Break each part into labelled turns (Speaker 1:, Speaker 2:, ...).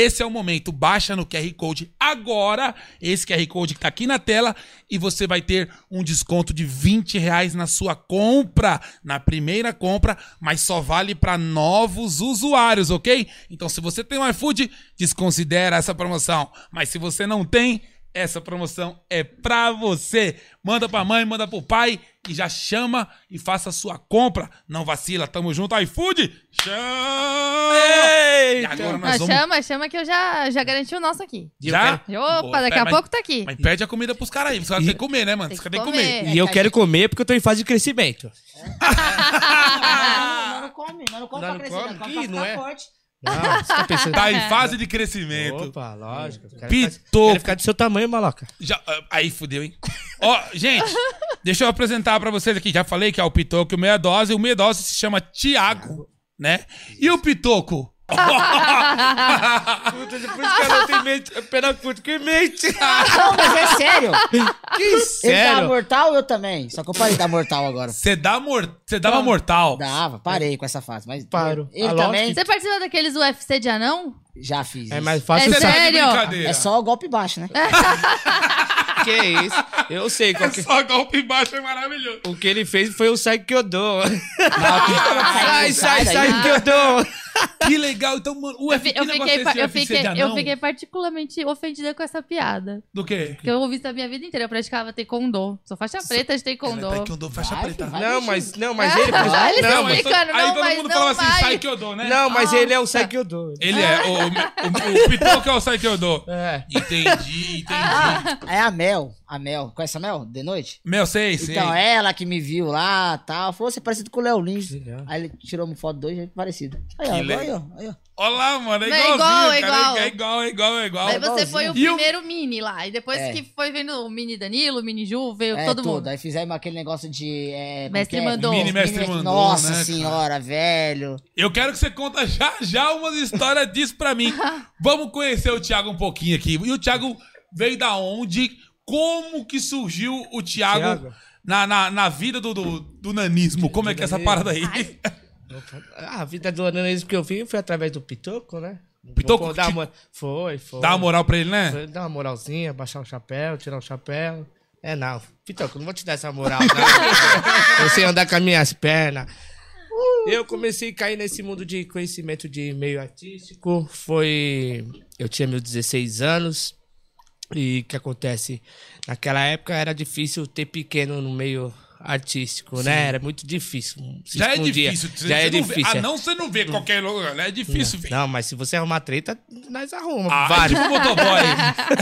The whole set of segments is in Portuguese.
Speaker 1: Esse é o momento. Baixa no QR Code agora, esse QR Code que tá aqui na tela, e você vai ter um desconto de 20 reais na sua compra, na primeira compra, mas só vale para novos usuários, ok? Então, se você tem um iFood, desconsidera essa promoção. Mas se você não tem, essa promoção é pra você. Manda pra mãe, manda pro pai e já chama e faça a sua compra. Não vacila, tamo junto, iFood! Chama! E agora nós
Speaker 2: Ah,
Speaker 1: vamos...
Speaker 2: Chama, chama que eu já, já garanti o nosso aqui.
Speaker 1: Já?
Speaker 2: Opa,
Speaker 1: Boa,
Speaker 2: daqui
Speaker 1: pera,
Speaker 2: a
Speaker 1: mas-
Speaker 2: pouco tá aqui.
Speaker 1: Mas pede a comida pros caras aí. Os caras têm que comer, né, mano?
Speaker 2: Tem
Speaker 1: Os
Speaker 2: que
Speaker 1: caras têm que
Speaker 2: comer.
Speaker 1: comer.
Speaker 2: É,
Speaker 3: E eu
Speaker 2: tá
Speaker 3: quero comer porque eu tô em fase de crescimento.
Speaker 4: Ah. Não, não come, não, não come
Speaker 3: Não,
Speaker 4: pra
Speaker 3: não
Speaker 4: crescer,
Speaker 3: come?
Speaker 4: não
Speaker 3: Ih,
Speaker 4: come pra
Speaker 3: não
Speaker 4: ficar
Speaker 3: é.
Speaker 4: forte.
Speaker 3: Ah, você tá pensando...
Speaker 1: Tá em fase de crescimento.
Speaker 3: Opa, lógico. Quero
Speaker 1: Pitou.
Speaker 3: ficar- Quero ficar do seu tamanho, maloca.
Speaker 1: Já- ah, aí fudeu, hein? Ó, gente, deixa eu apresentar pra vocês aqui. Já falei que é o Pitoco e o Meia Dose. O Meia Dose se chama Tiago, né? E o Pitoco?
Speaker 3: Puta, depois que ela tem mente... Pera, puta, que mente!
Speaker 4: Não, mas é sério.
Speaker 3: Que
Speaker 4: Ele dá
Speaker 3: sério?
Speaker 4: mortal, eu também. Só que eu parei de dar mortal agora.
Speaker 1: Você dá mor... cê dava mortal.
Speaker 4: Dava, parei com essa fase. Mas
Speaker 3: Paro.
Speaker 4: Ele
Speaker 3: A
Speaker 4: também
Speaker 2: Você participa daqueles UFC de anão?
Speaker 4: já fiz.
Speaker 3: É
Speaker 4: isso.
Speaker 3: mais fácil...
Speaker 2: É
Speaker 1: Cê
Speaker 3: eu
Speaker 1: tá de
Speaker 2: sério?
Speaker 1: brincadeira.
Speaker 4: É só o golpe baixo, né?
Speaker 3: saber Que é isso? Eu sei qual que...
Speaker 1: Só golpe baixo é maravilhoso.
Speaker 3: O que ele fez foi o sai que eu dou. Sai, sai,
Speaker 4: sai
Speaker 3: sai
Speaker 4: daí.
Speaker 3: que eu dou.
Speaker 1: Que legal. Então, mano, o
Speaker 2: Eu,
Speaker 1: UFC
Speaker 2: fi- eu fiquei, pa- eu, fiquei,
Speaker 1: de
Speaker 2: eu
Speaker 1: anão?
Speaker 2: fiquei particularmente ofendida com essa piada.
Speaker 1: Do quê?
Speaker 2: Porque eu ouvi isso a minha vida inteira. Eu praticava taekwondo. Sou faixa preta de taekwondo.
Speaker 1: Peraí, é que eu dou faixa
Speaker 4: Vai,
Speaker 1: preta.
Speaker 4: vai.
Speaker 3: Não, mas, não, mas ele...
Speaker 2: Ah, ele
Speaker 3: Não,
Speaker 2: tá
Speaker 3: mas-
Speaker 2: explicando.
Speaker 1: aí
Speaker 2: Não,
Speaker 1: todo
Speaker 2: mas
Speaker 1: mundo
Speaker 2: não
Speaker 1: falava assim,
Speaker 2: vai.
Speaker 1: sai que eu dou, né?
Speaker 3: Não, mas ele é o sai que eu dou.
Speaker 1: Ele é. O, o, o, o Pitoco é o sai que eu dou.
Speaker 3: É.
Speaker 1: Entendi, entendi.
Speaker 4: É a Mel. A Mel. Conhece a Mel? De noite?
Speaker 1: Meu, sei, sei.
Speaker 4: Então,
Speaker 2: é.
Speaker 4: ela que me viu lá tal. Falou, você é parecido com o Léo Lins.
Speaker 3: Legal.
Speaker 4: Aí ele tirou uma foto dois, é parecido. Aí,
Speaker 1: Que
Speaker 4: ó,
Speaker 1: le-
Speaker 4: aí, ó, aí, ó.
Speaker 1: Olha lá, mano, é
Speaker 2: Não, é
Speaker 1: igualzinho,
Speaker 2: igual, é
Speaker 1: cara,
Speaker 2: igual.
Speaker 1: é igual, é igual, é igual.
Speaker 2: Aí você foi o
Speaker 1: E o-
Speaker 2: primeiro mini lá. E depois
Speaker 4: É.
Speaker 2: que foi vendo o mini Danilo, o mini Ju, veio
Speaker 4: É,
Speaker 2: todo
Speaker 4: tudo.
Speaker 2: mundo.
Speaker 4: Aí fizemos aquele negócio de. É, como
Speaker 2: Mestre
Speaker 4: que é?
Speaker 2: mandou. Mini
Speaker 1: mestre mandou,
Speaker 4: Nossa
Speaker 1: né, cara?
Speaker 4: senhora, velho.
Speaker 1: Eu quero que você conta já já umas histórias disso pra mim. Vamos conhecer o Thiago um pouquinho aqui. E o Thiago veio da onde? Como que surgiu o Thiago,
Speaker 3: Thiago.
Speaker 1: na, na, na vida do, do, do nanismo? Como é que é essa
Speaker 3: nanismo.
Speaker 1: parada aí?
Speaker 3: Ah, a vida do ananismo que eu vi foi através do Pitoco, né?
Speaker 1: Pitoco
Speaker 3: Vou dar
Speaker 1: te-
Speaker 3: uma- Foi, foi.
Speaker 1: Dá uma moral pra ele, né?
Speaker 3: Foi dar uma moralzinha, baixar um chapéu, tirar um chapéu. É, não. Pitoco, eu não vou te dar essa moral, não. Eu sei andar com as minhas pernas.
Speaker 1: Uh!
Speaker 3: Eu comecei a cair nesse mundo de conhecimento de meio artístico. Foi. Eu tinha meus 16 anos. E o que acontece? Naquela época era difícil ter pequeno no meio artístico, né? Era muito difícil. se
Speaker 1: Já é
Speaker 3: escondia.
Speaker 1: difícil. você-
Speaker 3: Já
Speaker 1: você não
Speaker 3: é
Speaker 1: vê-
Speaker 3: difícil.
Speaker 1: Ah, não, você não vê qualquer lugar. né? É difícil, filho.
Speaker 3: Não, mas se você arrumar treta, nós arrumamos.
Speaker 1: Ah, é
Speaker 3: vários.
Speaker 1: tipo motoboy.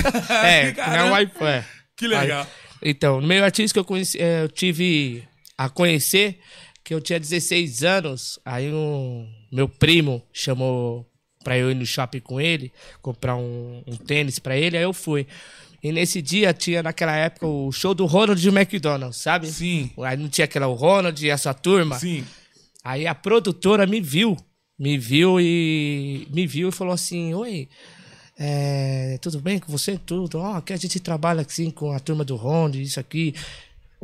Speaker 3: É,
Speaker 1: Caramba,
Speaker 3: não vai. É.
Speaker 1: Que legal.
Speaker 3: Aí, então, no meio artístico eu, conheci, eh, eu tive a conhecer que eu tinha 16 anos. Aí um meu primo chamou pra eu ir no shopping com ele, comprar um, um tênis pra ele, aí eu fui. E nesse dia tinha naquela época o show do Ronald McDonald, sabe?
Speaker 1: Sim.
Speaker 3: Aí não tinha aquela o Ronald e a sua turma.
Speaker 1: Sim.
Speaker 3: Aí a produtora me viu, me viu e me viu e falou assim, oi, é, tudo bem com você? Tudo. Ó, aqui a gente trabalha assim com a turma do Ronde, isso aqui.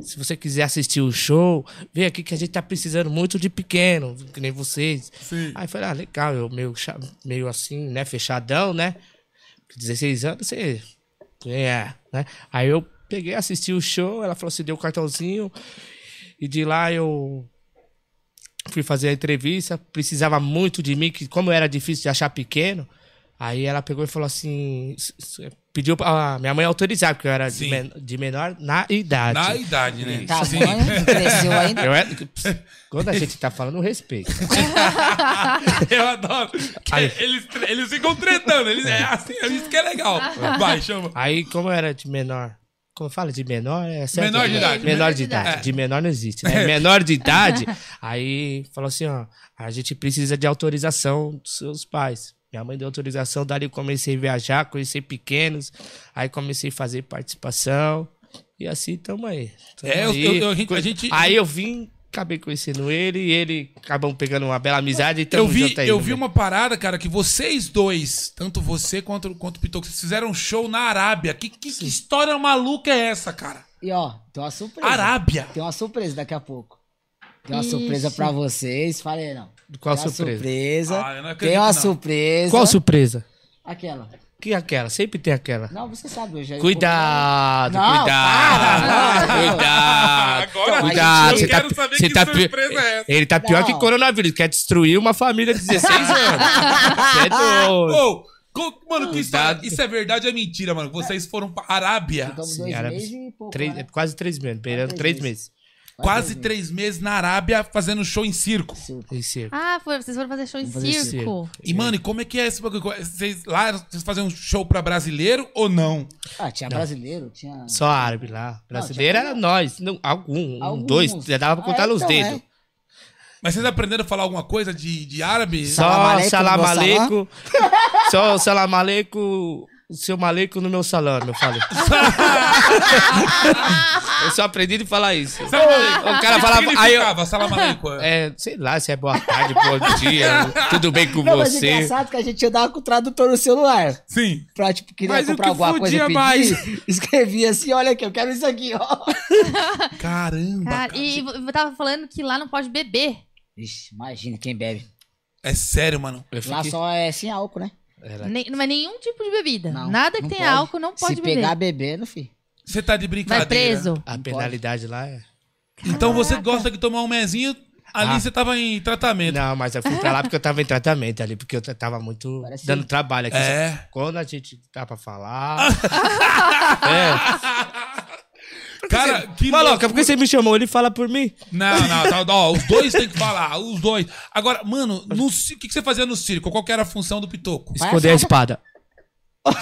Speaker 3: Se você quiser assistir o show, vem aqui que a gente tá precisando muito de pequeno, que nem vocês.
Speaker 1: Sim.
Speaker 3: Aí eu falei, ah, legal, eu meio, cha- meio assim, né, fechadão, né? 16 anos, você. É, né? Aí eu peguei, assisti o show, ela falou assim, deu o cartãozinho. E de lá eu fui fazer a entrevista, precisava muito de mim, que como era difícil de achar pequeno, aí ela pegou e falou assim, s- s- pediu pra a minha mãe autorizar, porque eu era de,
Speaker 1: Sim.
Speaker 3: men- de menor na idade.
Speaker 1: Na idade, né?
Speaker 4: Tá
Speaker 1: Sim.
Speaker 4: bom, né? cresceu ainda.
Speaker 3: Eu era- Pss, quando a gente tá falando, respeito.
Speaker 1: Eu adoro. Que
Speaker 3: Aí.
Speaker 1: Eles, eles ficam tretando. Eles, é assim, é isso que é legal. Vai, chama.
Speaker 3: Aí, como eu era de menor. Como fala de menor? É certo?
Speaker 1: Menor de idade.
Speaker 3: Menor de idade.
Speaker 1: É.
Speaker 3: De menor não existe, né? Menor de idade. Aí falou assim: ó, a gente precisa de autorização dos seus pais. Minha mãe deu autorização, dali eu comecei a viajar, conheci pequenos. Aí comecei a fazer participação. E assim tamo aí. Tamo
Speaker 1: É, eu-
Speaker 3: aí.
Speaker 1: eu- eu- a gente- a gente-
Speaker 3: Aí eu vim, acabei conhecendo ele, e ele acabamos pegando uma bela amizade. E tamo
Speaker 1: Eu vi,
Speaker 3: junto aí, né,
Speaker 1: eu
Speaker 3: meu
Speaker 1: vi
Speaker 3: bem.
Speaker 1: uma parada, cara, que vocês dois, tanto você quanto, quanto o Pitoco, vocês fizeram um show na Arábia. Que, que, que história maluca é essa, cara?
Speaker 4: E ó, tem uma surpresa.
Speaker 1: Arábia.
Speaker 4: Tem uma surpresa daqui a pouco. Tem uma
Speaker 2: Ixi.
Speaker 4: surpresa pra vocês. Falei, não.
Speaker 3: Qual
Speaker 4: Tem uma
Speaker 3: surpresa?
Speaker 4: surpresa.
Speaker 1: Ah, eu não acredito,
Speaker 4: tem uma
Speaker 1: não.
Speaker 4: surpresa.
Speaker 3: Qual surpresa?
Speaker 4: Aquela.
Speaker 3: Que é aquela? Sempre tem aquela.
Speaker 4: Não, você sabe hoje. aí.
Speaker 3: Cuidado,
Speaker 4: Não,
Speaker 3: cuidado.
Speaker 4: para, não.
Speaker 3: Cuidado.
Speaker 1: Agora,
Speaker 3: cuidado.
Speaker 1: eu
Speaker 3: Você
Speaker 1: quero
Speaker 3: tá,
Speaker 1: saber
Speaker 3: você
Speaker 1: que
Speaker 3: tá pi-
Speaker 1: surpresa é essa.
Speaker 3: Ele tá pior
Speaker 4: Não.
Speaker 3: que coronavírus. Quer destruir uma família de 16 anos. Você é doido.
Speaker 1: Ô, co- mano, que história.
Speaker 3: Cuidado.
Speaker 1: Isso é verdade ou é mentira, mano? Vocês foram pra Arábia.
Speaker 2: Então,
Speaker 4: Ficamos
Speaker 3: Sim,
Speaker 4: dois
Speaker 3: era-
Speaker 4: meses e pouco.
Speaker 3: Três- é
Speaker 4: né?
Speaker 3: quase três meses. Beirando
Speaker 4: Três
Speaker 3: três meses.
Speaker 1: Quase
Speaker 4: dois
Speaker 1: três meses na Arábia fazendo show em circo.
Speaker 4: meses.
Speaker 3: Esse-
Speaker 2: Ah, foi, vocês foram fazer show em
Speaker 4: Fazer
Speaker 2: circo.
Speaker 1: E, mano, e como é que é esse bagulho? Vocês, lá, vocês fazem um show pra brasileiro ou não?
Speaker 4: Ah, tinha brasileiro, tinha.
Speaker 3: Só árabe lá. Brasileiro
Speaker 4: tinha-
Speaker 3: era nós. Não, algum, um,
Speaker 4: Alguns.
Speaker 3: dois. Já dava pra
Speaker 4: Ah,
Speaker 3: contar nos
Speaker 4: então,
Speaker 3: dedos.
Speaker 4: é.
Speaker 1: Mas vocês aprenderam a falar alguma coisa de, de árabe?
Speaker 3: Só
Speaker 4: Salam
Speaker 3: salam
Speaker 4: aleikum,
Speaker 3: aleikum. Só salam aleikum. O seu maleco no meu salame, eu falei. eu só aprendi de falar isso.
Speaker 1: Salam
Speaker 3: o cara falava. Aí eu,
Speaker 1: Significava, salam aleikum.
Speaker 3: é, sei lá se é boa tarde, bom dia, tudo bem com
Speaker 4: Não, mas
Speaker 3: você.
Speaker 4: engraçado que a gente andava com o tradutor no celular.
Speaker 1: Sim.
Speaker 4: Pra, tipo, queria
Speaker 3: Mas o
Speaker 4: comprar
Speaker 3: que
Speaker 4: alguma coisa
Speaker 3: fudia
Speaker 4: pedir,
Speaker 3: mais?
Speaker 4: escrevia assim, olha aqui, eu quero isso aqui, ó.
Speaker 1: Caramba,
Speaker 2: Cara,
Speaker 1: cara.
Speaker 2: e eu tava falando que lá não pode beber.
Speaker 4: Ixi, imagina quem bebe.
Speaker 1: É sério, mano.
Speaker 3: Eu
Speaker 4: Lá
Speaker 3: fiquei-
Speaker 4: só é sem álcool, né?
Speaker 3: Era-
Speaker 2: Nem, mas nenhum tipo de bebida.
Speaker 4: Não,
Speaker 2: Nada que
Speaker 4: não
Speaker 2: tenha
Speaker 4: pode.
Speaker 2: álcool não pode
Speaker 4: Se
Speaker 2: beber.
Speaker 4: pegar bebendo, fi.
Speaker 1: Você tá de brincadeira.
Speaker 2: Vai preso.
Speaker 3: a penalidade lá é.
Speaker 1: Então você gosta de tomar um mezinho, ali
Speaker 3: Ah.
Speaker 1: você tava em tratamento.
Speaker 3: Não, mas eu fui pra lá porque eu tava em tratamento ali, porque eu t- tava muito
Speaker 4: Parece-
Speaker 3: dando trabalho aqui.
Speaker 1: É.
Speaker 3: Quando a gente tá pra falar. é.
Speaker 1: Cara, que
Speaker 3: Maloca, por que você me chamou? Ele fala por mim?
Speaker 1: Não, não, tá, ó, os dois tem que falar, os dois. Agora, mano, no ci- o que, que você fazia no circo? Qual que era a função do pitoco?
Speaker 4: Vai,
Speaker 3: Esconder a
Speaker 4: fala.
Speaker 3: espada.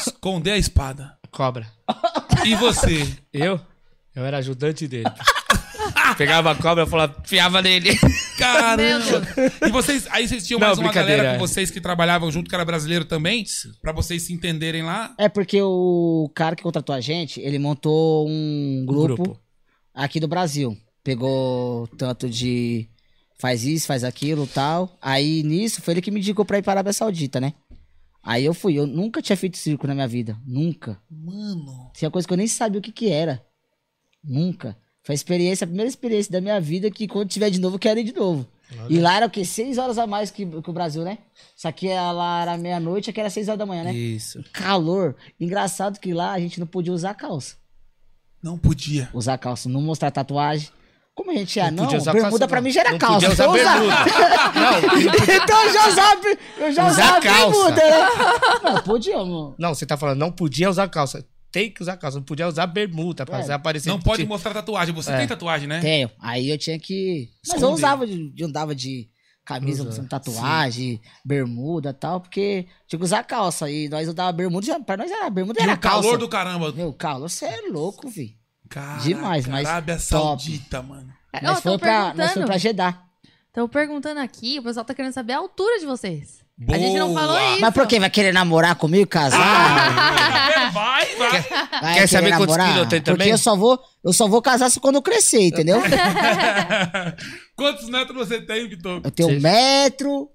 Speaker 1: Esconder a espada.
Speaker 3: Cobra.
Speaker 1: E você?
Speaker 3: Eu? Eu era ajudante dele. Pegava a cobra e falava, fiava nele.
Speaker 1: Caramba! E vocês, aí vocês tinham
Speaker 3: Não,
Speaker 1: mais uma
Speaker 3: brincadeira,
Speaker 1: galera com
Speaker 3: é.
Speaker 1: vocês que trabalhavam junto, que era brasileiro também, pra vocês se entenderem lá.
Speaker 4: É porque o cara que contratou a gente, ele montou um grupo,
Speaker 3: grupo.
Speaker 4: aqui do Brasil. Pegou tanto de faz isso, faz aquilo tal. Aí nisso foi ele que me indicou pra ir para a Arábia Saudita, né? Aí eu fui. Eu nunca tinha feito circo na minha vida. Nunca.
Speaker 1: Mano,
Speaker 4: Tinha coisa que eu nem sabia o que que era. Nunca. Foi a experiência, a primeira experiência da minha vida que quando tiver de novo, eu quero ir de novo. E lá era o quê? Seis horas a mais que, que o Brasil, né? Isso aqui era- lá era meia-noite, aqui era seis horas da manhã, né?
Speaker 3: Isso.
Speaker 4: calor. Engraçado que lá a gente não podia usar calça.
Speaker 1: não podia.
Speaker 4: Usar calça, não mostrar tatuagem. Como a gente ia, não,
Speaker 3: podia usar
Speaker 4: bermuda
Speaker 3: calça,
Speaker 4: pra
Speaker 3: não.
Speaker 4: mim já era
Speaker 3: Não
Speaker 4: calça.
Speaker 3: podia usar
Speaker 4: então eu usava-
Speaker 3: bermuda.
Speaker 4: então eu já usava, eu já
Speaker 3: Usar
Speaker 4: usava
Speaker 3: calça.
Speaker 4: bermuda, né? Não, podia, mano.
Speaker 3: Não, você tá falando, não podia usar calça. Tem que usar calça, não podia usar bermuda pra
Speaker 4: Ué,
Speaker 3: você aparecer.
Speaker 1: Não pode mostrar tatuagem. Você tem tatuagem,
Speaker 3: É.
Speaker 1: né?
Speaker 4: Tenho. Aí eu tinha que. Mas eu
Speaker 1: Esconder.
Speaker 4: usava, de, eu andava de camisa,
Speaker 3: Usa,
Speaker 4: mostrando tatuagem, bermuda e tal, porque tinha que usar calça. E nós usava bermuda, já, pra nós era bermuda,
Speaker 1: E
Speaker 4: era
Speaker 1: o calor
Speaker 4: calça.
Speaker 1: do caramba.
Speaker 4: Meu, calor, você é louco, vi.
Speaker 1: Caraca,
Speaker 4: Demais, mas
Speaker 1: Arábia
Speaker 4: top.
Speaker 1: Saudita, mano.
Speaker 2: Ó,
Speaker 4: Nós,
Speaker 2: tão
Speaker 4: foi pra, nós foi
Speaker 2: perguntando.
Speaker 4: pra Jeddah.
Speaker 2: Tão perguntando aqui, o pessoal tá querendo saber a altura de vocês. A gente não
Speaker 1: Boa.
Speaker 2: falou isso.
Speaker 4: Mas por quê? Vai querer namorar comigo, casar?
Speaker 1: Vai, vai.
Speaker 4: Vai
Speaker 3: Quer saber
Speaker 4: querer
Speaker 3: quantos
Speaker 4: namorar?
Speaker 3: quilos eu tenho
Speaker 4: Porque
Speaker 3: também?
Speaker 4: eu só vou, eu só vou casar se quando eu crescer, entendeu?
Speaker 1: Quantos metros você tem, Vitor?
Speaker 4: Eu tenho
Speaker 3: Sim.
Speaker 4: um metro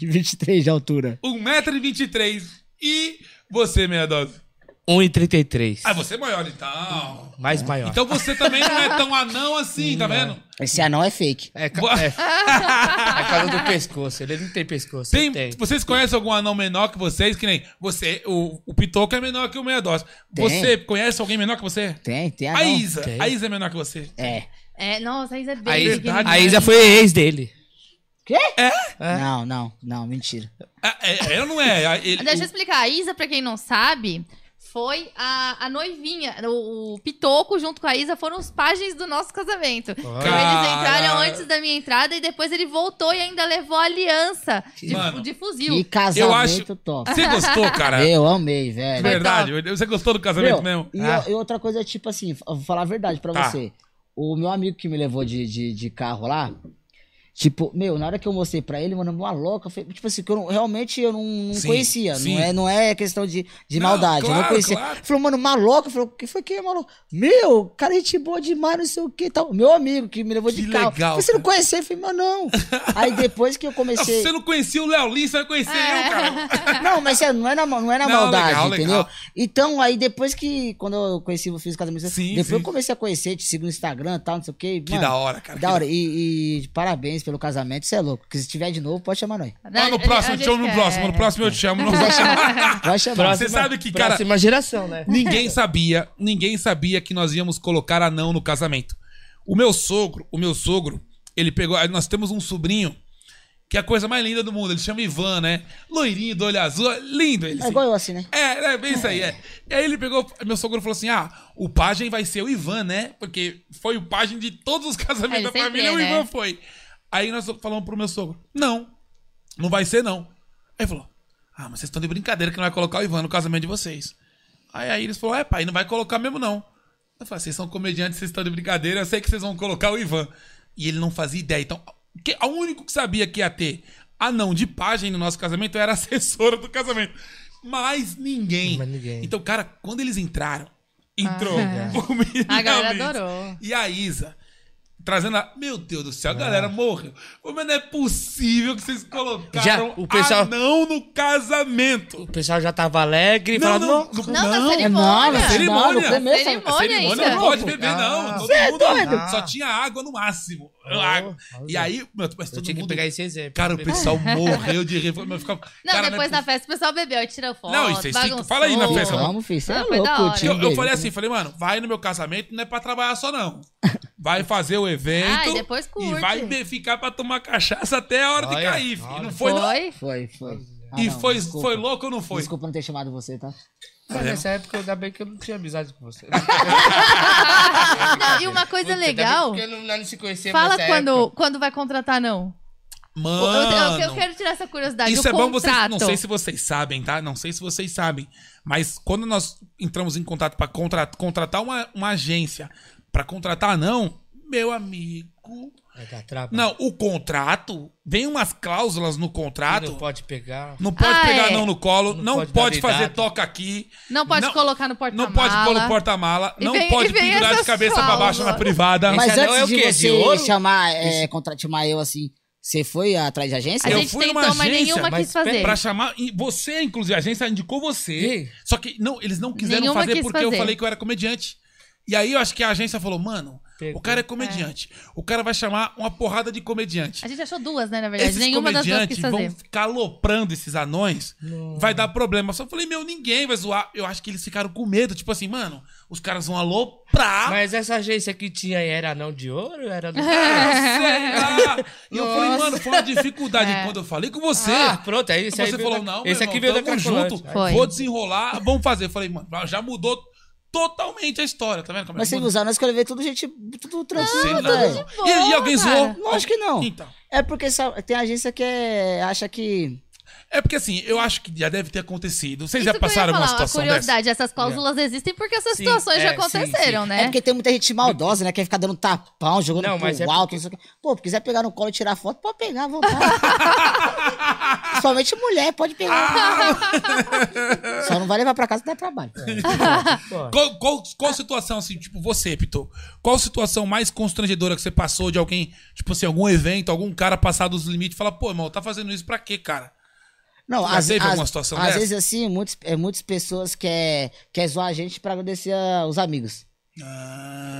Speaker 4: e 23 de altura.
Speaker 1: 1,23m. E você, meia dose?
Speaker 3: 1,33.
Speaker 1: Ah, você é maior, então.
Speaker 3: Mais maior.
Speaker 1: Então você também não é tão anão assim, tá vendo?
Speaker 4: Esse anão é fake.
Speaker 3: É, ca-
Speaker 1: Boa.
Speaker 3: é, é causa do pescoço. Ele não tem pescoço.
Speaker 1: Tem, tipo
Speaker 3: Tem. tem.
Speaker 1: vocês conhecem algum anão menor que vocês? Que nem você, o, o Pitoco é menor que o meia dose.
Speaker 4: Tem.
Speaker 1: Você conhece alguém menor que você?
Speaker 4: Tem, tem anão.
Speaker 1: a Isa.
Speaker 3: Tem.
Speaker 1: A Isa é menor que você.
Speaker 4: É.
Speaker 2: É, nossa, a Isa é bem
Speaker 3: A Isa,
Speaker 2: pequenininha.
Speaker 1: né?
Speaker 3: a Isa foi ex dele. É?
Speaker 4: Não, não, não, mentira.
Speaker 1: Ah, é, ela não é. a- ele-
Speaker 2: Deixa eu explicar. A Isa, pra quem não sabe, foi a, a noivinha. O, o Pitoco, junto com a Isa, foram os pajens do nosso casamento. Então, eles entraram
Speaker 1: Cara.
Speaker 2: antes da minha entrada e depois ele voltou e ainda levou a aliança de,
Speaker 1: Mano.
Speaker 2: de fuzil.
Speaker 4: Que casamento
Speaker 1: eu acho-
Speaker 4: top.
Speaker 1: Você gostou,
Speaker 3: Ah.
Speaker 1: cara?
Speaker 4: Eu amei, velho.
Speaker 1: Verdade. Você gostou do casamento
Speaker 4: Meu,
Speaker 1: mesmo?
Speaker 4: E,
Speaker 3: Ah.
Speaker 4: e outra coisa, tipo assim, eu vou falar a verdade pra
Speaker 1: Tá.
Speaker 4: você. O meu amigo que me levou de, de, de carro lá, tipo, meu, na hora que eu mostrei pra ele, mano, uma louca, foi- tipo assim, que eu não- realmente eu não, não
Speaker 1: Sim,
Speaker 4: conhecia.
Speaker 1: sim.
Speaker 4: Não, é, não é questão de, de
Speaker 1: Não,
Speaker 4: maldade, eu
Speaker 1: claro,
Speaker 4: não conhecia.
Speaker 1: claro.
Speaker 4: Falou, mano, maluco, falou, que foi que é maluco? Meu, cara, é gente boa demais, não sei o que tal. Meu amigo que me levou de
Speaker 1: Que
Speaker 4: carro.
Speaker 1: legal,
Speaker 4: você não
Speaker 1: cara.
Speaker 4: conhecia? Eu falei, mano, não. Aí depois que eu
Speaker 1: Ah,
Speaker 4: comecei.
Speaker 1: Você não conhecia o Léo Lins, você vai conhecer eu, cara.
Speaker 4: Não, mas sério, não é na, ma- não é na
Speaker 1: Não,
Speaker 4: maldade,
Speaker 1: legal, legal.
Speaker 4: entendeu? Então, aí depois que. Quando eu conheci, eu fiz casamento.
Speaker 1: Sim,
Speaker 4: depois
Speaker 1: sim.
Speaker 4: eu comecei a conhecer, te sigo no Instagram e tal, não sei o quê.
Speaker 1: Que da hora, cara.
Speaker 4: Da hora. E, e parabéns pelo casamento, você é louco. Que se tiver de novo, pode chamar nós.
Speaker 2: Né,
Speaker 1: Ah, no próximo, eu te chamo no
Speaker 2: é.
Speaker 1: próximo. No próximo eu te chamo. No próximo.
Speaker 4: Pode chamar.
Speaker 1: Você sabe que, cara,
Speaker 3: Próxima geração, né?
Speaker 1: Ninguém sabia, ninguém sabia que nós íamos colocar anão no casamento. O meu sogro, o meu sogro, ele pegou. Nós temos um sobrinho que é a coisa mais linda do mundo. Ele chama Ivan, né? Loirinho, do olho azul, é lindo ele.
Speaker 4: É
Speaker 1: assim.
Speaker 4: igual eu assim, né?
Speaker 1: É, é bem isso aí, é. E aí ele pegou, meu sogro falou assim: ah, o pajem vai ser o Ivan, né? Porque foi o pajem de todos os
Speaker 2: É, ele
Speaker 1: casamentos da
Speaker 2: sempre
Speaker 1: família,
Speaker 2: é,
Speaker 1: o
Speaker 2: né?
Speaker 1: Ivan foi. Aí nós falamos pro meu sogro: não, não vai ser não. Aí ele falou: ah, mas vocês estão de brincadeira que não vai colocar o Ivan no casamento de vocês. Aí, aí eles falaram: é, pai, não vai colocar mesmo não. Eu falei: vocês são comediantes, vocês estão de brincadeira, eu sei que vocês vão colocar o Ivan. E ele não fazia ideia. Então, que, o único que sabia que ia ter anão de pajem no nosso casamento era a assessora do casamento. Mas ninguém.
Speaker 3: Mas ninguém.
Speaker 1: Então, cara, quando eles entraram, entrou
Speaker 2: Ah.
Speaker 1: o Miriam
Speaker 2: A galera
Speaker 1: Mendes
Speaker 2: adorou.
Speaker 1: E a Isa. Trazendo a. Meu Deus do céu, a
Speaker 3: Ah.
Speaker 1: galera morreu. Pô, Mas não é possível que vocês colocaram
Speaker 3: Já, o pessoal-
Speaker 1: anão no casamento.
Speaker 3: O pessoal já tava alegre,
Speaker 1: Não,
Speaker 3: falando,
Speaker 1: não,
Speaker 3: "Nossa,
Speaker 1: não,
Speaker 2: Não, na
Speaker 4: É não,
Speaker 2: cerimônia.
Speaker 4: na cerimônia.
Speaker 1: Cerimônia.
Speaker 4: no começo-
Speaker 1: A
Speaker 2: Cerimônia
Speaker 1: É cerimônia não
Speaker 2: ainda.
Speaker 1: pode beber, não.
Speaker 3: Ah,
Speaker 1: Todo
Speaker 4: cê é
Speaker 1: mundo-
Speaker 4: doido?
Speaker 1: Só tinha água no máximo.
Speaker 3: Oh,
Speaker 1: água. E
Speaker 3: olha.
Speaker 1: aí, meu, mas
Speaker 3: Eu
Speaker 1: todo
Speaker 3: tinha que
Speaker 1: mundo...
Speaker 3: pegar esse exemplo.
Speaker 1: Cara, o pessoal morreu de rir. Eu ficava-
Speaker 2: Não,
Speaker 1: cara,
Speaker 2: depois
Speaker 1: é
Speaker 2: na festa o pessoal bebeu, aí tirou foto.
Speaker 1: Não, isso aí,
Speaker 2: bagunçou.
Speaker 1: fala aí na festa,
Speaker 4: Vamos, filho. Você é
Speaker 2: Ah, foi da
Speaker 4: louco,
Speaker 2: hora.
Speaker 4: tio.
Speaker 1: Eu, eu falei assim, falei, mano, vai no meu casamento, não é pra trabalhar só, não. Vai fazer o evento.
Speaker 2: Ah, e depois curte.
Speaker 1: E vai be- ficar pra tomar cachaça até a hora de
Speaker 3: Olha,
Speaker 1: cair. filho. E não
Speaker 3: olha.
Speaker 1: foi, não.
Speaker 2: Foi?
Speaker 4: Foi, foi. Ah,
Speaker 1: E
Speaker 4: não,
Speaker 1: foi,
Speaker 4: desculpa.
Speaker 1: foi louco ou não foi?
Speaker 4: Desculpa não ter chamado você, tá?
Speaker 3: Mas nessa época, ainda bem que eu não tinha amizade com você.
Speaker 2: Não, e uma coisa
Speaker 3: Ainda bem
Speaker 2: legal,
Speaker 3: Porque eu não, nós não se conhecemos
Speaker 2: fala
Speaker 3: nessa
Speaker 2: quando,
Speaker 3: época.
Speaker 2: quando vai contratar, não. Eu-
Speaker 1: Mano,
Speaker 2: Eu, eu- eu quero tirar essa curiosidade.
Speaker 1: isso
Speaker 2: o
Speaker 1: é bom vocês.
Speaker 2: contrato.
Speaker 1: Não sei se vocês sabem, tá? Não sei se vocês sabem. Mas quando nós entramos em contato pra contra- contratar uma, uma agência pra contratar, não, meu amigo.
Speaker 3: Vai dar trapa.
Speaker 1: Não, o contrato, vem umas cláusulas no contrato.
Speaker 3: Não pode pegar.
Speaker 1: Não pode
Speaker 2: Ah,
Speaker 1: pegar
Speaker 2: é.
Speaker 1: não no colo, não,
Speaker 3: Não
Speaker 1: pode,
Speaker 3: pode dar
Speaker 1: fazer
Speaker 3: dedada.
Speaker 1: toca aqui,
Speaker 2: Não pode
Speaker 1: Não-
Speaker 2: colocar no porta-mala.
Speaker 1: não pode pôr no porta-mala,
Speaker 2: E
Speaker 1: não
Speaker 2: vem-
Speaker 1: pode
Speaker 2: e vem
Speaker 1: pendurar de
Speaker 2: essas
Speaker 1: cabeça pra baixo na
Speaker 2: cláusulas.
Speaker 1: privada.
Speaker 3: Mas
Speaker 4: Mas
Speaker 3: anão
Speaker 4: antes
Speaker 3: é o
Speaker 4: de
Speaker 3: quê? De
Speaker 4: você
Speaker 3: ouro?
Speaker 4: chamar, é, contra- chamar eu assim, você foi atrás de agência?
Speaker 2: A
Speaker 1: Eu
Speaker 2: gente
Speaker 1: fui numa
Speaker 2: tentou, mas
Speaker 1: agência,
Speaker 2: nenhuma
Speaker 3: mas
Speaker 2: quis fazer.
Speaker 1: Pra chamar, e você inclusive a agência indicou você.
Speaker 3: Ih.
Speaker 1: Só que não, eles não quiseram
Speaker 2: Nenhuma
Speaker 1: fazer
Speaker 2: quis
Speaker 1: porque eu
Speaker 2: fazer.
Speaker 1: falei que eu era comediante. E aí eu acho que a agência falou: "Mano, o
Speaker 3: Pegou.
Speaker 1: cara é comediante. O cara vai chamar uma porrada de comediante.
Speaker 2: A gente achou duas, né, na verdade.
Speaker 1: Esses
Speaker 2: Nenhuma das duas
Speaker 1: comediantes
Speaker 2: quis
Speaker 1: vão
Speaker 2: fazer.
Speaker 1: ficar aloprando esses anões, vai dar problema. Só falei, meu, ninguém vai zoar. Eu acho que eles ficaram com medo, tipo assim, mano, os caras vão aloprar.
Speaker 3: Mas essa agência que tinha aí era não de ouro? Era do...
Speaker 1: Será? E eu falei,
Speaker 3: Nossa.
Speaker 1: mano, foi uma dificuldade.
Speaker 2: É.
Speaker 1: Quando eu falei com você,
Speaker 3: Ah, pronto, é isso aí.
Speaker 1: você
Speaker 3: veio
Speaker 1: falou,
Speaker 3: da-
Speaker 1: não,
Speaker 3: Esse
Speaker 1: meu
Speaker 3: aqui
Speaker 1: irmão,
Speaker 3: veio da
Speaker 1: tamo
Speaker 3: Cracolândia.
Speaker 1: junto,
Speaker 2: Foi.
Speaker 1: vou desenrolar, vamos fazer. Eu falei, mano, já mudou totalmente a história, tá vendo? como é
Speaker 4: Mas
Speaker 1: que
Speaker 4: vocês
Speaker 1: muda?
Speaker 4: usaram, nós queremos ver tudo gente, tudo
Speaker 1: Sei
Speaker 4: tranquilo,
Speaker 1: lá.
Speaker 4: velho.
Speaker 2: boa,
Speaker 1: E, e alguém
Speaker 2: cara.
Speaker 1: zoou?
Speaker 4: Lógico que não.
Speaker 1: Então.
Speaker 4: É porque sabe, tem agência que é, acha que...
Speaker 1: É porque assim, eu acho que já deve ter acontecido. Vocês
Speaker 2: Isso
Speaker 1: já
Speaker 2: que eu ia
Speaker 1: passaram
Speaker 2: falar,
Speaker 1: uma situação
Speaker 2: A
Speaker 1: dessa?
Speaker 2: curiosidade, essas cláusulas existem porque essas
Speaker 3: Sim,
Speaker 2: situações já
Speaker 3: é, sim,
Speaker 2: aconteceram,
Speaker 3: sim.
Speaker 4: É.
Speaker 2: né?
Speaker 4: porque tem muita gente maldosa, né? Quer ficar dando tapão, jogando
Speaker 3: Não,
Speaker 4: não,
Speaker 3: mas é
Speaker 4: alto, não sei o quê. Pô, quiser pegar no colo e tirar foto, pode pegar, à vontade. Principalmente mulher, pode pegar. Só não vai levar pra casa, dá trabalho.
Speaker 3: É.
Speaker 1: Qual, qual, qual situação, assim, tipo, você, Pitou? Qual situação mais constrangedora que você passou de alguém, tipo assim, algum evento, algum cara passar dos limites e falar, pô, irmão, tá fazendo isso pra quê, cara?
Speaker 4: Não,
Speaker 1: Já
Speaker 4: às,
Speaker 1: teve
Speaker 4: às-
Speaker 1: alguma situação
Speaker 4: às
Speaker 1: dessa?
Speaker 4: vezes, assim, muitos, é, muitas pessoas querem quer zoar a gente pra agradecer a- os amigos.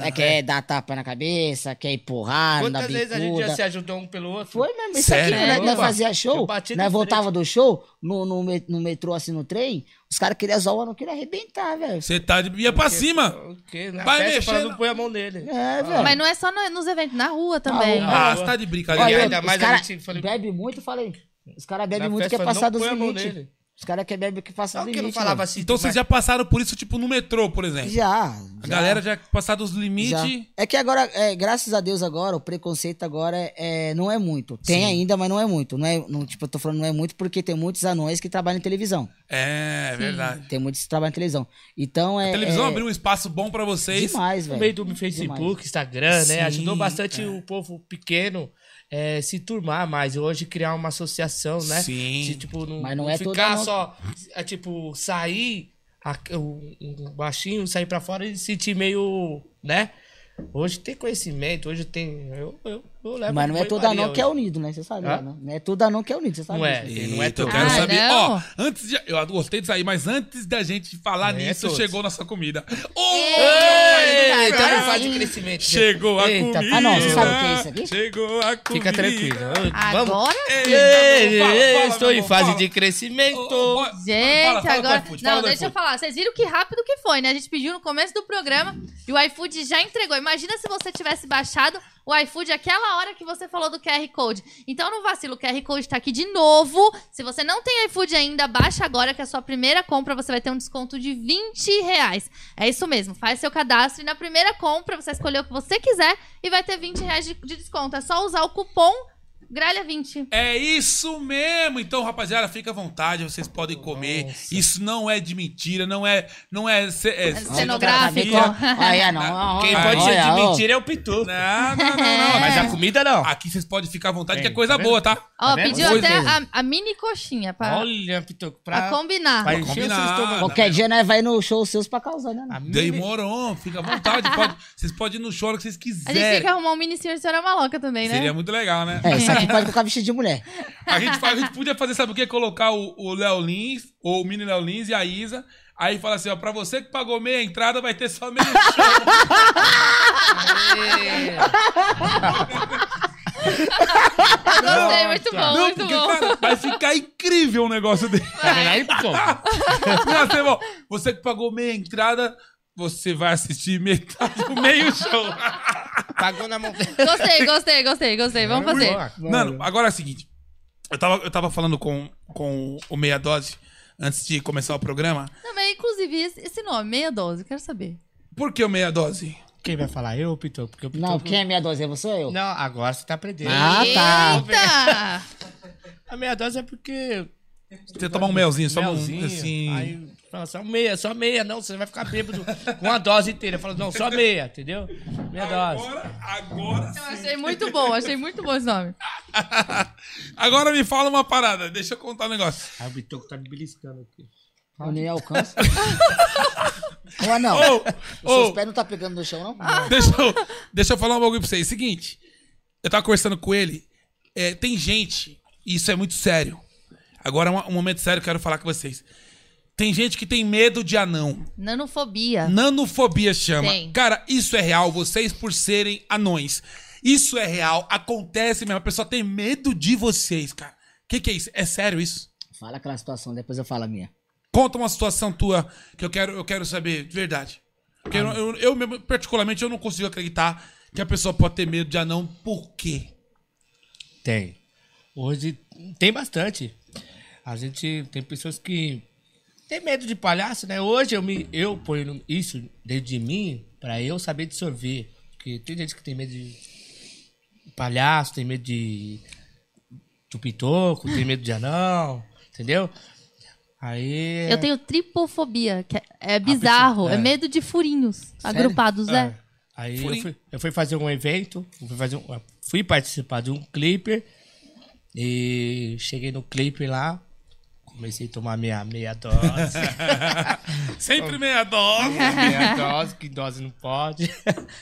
Speaker 4: é, quer dar tapa na cabeça, quer empurrar, não dar
Speaker 3: Ah, Quantas vezes
Speaker 4: bicuda.
Speaker 3: a gente já se ajudou um pelo outro?
Speaker 4: Foi mesmo, isso
Speaker 1: Sério?
Speaker 4: aqui, né? Nós
Speaker 3: Opa,
Speaker 4: fazia
Speaker 3: eu
Speaker 4: show,
Speaker 3: bati de
Speaker 4: nós
Speaker 3: frente.
Speaker 4: voltava do show, no, no, me- no metrô, assim, no trem, os caras queriam zoar, eu não queria arrebentar, velho.
Speaker 1: Você tá de. ia pra cima!
Speaker 3: O quê? Na
Speaker 1: Vai
Speaker 3: festa, eu
Speaker 1: mexer
Speaker 3: falava,
Speaker 1: na-
Speaker 3: não põe a mão nele.
Speaker 4: É, velho.
Speaker 2: Mas não é só no- nos eventos, na rua também.
Speaker 4: Na rua.
Speaker 1: Ah, você tá de brincadeira.
Speaker 3: Olha,
Speaker 4: Olha,
Speaker 3: ainda
Speaker 4: os
Speaker 3: mais a
Speaker 4: cara
Speaker 3: gente falou-
Speaker 4: bebe muito, falei. Os caras
Speaker 3: Na
Speaker 4: bebem muito, é
Speaker 3: festa,
Speaker 4: quer
Speaker 3: eu falei, não
Speaker 4: passar dos
Speaker 3: põe a mão
Speaker 4: limites.
Speaker 3: nele.
Speaker 4: Os caras querem beber que passa
Speaker 3: Sabe
Speaker 4: dos
Speaker 3: que eu não
Speaker 4: limites.
Speaker 3: falava né?
Speaker 4: mano.
Speaker 3: assim?
Speaker 1: então
Speaker 3: tu
Speaker 1: vocês
Speaker 3: vai-
Speaker 1: já passaram por isso, tipo, no metrô, por exemplo.
Speaker 4: Já.
Speaker 1: A
Speaker 4: já,
Speaker 1: galera já passar dos
Speaker 4: já.
Speaker 1: limites.
Speaker 4: É que agora, é, graças a Deus agora, o preconceito agora é, é- não é muito. Tem ainda, mas não é muito. Não é, não, tipo, eu tô falando não é muito porque tem muitos anões que trabalham em televisão.
Speaker 1: É, é verdade.
Speaker 4: Tem muitos que trabalham em televisão. Então é.
Speaker 1: A televisão
Speaker 4: é,
Speaker 1: abriu um espaço bom pra vocês.
Speaker 4: demais,
Speaker 3: No
Speaker 4: velho.
Speaker 3: meio do Facebook, Instagram,
Speaker 1: Sim,
Speaker 3: né? Ajudou bastante
Speaker 4: é.
Speaker 3: o povo pequeno eh, se turmar mais. Hoje criar uma associação, né?
Speaker 1: Sim.
Speaker 3: Se, tipo, não,
Speaker 4: Mas não
Speaker 3: não
Speaker 4: é toda
Speaker 3: ficar
Speaker 4: nossa.
Speaker 3: só, é, tipo, sair, a, o, um baixinho, sair pra fora e se sentir meio, né? Hoje tem conhecimento, hoje tem... Eu, eu, eu levo
Speaker 4: Mas não é
Speaker 3: banho
Speaker 4: todo
Speaker 3: Maria
Speaker 4: anão que é
Speaker 3: hoje.
Speaker 4: unido, né? Você sabe,
Speaker 3: Hã?
Speaker 4: né? Não é todo anão que é unido, você sabe.
Speaker 3: Não é. Ah,
Speaker 4: disso, né?
Speaker 1: Não é
Speaker 3: Eita,
Speaker 1: eu
Speaker 3: eu
Speaker 1: quero
Speaker 2: quero
Speaker 1: saber.
Speaker 2: saber.
Speaker 1: Ó,
Speaker 2: não.
Speaker 1: antes de. Eu gostei disso aí, mas antes da gente falar
Speaker 3: É
Speaker 1: nisso,
Speaker 3: todos.
Speaker 1: chegou nossa comida. Oi!
Speaker 2: Agora
Speaker 3: Eita, não
Speaker 4: tá
Speaker 2: sim.
Speaker 3: faz de crescimento.
Speaker 1: é Chegou a
Speaker 3: Eita,
Speaker 1: comida.
Speaker 4: Ah, não, você sabe o que é isso aqui?
Speaker 1: Chegou a comida.
Speaker 3: Fica tranquilo. Vamos.
Speaker 2: Agora
Speaker 1: Ei,
Speaker 4: é
Speaker 3: Ei,
Speaker 1: meu amor, fala,
Speaker 3: ei,
Speaker 1: fala,
Speaker 3: estou
Speaker 1: meu
Speaker 3: em
Speaker 1: amor,
Speaker 3: fase
Speaker 1: fala.
Speaker 3: de crescimento.
Speaker 1: Ô, ô, bo-
Speaker 2: Gente,
Speaker 1: fala, fala do
Speaker 2: agora.
Speaker 1: iFood, fala
Speaker 2: não,
Speaker 1: do
Speaker 2: deixa eu
Speaker 1: iFood.
Speaker 2: falar. Vocês viram que rápido que foi, né? A gente pediu no começo do programa e o iFood já entregou. Imagina se você tivesse baixado o iFood aquela hora que você falou do QR Code. Então não vacilo, o QR Code tá aqui de novo. Se você não tem iFood ainda, baixa agora que a sua primeira compra você vai ter um desconto de 20 reais. É isso mesmo, faz seu cadastro e na primeira compra você escolheu o que você quiser e vai ter 20 reais de, de desconto. É só usar o cupom GRALHA20.
Speaker 1: É isso mesmo. Então, rapaziada, fica à vontade, vocês podem comer. Isso não é de mentira, não é, não é, ce- é
Speaker 2: cenográfico.
Speaker 1: cenografia.
Speaker 4: Olha, não.
Speaker 3: Quem
Speaker 1: Ah,
Speaker 3: pode ser
Speaker 4: olha,
Speaker 3: de
Speaker 4: ó. É.
Speaker 3: mentira é o Pitu.
Speaker 1: Não, não, não, não.
Speaker 3: Mas a comida não.
Speaker 1: Aqui vocês podem ficar à vontade, que é
Speaker 3: Tem,
Speaker 1: coisa
Speaker 3: tá vendo?
Speaker 1: boa, tá?
Speaker 2: Ó,
Speaker 3: vendo?
Speaker 2: pediu
Speaker 1: Pois
Speaker 2: até
Speaker 4: mesmo.
Speaker 2: a, a mini coxinha pra,
Speaker 3: Olha, Pitoco,
Speaker 2: pra
Speaker 3: pra,
Speaker 2: combinar.
Speaker 3: pra encher o seu
Speaker 1: combinar.
Speaker 3: estômago.
Speaker 4: Qualquer dia nós vai no show seus pra causar, né?
Speaker 3: A
Speaker 1: Ah,
Speaker 4: não?
Speaker 3: mini-
Speaker 1: Demorou, fica à vontade. pode- vocês podem ir no show a hora que vocês
Speaker 2: A gente tem que
Speaker 1: quiserem.
Speaker 2: arrumar um mini senhor e senhora maloca também, né?
Speaker 1: Seria muito legal, né?
Speaker 4: É, isso aqui pode colocar vestido de mulher.
Speaker 1: A gente, fa- a gente podia fazer, sabe o quê? Colocar o, o Léo Lins, ou o mini Léo Lins e a Isa. Aí fala assim, ó, pra você que pagou meia entrada, vai ter só meio show.
Speaker 2: Gostei, muito bom,
Speaker 1: Não,
Speaker 2: muito
Speaker 1: porque, tá-
Speaker 2: bom.
Speaker 1: cara, vai ficar incrível um negócio dele.
Speaker 3: Tá Aí, pô,
Speaker 1: Ia ser bom. Você que pagou meia entrada, você vai assistir metade do meio show.
Speaker 3: pagou na mão.
Speaker 2: Gostei, gostei, gostei, gostei. Vamos fazer.
Speaker 1: Mano, agora é o seguinte. Eu tava, eu tava falando com, com o Meia Dose antes de começar o programa.
Speaker 2: Também, inclusive, esse- esse nome, meia dose, quero saber.
Speaker 1: Por que o Meia Dose?
Speaker 3: Quem vai falar? Eu, Pitoco? Porque o Pitoco...
Speaker 4: Não, quem é meia dose? É você ou eu?
Speaker 3: Não, agora você tá aprendendo.
Speaker 4: Ah, tá.
Speaker 2: Eita!
Speaker 3: A meia dose é porque...
Speaker 1: Você tomar um melzinho, só
Speaker 3: melzinho,
Speaker 1: um assim.
Speaker 3: Aí fala, só meia, só meia. Não, você vai ficar bêbado com uma dose inteira. Fala, não, só meia, entendeu? Meia dose.
Speaker 1: agora
Speaker 2: Eu achei muito bom, achei muito bom esse nome.
Speaker 1: Agora me fala uma parada, deixa eu contar um negócio.
Speaker 3: Aí o Pitoco tá me beliscando aqui.
Speaker 4: Eu nem alcanço. Ou não.
Speaker 1: Ô,
Speaker 4: Os seus
Speaker 1: ô,
Speaker 4: pés não tá pegando no chão, não?
Speaker 1: deixa, eu, deixa eu falar um bagulho pra vocês. Seguinte, eu tava conversando com ele. é, tem gente, e isso é muito sério. Agora é um, um momento sério que eu quero falar com vocês. Tem gente que tem medo de anão.
Speaker 2: Nanofobia.
Speaker 1: Nanofobia chama.
Speaker 2: Tem.
Speaker 1: Cara, isso é real, vocês por serem anões. Isso é real, acontece mesmo. A pessoa tem medo de vocês, cara. O que, que é isso? É sério isso?
Speaker 4: Fala aquela situação, depois eu falo a minha.
Speaker 1: Conta uma situação tua que eu quero, eu quero saber de verdade. Porque eu, eu, eu mesmo, particularmente, eu não consigo acreditar que a pessoa pode ter medo de anão. Por quê?
Speaker 3: Tem. Hoje tem bastante. A gente tem pessoas que tem medo de palhaço, né? Hoje eu me eu ponho no- isso dentro de mim pra eu saber dissorver, porque tem gente que tem medo de palhaço, tem medo de do pitoco, tem medo de anão, entendeu? Aí
Speaker 2: Eu tenho tripofobia, que é- é bizarro.
Speaker 3: pessoa-
Speaker 2: É.
Speaker 3: é.
Speaker 2: medo de furinhos agrupados,
Speaker 3: É.
Speaker 2: né?
Speaker 3: Aí
Speaker 1: Fui.
Speaker 3: eu fui, eu fui fazer um evento, eu fui, fazer um- eu fui participar de um clipper e cheguei no clipper lá, comecei a tomar minha meia dose.
Speaker 1: Sempre meia dose.
Speaker 3: meia dose, que dose não pode.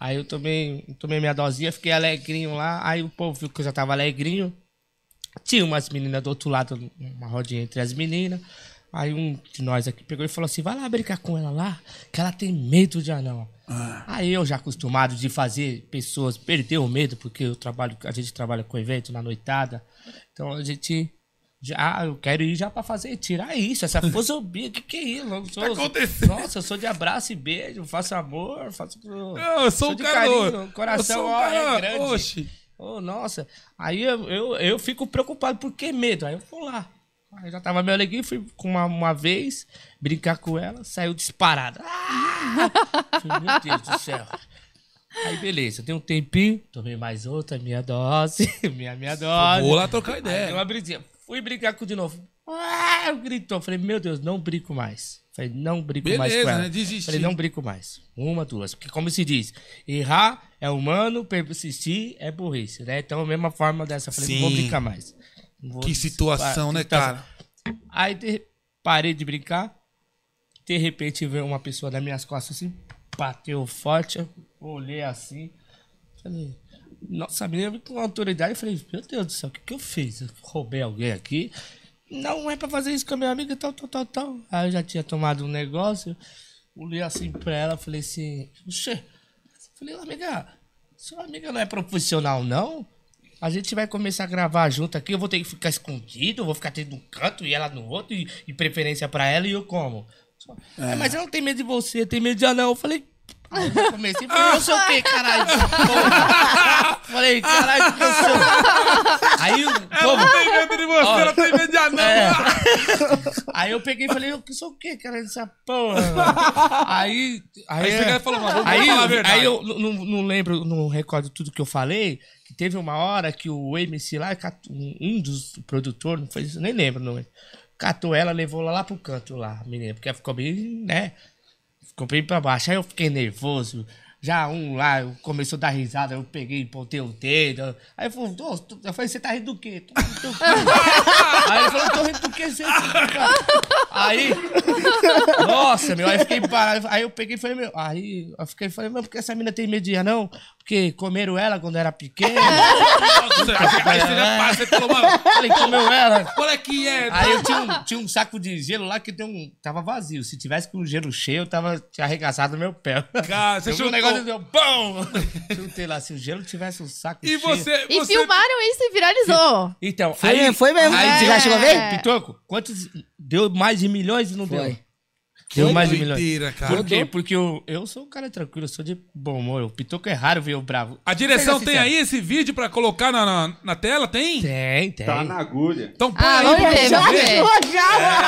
Speaker 3: Aí eu tomei, tomei minha dosinha, fiquei alegrinho lá. Aí o povo viu que eu já tava alegrinho. Tinha umas meninas do outro lado, uma rodinha entre as meninas. Aí um de nós aqui pegou e falou assim: vai lá brincar com ela lá, que ela tem medo de anão.
Speaker 1: Ah.
Speaker 3: Aí eu já acostumado de fazer pessoas perder o medo, porque eu trabalho, a gente trabalha com evento na noitada. Então a gente. Já, "Ah, eu quero ir já pra fazer, tirar isso, essa fosobia, que que é isso? Eu sou-
Speaker 1: tá acontecendo?
Speaker 3: Nossa, eu sou de abraço e beijo, faço amor, faço...
Speaker 1: Eu sou um
Speaker 3: É. de
Speaker 1: cara. do-
Speaker 3: carinho, coração,
Speaker 1: eu sou um
Speaker 3: ó,
Speaker 1: cara.
Speaker 3: é grande.
Speaker 1: Oxe.
Speaker 3: Oh, nossa. Aí eu, eu, eu fico preocupado, por que medo? Aí eu vou lá. Aí eu já tava meio alegria, fui com uma, uma vez brincar com ela, saiu disparada. Ah! Falei, Meu Deus do céu. Aí beleza, deu um tempinho, tomei mais outra, minha dose, minha, minha dose.
Speaker 1: Vou lá trocar
Speaker 3: Aí deu
Speaker 1: ideia.
Speaker 3: uma brisinha. Fui brincar com de novo. Ah, gritou. Falei, meu Deus, não brinco mais. Falei, não brinco mais
Speaker 1: Beleza,
Speaker 3: com ela.
Speaker 1: né? Desisti.
Speaker 3: Falei, não brinco mais. Uma, duas. Porque como se diz, errar é humano, persistir é burrice, né? Então, a mesma forma dessa. Falei, não
Speaker 1: Sim.
Speaker 3: vou brincar mais. Não vou
Speaker 1: Que situação,
Speaker 3: que tá-
Speaker 1: né,
Speaker 3: situação.
Speaker 1: cara?
Speaker 3: Aí de- parei de brincar. De repente veio uma pessoa nas minhas costas assim, bateu forte. Eu olhei assim. Falei, nossa, a menina veio com autoridade. Eu falei, meu Deus do céu, o que, que eu fiz? Eu roubei alguém aqui. Não é pra fazer isso com a minha amiga, tal, tal, tal, tal. Aí eu já tinha tomado um negócio. olhei assim pra ela, falei assim, Oxê. Falei, amiga, sua amiga não é profissional, não? A gente vai começar a gravar junto aqui, eu vou ter que ficar escondido, eu vou ficar tendo um canto e ela no outro, e, e preferência pra ela e eu como. "É, mas eu não tenho medo de você, tem medo de anão. Eu falei, Aí eu comecei, falei, eu sou o quê, caralho? Porra. falei, caralho, eu sou. Aí,
Speaker 1: Ela
Speaker 3: como?
Speaker 1: não tem medo de você,
Speaker 3: Ó.
Speaker 1: ela tem medo de anão.
Speaker 3: É. Aí eu peguei e falei, eu sou o quê, cara, essa porra? Aí. Aí,
Speaker 1: Aí você
Speaker 3: é,
Speaker 1: quer falar, mano, vamos
Speaker 3: aí,
Speaker 1: falar a verdade.
Speaker 3: aí eu n- não, não lembro, não recordo tudo que eu falei. Que teve uma hora que o MC lá, catu- um um dos produtores, não foi isso, nem lembro, não é? Catou ela, levou ela lá pro canto lá, a menina, porque ela ficou bem, né? Ficou bem pra baixo. Aí eu fiquei nervoso. Já um lá eu- começou a dar risada, eu peguei, botei o dedo. Aí eu falei, "Ô, tu-" eu falei, você tá rindo do quê? Tô rindo do quê? aí ele falou, tô rindo do quê? Você... é Aí, nossa, meu, aí eu fiquei parado. Aí eu peguei e falei, meu, aí eu fiquei falei, mas por que essa mina tem medo de anão? Porque comeram ela quando era pequena.
Speaker 1: Nossa, Aí você já passa, você falou, mano,
Speaker 3: falei, comeu ela.
Speaker 1: qual é que é?
Speaker 3: é. Aí eu tinha um, tinha um saco de gelo lá que tem um, tava vazio. Se tivesse com o gelo cheio, eu tava tinha arregaçado meu pé.
Speaker 1: Cara, você
Speaker 3: eu vi
Speaker 1: chutou.
Speaker 3: um negócio e deu pão! Chutei lá, se o gelo tivesse um saco
Speaker 1: E
Speaker 3: cheio...
Speaker 1: você,
Speaker 2: E
Speaker 1: você
Speaker 2: filmaram isso e viralizou.
Speaker 3: Então,
Speaker 4: Foi
Speaker 3: aí...
Speaker 4: mesmo, foi mesmo.
Speaker 3: Aí,
Speaker 4: Você
Speaker 3: deu-
Speaker 4: já chegou a ver?
Speaker 3: Pitoco, quantos... Deu mais de milhões e não deu?
Speaker 4: Foi.
Speaker 3: Deu mais de milhões.
Speaker 1: Doideira, cara.
Speaker 3: Por quê? Porque eu, eu sou um cara tranquilo, eu sou de bom humor. O Pitoco é raro ver eu bravo.
Speaker 1: A direção
Speaker 3: Seja
Speaker 1: tem
Speaker 3: sincero.
Speaker 1: aí esse vídeo pra colocar na, na, na tela? Tem?
Speaker 3: Tem, tem.
Speaker 5: Tá na agulha.
Speaker 1: Então põe
Speaker 2: Ah,
Speaker 1: aí
Speaker 2: vamos
Speaker 1: pra
Speaker 2: ver,
Speaker 1: você
Speaker 2: vamos
Speaker 1: ver.
Speaker 2: ver.
Speaker 4: Pô, já,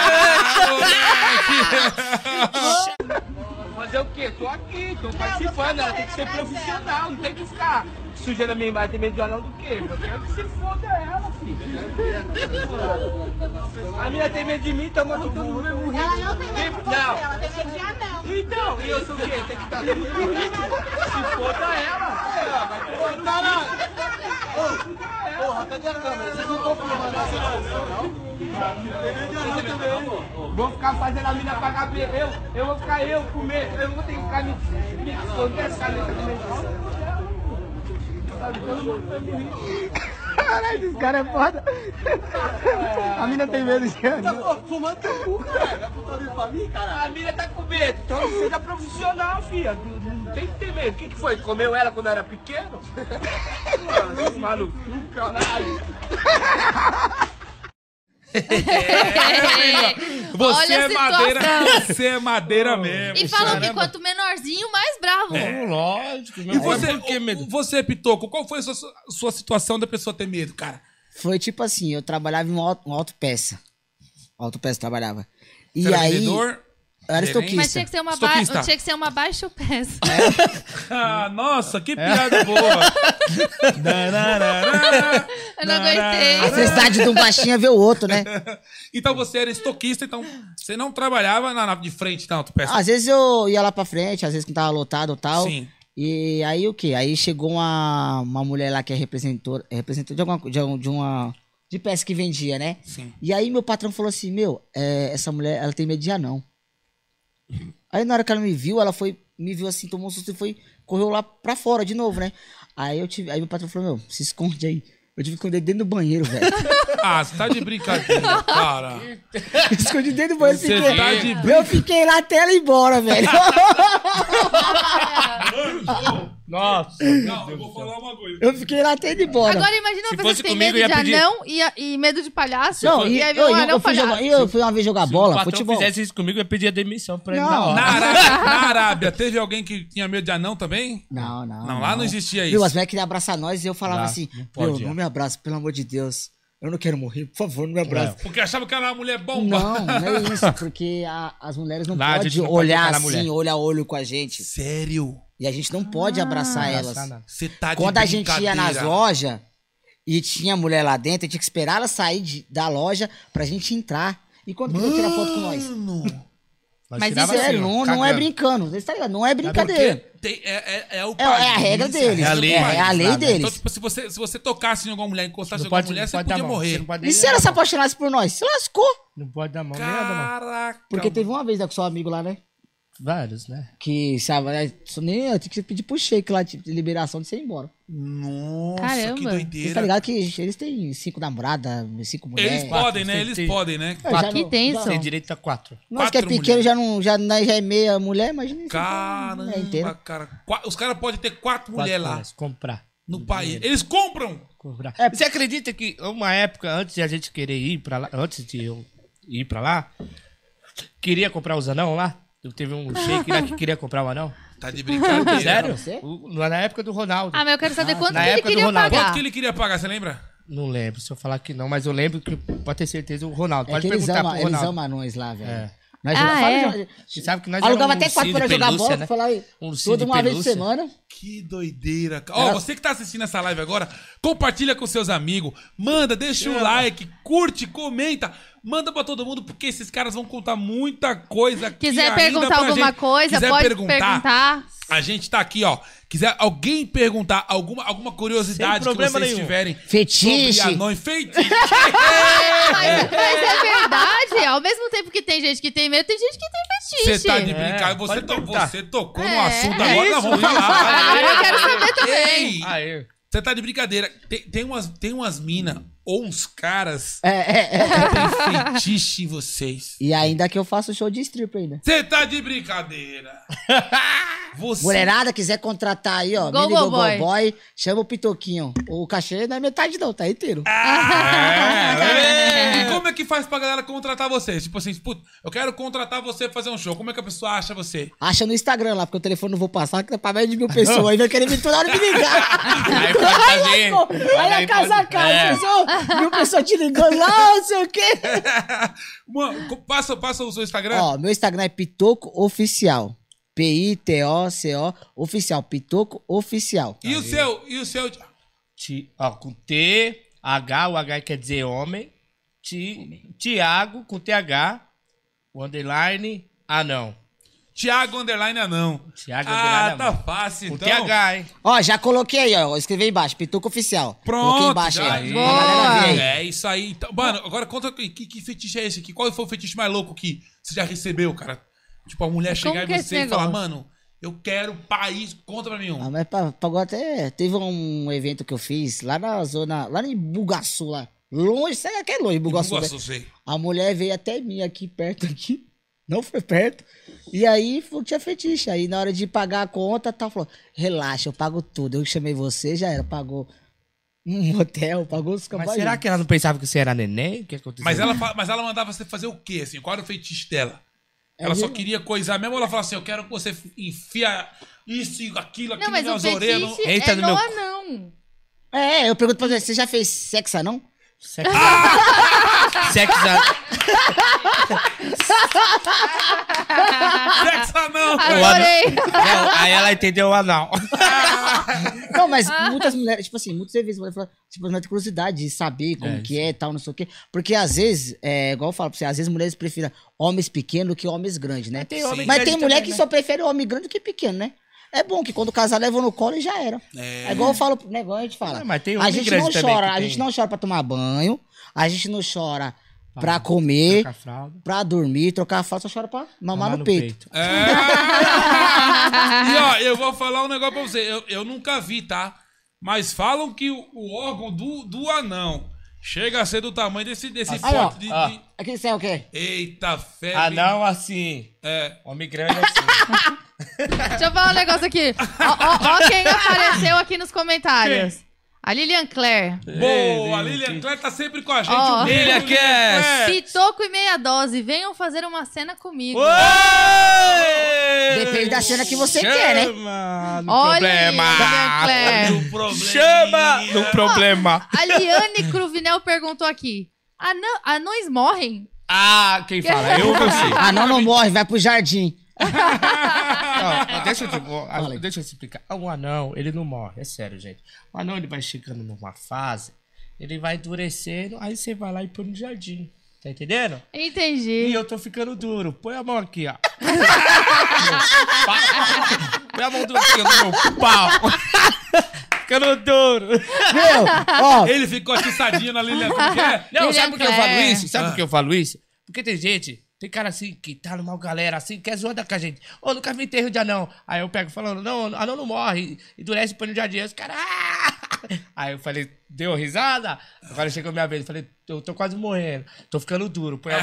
Speaker 1: Ah, moleque.
Speaker 6: Fazer o quê? Tô aqui, tô participando, ela tem que ser profissional, não tem que ficar sujeira minha imagem, tem medo de anão do quê? Eu quero que se foda ela, filho. A minha tem medo de mim, tá mandando todo mundo mesmo rir.
Speaker 7: Ela não tem medo de você, ela tem medo de anão.
Speaker 6: Então, e eu sou o quê? Tem que estar todo mundo mesmo rico. Se foda ela. Vai tomar no cu. Porra, cadê a câmera? Vocês não estão filmando essa Vou ficar fazendo a mina pagar bem. Eu, eu vou ficar eu comer. Eu vou ter que ficar me, me escondendo essa caneta de leite. Caralho, esse cara é foda. A mina tem medo de Tá fumando teu cu, cara. A mina tá com medo. Então seja profissional, filha. Não não tem que ter medo. O que, que foi? Comeu ela quando era pequeno? Mano, maluco. Caralho.
Speaker 1: Você
Speaker 2: Olha a
Speaker 1: é madeira,
Speaker 2: situação.
Speaker 1: você é madeira mesmo.
Speaker 2: E falam que quanto menorzinho, mais bravo.
Speaker 3: É. Lógico.
Speaker 1: E você,
Speaker 3: Por que medo?
Speaker 1: o- você, Pitoco, qual foi a sua, sua situação da pessoa ter medo, cara?
Speaker 4: Foi tipo assim, eu trabalhava em uma auto- uma autopeça. Autopeça eu trabalhava. E
Speaker 1: Você era
Speaker 4: aí,
Speaker 1: vendedor?
Speaker 4: eu era
Speaker 1: gerente?
Speaker 4: estoquista.
Speaker 2: Mas tinha que ser uma, ba...
Speaker 1: Estoquista.
Speaker 2: tinha que ser uma baixa peça.
Speaker 4: É.
Speaker 1: Ah, nossa, que piada boa. Danarara.
Speaker 2: Eu não aguentei.
Speaker 4: A felicidade de um baixinho é ver o outro, né?
Speaker 1: então você era estoquista, então você não trabalhava na, na- de frente na autopeça.
Speaker 4: Às vezes eu ia lá pra frente, às vezes que tava lotado e tal.
Speaker 1: É Sim.
Speaker 4: E aí o quê? Aí chegou uma, uma mulher lá que é representora, é representante de alguma co- de, um- de uma de peça que vendia, né?
Speaker 1: Sim.
Speaker 4: E aí meu patrão falou assim: "Meu, é, essa mulher, ela tem medo de anão".
Speaker 1: Uhum.
Speaker 4: Aí na hora que ela me viu, ela foi me viu assim, tomou um susto e foi correu lá pra fora de novo, né? Aí eu tive, aí meu patrão falou: "Meu, se esconde aí". Eu tive que esconder dentro do banheiro, velho.
Speaker 1: Ah, você tá de brincadeira, cara.
Speaker 4: Escondi dentro do banheiro.
Speaker 1: Você
Speaker 4: Fiquei,
Speaker 1: tá de
Speaker 4: Eu fiquei lá até ela ir embora, velho.
Speaker 3: Nossa.
Speaker 1: Não, eu vou falar uma coisa.
Speaker 4: Eu fiquei lá até ele ir embora.
Speaker 2: Agora imagina
Speaker 3: Se
Speaker 2: uma pessoa
Speaker 3: fosse
Speaker 2: que tem
Speaker 3: comigo,
Speaker 2: medo de
Speaker 3: eu ia pedir-
Speaker 2: anão e, a- e medo de palhaço.
Speaker 4: Não, e,
Speaker 2: e aí
Speaker 4: eu,
Speaker 2: veio um
Speaker 4: eu,
Speaker 2: anão
Speaker 4: fui jogar,
Speaker 2: palhaço.
Speaker 4: eu fui uma vez jogar bola, futebol.
Speaker 3: fizesse isso comigo, eu ia pedir a demissão pra ele
Speaker 4: Não.
Speaker 3: na hora.
Speaker 1: Na Arábia, na Arábia, teve alguém que tinha medo de anão também?
Speaker 4: Não, não.
Speaker 1: Não, lá não existia
Speaker 4: Viu,
Speaker 1: isso.
Speaker 4: as mulheres queriam abraçar nós e eu falava
Speaker 3: Lá,
Speaker 4: assim:
Speaker 3: não
Speaker 4: não,
Speaker 3: pode,
Speaker 4: não
Speaker 3: é.
Speaker 4: me abraça, pelo amor de Deus. Eu não quero morrer, por favor, não me abraça.
Speaker 1: Porque achava que era uma mulher bomba.
Speaker 4: Não, não é isso, porque a- as mulheres não
Speaker 3: Lá a gente
Speaker 4: podem
Speaker 3: não pode
Speaker 4: olhar
Speaker 3: tocar na
Speaker 4: assim,
Speaker 3: mulher.
Speaker 4: olho a olho com a gente.
Speaker 1: Sério?
Speaker 4: E a gente não pode abraçar elas.
Speaker 3: abraçar nada.
Speaker 1: Você tá de
Speaker 4: Quando a gente ia
Speaker 1: brincadeira.
Speaker 4: nas lojas e tinha mulher lá dentro, eu tinha que esperar ela sair de- da loja pra gente entrar. E quando que eu tirar foto com nós?
Speaker 1: Mano,
Speaker 3: Nós
Speaker 2: Mas
Speaker 3: tirava
Speaker 2: isso
Speaker 4: Sério,
Speaker 3: assim, ó,
Speaker 4: não, não é
Speaker 3: cagando.
Speaker 4: brincando. Vocês tá ligado? Não é brincadeira.
Speaker 1: porque tem- é, é, é o
Speaker 4: É, é a regra deles.
Speaker 3: É a lei,
Speaker 4: é, é a
Speaker 3: deles,
Speaker 4: lei
Speaker 3: nada.
Speaker 1: Então,
Speaker 4: deles.
Speaker 1: tipo, se você, se você tocasse em alguma mulher, encostasse em
Speaker 3: Não
Speaker 1: alguma
Speaker 3: pode,
Speaker 1: mulher,
Speaker 3: não
Speaker 1: você
Speaker 3: pode dar
Speaker 1: podia
Speaker 3: mão. Você
Speaker 1: morrer.
Speaker 3: não pode
Speaker 4: E se
Speaker 3: nem
Speaker 4: ela
Speaker 3: dar
Speaker 4: se
Speaker 3: mão.
Speaker 4: apaixonasse por nós? Se lascou.
Speaker 3: Não pode dar mão, nem nada, mão.
Speaker 1: Caraca.
Speaker 4: Porque teve uma vez né, com seu amigo lá, né?
Speaker 3: Vários, né?
Speaker 4: Que, sabe, né, isso nem eu tinha que pedir pro Sheik lá, tipo, de liberação de você ir embora.
Speaker 1: Nossa, que
Speaker 2: Caramba.
Speaker 4: Você tá
Speaker 1: doideira.
Speaker 4: ligado que eles têm cinco namoradas, cinco mulheres.
Speaker 1: Eles podem,
Speaker 3: com
Speaker 1: né? Eles
Speaker 3: certeza.
Speaker 1: podem, né?
Speaker 4: Eu já
Speaker 2: Que
Speaker 4: não-
Speaker 2: tenso.
Speaker 4: já-
Speaker 3: Tem direito a quatro.
Speaker 4: Nós que é
Speaker 1: Quatro
Speaker 4: pequeno
Speaker 1: mulheres.
Speaker 4: já, não, já, nós já é meia mulher, imagina isso. É
Speaker 1: Caramba,
Speaker 4: inteiro.
Speaker 1: cara. Qua- Os caras podem ter quatro mulheres lá
Speaker 3: mulheres, Comprar.
Speaker 1: no país. Eles compram.
Speaker 3: comprar.
Speaker 4: É.
Speaker 3: Você acredita que uma época antes de a gente querer ir pra lá, antes de eu ir pra lá, queria comprar os anão lá? Eu teve um shake lá que queria comprar o anão.
Speaker 1: Tá de brincadeira.
Speaker 3: Sério?
Speaker 4: você?
Speaker 3: O- na época do Ronaldo.
Speaker 2: Ah, mas eu quero saber quanto
Speaker 3: na
Speaker 2: que ele
Speaker 3: época do
Speaker 2: queria
Speaker 3: Ronaldo.
Speaker 2: pagar.
Speaker 1: Quanto que ele queria pagar, você lembra?
Speaker 3: Não lembro se eu falar que não, mas eu lembro que pode ter certeza o Ronaldo.
Speaker 4: É
Speaker 3: Pode
Speaker 4: que eles
Speaker 3: perguntar
Speaker 4: amam,
Speaker 3: pro
Speaker 4: eles
Speaker 3: Ronaldo.
Speaker 4: amam anões lá, velho.
Speaker 3: É.
Speaker 4: Nós
Speaker 2: Ah,
Speaker 4: jogamos- fala,
Speaker 2: é?
Speaker 4: joga-
Speaker 3: Você sabe que nós
Speaker 4: Alugava
Speaker 3: era um
Speaker 4: até quatro
Speaker 3: ursinho
Speaker 4: pra
Speaker 3: de
Speaker 4: jogar
Speaker 3: pelúcia,
Speaker 4: bola,
Speaker 3: né?
Speaker 4: foi lá e
Speaker 3: Um ursinho
Speaker 4: toda
Speaker 3: de
Speaker 4: uma vez por
Speaker 3: pelúcia.
Speaker 4: semana.
Speaker 1: Que doideira, cara. Ó, você que tá assistindo essa live agora, compartilha com seus amigos, manda, deixa um like, curte, comenta, manda pra todo mundo, porque esses caras vão contar muita coisa aqui
Speaker 2: Quiser
Speaker 1: ainda
Speaker 2: perguntar
Speaker 1: pra
Speaker 2: alguma
Speaker 1: gente.
Speaker 2: coisa,
Speaker 1: Quiser
Speaker 2: pode
Speaker 1: perguntar,
Speaker 2: perguntar.
Speaker 1: A gente tá aqui, ó. Quiser alguém perguntar alguma, alguma curiosidade
Speaker 3: Sem
Speaker 1: que
Speaker 3: problema
Speaker 1: vocês
Speaker 3: nenhum.
Speaker 1: tiverem
Speaker 4: Fetiche.
Speaker 1: sobre anões, feitiço.
Speaker 2: Mas, mas é verdade. Ao mesmo tempo que tem gente que tem medo, tem gente que tem fetiche.
Speaker 1: Você tá de brincar,
Speaker 3: É,
Speaker 1: você,
Speaker 3: pode
Speaker 1: to-
Speaker 3: perguntar.
Speaker 1: você tocou no
Speaker 2: É.
Speaker 1: assunto
Speaker 3: É
Speaker 1: agora, nós
Speaker 3: isso,
Speaker 1: vamos
Speaker 3: isso.
Speaker 1: falar.
Speaker 2: Agora Ah, eu
Speaker 3: É,
Speaker 2: quero saber também.
Speaker 1: Ei,
Speaker 3: Aê.
Speaker 1: você tá de brincadeira. Tem, tem umas, tem umas minas ou uns caras
Speaker 4: É, é, é.
Speaker 1: que tem feitiço em vocês.
Speaker 4: E ainda que eu faço show de strip ainda.
Speaker 1: Você tá de brincadeira. Você.
Speaker 4: Mulherada, quiser contratar aí, ó.
Speaker 2: Go,
Speaker 4: Mini
Speaker 2: go,
Speaker 4: Go, Go
Speaker 2: boy.
Speaker 4: boy. chama o Pitoquinho. O cachê não é metade, não, tá inteiro.
Speaker 1: É, é. E como é que faz pra galera contratar vocês? Tipo assim, puta, eu quero contratar você pra fazer um show. Como é que a pessoa acha você?
Speaker 4: Acha no Instagram lá, porque o telefone não vou passar, que tá pra mais de mil pessoas. Aí vai querer vir toda hora me ligar.
Speaker 3: Aí pode fazer.
Speaker 4: Pô, Aí a
Speaker 3: Aí pode-
Speaker 4: casa a casa,
Speaker 3: É.
Speaker 4: pessoal, mil pessoas te ligando lá, não sei o quê.
Speaker 1: Mano, co- passa, passa o seu Instagram.
Speaker 4: Ó, meu Instagram é Pitoco Oficial. P-I-T-O-C-O Oficial. Pitoco Oficial.
Speaker 1: e o seu, e o seu.
Speaker 3: Ti- ó, com T, H, o H quer dizer homem. Ti, Tiago, com TH, o underline, anão.
Speaker 1: Thiago Underline Anão.
Speaker 3: Thiago
Speaker 1: ah,
Speaker 3: Underline
Speaker 1: tá
Speaker 3: Anão.
Speaker 1: fácil,
Speaker 3: Com
Speaker 1: então.
Speaker 3: TH, hein?
Speaker 4: Ó, já coloquei aí, ó. Escrevi embaixo, Pitoco Oficial. Coloquei
Speaker 1: Pronto.
Speaker 4: embaixo
Speaker 1: já
Speaker 4: aí.
Speaker 1: é.
Speaker 4: ó. Pra galera ver aí.
Speaker 1: É isso aí. Então, mano, agora conta que, que fetiche é esse aqui? Qual foi o fetiche mais louco que você já recebeu, cara? Tipo, a mulher
Speaker 2: Como
Speaker 1: chegar
Speaker 2: que
Speaker 1: e
Speaker 2: é
Speaker 1: você
Speaker 2: esse
Speaker 1: e falar,
Speaker 2: negócio?
Speaker 1: mano, eu quero país. Conta pra mim um.
Speaker 4: Ah, mas pa- pagou até. Teve um evento que eu fiz lá na zona. Lá em Bugaçu, lá. Longe, sabe que é longe, Bugaçu.
Speaker 1: Não
Speaker 4: né?
Speaker 1: gosto, sei.
Speaker 4: A mulher veio até mim aqui perto aqui. Não foi perto. E aí falou que tinha fetiche. Aí na hora de pagar a conta, tal, falou: relaxa, eu pago tudo. Eu que chamei você, já era. Pagou um hotel, pagou os
Speaker 3: Mas
Speaker 4: campanhas.
Speaker 3: será que ela não pensava que você era neném? O que aconteceu?
Speaker 1: Mas ela, fa- mas ela mandava você fazer o quê, assim? Qual era o feitiço dela?
Speaker 4: É
Speaker 1: Ela só queria coisar mesmo, ou ela falava assim, eu quero que você enfia isso e aquilo, aquilo
Speaker 2: Não, mas o
Speaker 1: nas orelhas. não-
Speaker 2: fetiche
Speaker 3: Eita,
Speaker 2: é
Speaker 3: no
Speaker 2: no
Speaker 3: meu-
Speaker 2: anão.
Speaker 4: É, eu pergunto pra você: você já fez sexo não?
Speaker 3: Sexo. Sexo.
Speaker 1: Sexo não!
Speaker 2: Ah, Adorei.
Speaker 3: Não, aí ela entendeu o anal.
Speaker 4: Não, mas
Speaker 3: Ah.
Speaker 4: muitas mulheres, tipo assim, muitas vezes mulheres falam, tipo, não tem curiosidade de saber como
Speaker 3: É,
Speaker 4: que é e tal, não sei o quê. Porque às vezes, é igual eu falo pra você, às vezes mulheres preferem homens pequenos do que homens grandes, né?
Speaker 3: tem homem
Speaker 4: mas
Speaker 3: grande
Speaker 4: tem mulher
Speaker 3: também,
Speaker 4: que
Speaker 3: né?
Speaker 4: só prefere homem grande do que pequeno, né? É bom que quando casar levam no colo e já era. É, igual eu falo pro negócio, a gente fala.
Speaker 3: É, mas tem
Speaker 4: a
Speaker 3: homem
Speaker 4: gente
Speaker 3: grande
Speaker 4: não
Speaker 3: também
Speaker 4: chora,
Speaker 3: que
Speaker 4: a
Speaker 3: tem-
Speaker 4: gente não chora pra tomar banho, a gente não chora pra comer,
Speaker 3: Trocar fralda.
Speaker 4: pra dormir, trocar a falta, só chora pra mamar, no, peito.
Speaker 1: É. E ó, eu vou falar um negócio pra você. Eu, eu nunca vi, tá? Mas falam que o, o órgão do, do anão chega a ser do tamanho desse, desse
Speaker 4: Aí, ó,
Speaker 1: forte de,
Speaker 3: ah.
Speaker 1: de-
Speaker 4: Aqui você é o quê?
Speaker 1: Eita febre.
Speaker 3: Anão assim.
Speaker 1: É.
Speaker 3: Homem grande assim.
Speaker 2: Deixa eu falar um negócio aqui. Ó, ó, ó quem apareceu aqui nos comentários. A Lilian Claire.
Speaker 1: Boa, a Lilian Claire tá sempre com a gente.
Speaker 2: Ó.
Speaker 1: Um beijo,
Speaker 3: Lilian
Speaker 1: É.
Speaker 3: Claire.
Speaker 2: Pitoco e meia dose, venham fazer uma cena comigo.
Speaker 3: Oi!
Speaker 4: Depende da cena que você quer, né? tá
Speaker 3: Chama no
Speaker 2: Olha, Lilian
Speaker 3: problema.
Speaker 2: Claire.
Speaker 1: O problema.
Speaker 3: Chama no problema.
Speaker 2: A Liane Cruvinel perguntou aqui. Anã- Anões morrem?
Speaker 3: Ah, quem fala? Eu ou você?
Speaker 4: Ah, não, não morre, vai pro jardim.
Speaker 3: Não, deixa, eu te, ó, deixa eu te explicar. Um anão, ele não morre, é sério, gente. O anão, ele vai chegando numa fase, ele vai endurecendo, aí você vai lá e põe no jardim. Tá entendendo? E
Speaker 2: Entendi.
Speaker 3: eu tô ficando duro. Põe a mão aqui, ó. Põe a mão
Speaker 1: tá
Speaker 3: dura aqui no meu pau. ficando duro.
Speaker 4: Meu, ó,
Speaker 1: Ele ficou atiçadinho na Lilian Claire.
Speaker 3: Não,
Speaker 2: Ele é
Speaker 3: sabe por que eu falo
Speaker 2: Claire.
Speaker 3: isso? Sabe por que eu falo isso? Porque tem gente Tem cara assim que tá no mal galera, assim, quer zoar com a gente. Ô, nunca vi enterro de anão. Aí eu pego falando, não, anão não morre. Endurece põe no dia a dia. Os caras. "Ah!" Aí eu falei, deu risada? Agora chegou minha vez. eu Falei, eu tô quase morrendo. Tô ficando duro, põe a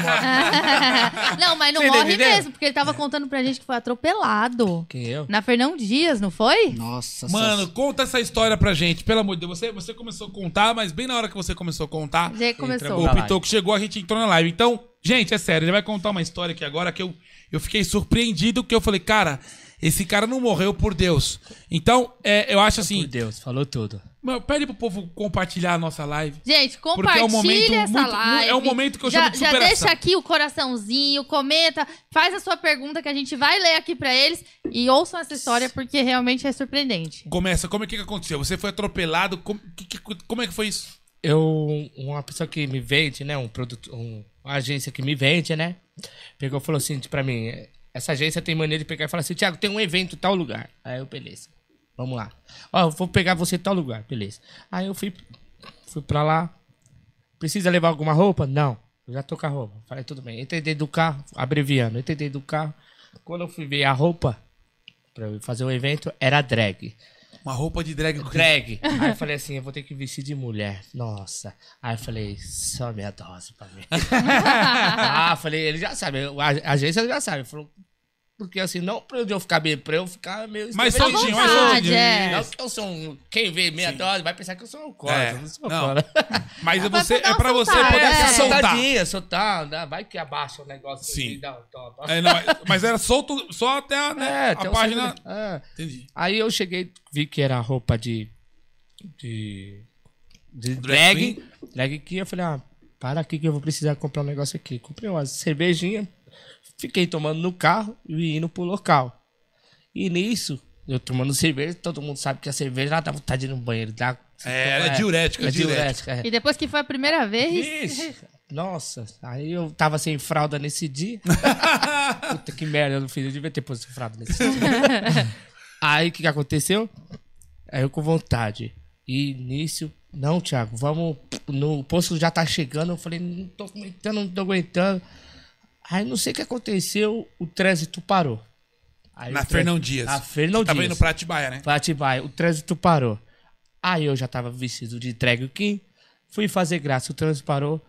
Speaker 3: mão.
Speaker 2: não, mas não
Speaker 3: Você
Speaker 2: morre
Speaker 3: entendeu?
Speaker 2: mesmo, porque ele tava contando pra gente que foi atropelado.
Speaker 3: Quem eu?
Speaker 2: Na Fernão Dias, não foi?
Speaker 4: Nossa,
Speaker 1: Mano, conta essa história pra gente, pelo amor de Deus. Você, você começou a contar, mas bem na hora que você começou a contar,
Speaker 2: Já começou.
Speaker 1: o Pitoco chegou, a gente entrou na live. Então, gente, é sério, ele vai contar uma história aqui agora que eu, eu fiquei surpreendido, porque eu falei, cara, esse cara não morreu por Deus. Então, é, eu acho assim,
Speaker 3: Meu Deus, falou tudo.
Speaker 1: Mano, pede pro povo compartilhar a nossa live.
Speaker 2: Gente,
Speaker 1: Porque
Speaker 2: compartilha
Speaker 1: é um momento
Speaker 2: essa
Speaker 1: muito-
Speaker 2: live.
Speaker 1: é um momento que eu
Speaker 2: já,
Speaker 1: chamo de
Speaker 2: já
Speaker 1: superação.
Speaker 2: deixa aqui o coraçãozinho, comenta, faz a sua pergunta que a gente vai ler aqui pra eles e ouçam essa história porque realmente é surpreendente.
Speaker 1: Começa, como é que, que aconteceu? Você foi atropelado, como, que- que- como é que foi isso?
Speaker 3: eu uma pessoa que me vende, né, um produto, um- uma agência que me vende, né, pegou e falou assim pra mim, eh, essa agência tem mania de pegar e falar assim, Thiago, tem um evento em tal lugar. Aí eu, beleza. Vamos lá. Ó, eu vou pegar você em tal lugar, beleza. Aí eu fui fui pra lá. Precisa levar alguma roupa? Não. Eu já tô com a roupa. Falei, tudo bem. Entrei dentro do carro, abreviando. Entrei dentro do carro. Quando eu fui ver a roupa pra eu fazer o evento, era drag
Speaker 1: Uma roupa de drag.
Speaker 3: drag. Aí eu falei assim, eu vou ter que vestir de mulher. Nossa. Aí eu falei, só minha dose pra mim. ah, falei, ele já sabe, a a agência já sabe. Falou, porque assim, não pra eu ficar bem, pra eu ficar meio...
Speaker 1: Mais
Speaker 2: À
Speaker 3: extremamente-
Speaker 1: soltinho, mais
Speaker 2: vontade,
Speaker 1: soltinho.
Speaker 2: é.
Speaker 3: Não que eu sou um... Quem vê meia dose vai pensar que eu sou um alcoólatra.
Speaker 1: É,
Speaker 3: eu não sou
Speaker 1: não.
Speaker 3: alcoólatra.
Speaker 1: Mas é,
Speaker 2: pra
Speaker 1: você,
Speaker 2: dar
Speaker 1: é
Speaker 2: uma
Speaker 1: pra você
Speaker 2: soltada,
Speaker 1: poder
Speaker 2: é.
Speaker 1: se soltar.
Speaker 3: Soltadinha, soltar, né? vai que abaixa o negócio.
Speaker 1: Sim.
Speaker 3: assim, dá um toque.
Speaker 1: É, não, mas- mas era solto só até a, né,
Speaker 3: É,
Speaker 1: a
Speaker 3: tem um
Speaker 1: página.
Speaker 3: segredo. É.
Speaker 1: Entendi.
Speaker 3: Aí eu cheguei, vi que era roupa de. de. de
Speaker 1: Drag
Speaker 3: drag. Drag que eu falei, ah, para aqui que eu vou precisar comprar um negócio aqui. Comprei uma cervejinha, fiquei tomando no carro e indo pro local. E nisso, eu tomando cerveja, todo mundo sabe que a cerveja ela dá vontade de ir no banheiro. Dá,
Speaker 1: É, ela é diurética,
Speaker 3: é
Speaker 1: diurética.
Speaker 3: diurética. é.
Speaker 2: E depois que foi a primeira vez,
Speaker 3: Vixe, Nossa, aí eu tava sem fralda nesse dia. Puta que merda, eu não fiz. Eu devia ter posto fralda nesse dia. aí o que, que aconteceu? Aí eu com vontade. E início, não, Thiago, vamos. No o posto já tá chegando. Eu falei, não tô aguentando, não tô aguentando. Aí não sei o que aconteceu, o trânsito parou. Aí
Speaker 1: Na
Speaker 3: o trânsito-
Speaker 1: Fernão Dias.
Speaker 3: Na Fernão Dias.
Speaker 1: Tava indo pra Atibaia, né?
Speaker 3: Pra Atibaia, tipo, o trânsito parou. Aí eu já tava vestido de drag king, fui fazer graça, o trânsito parou,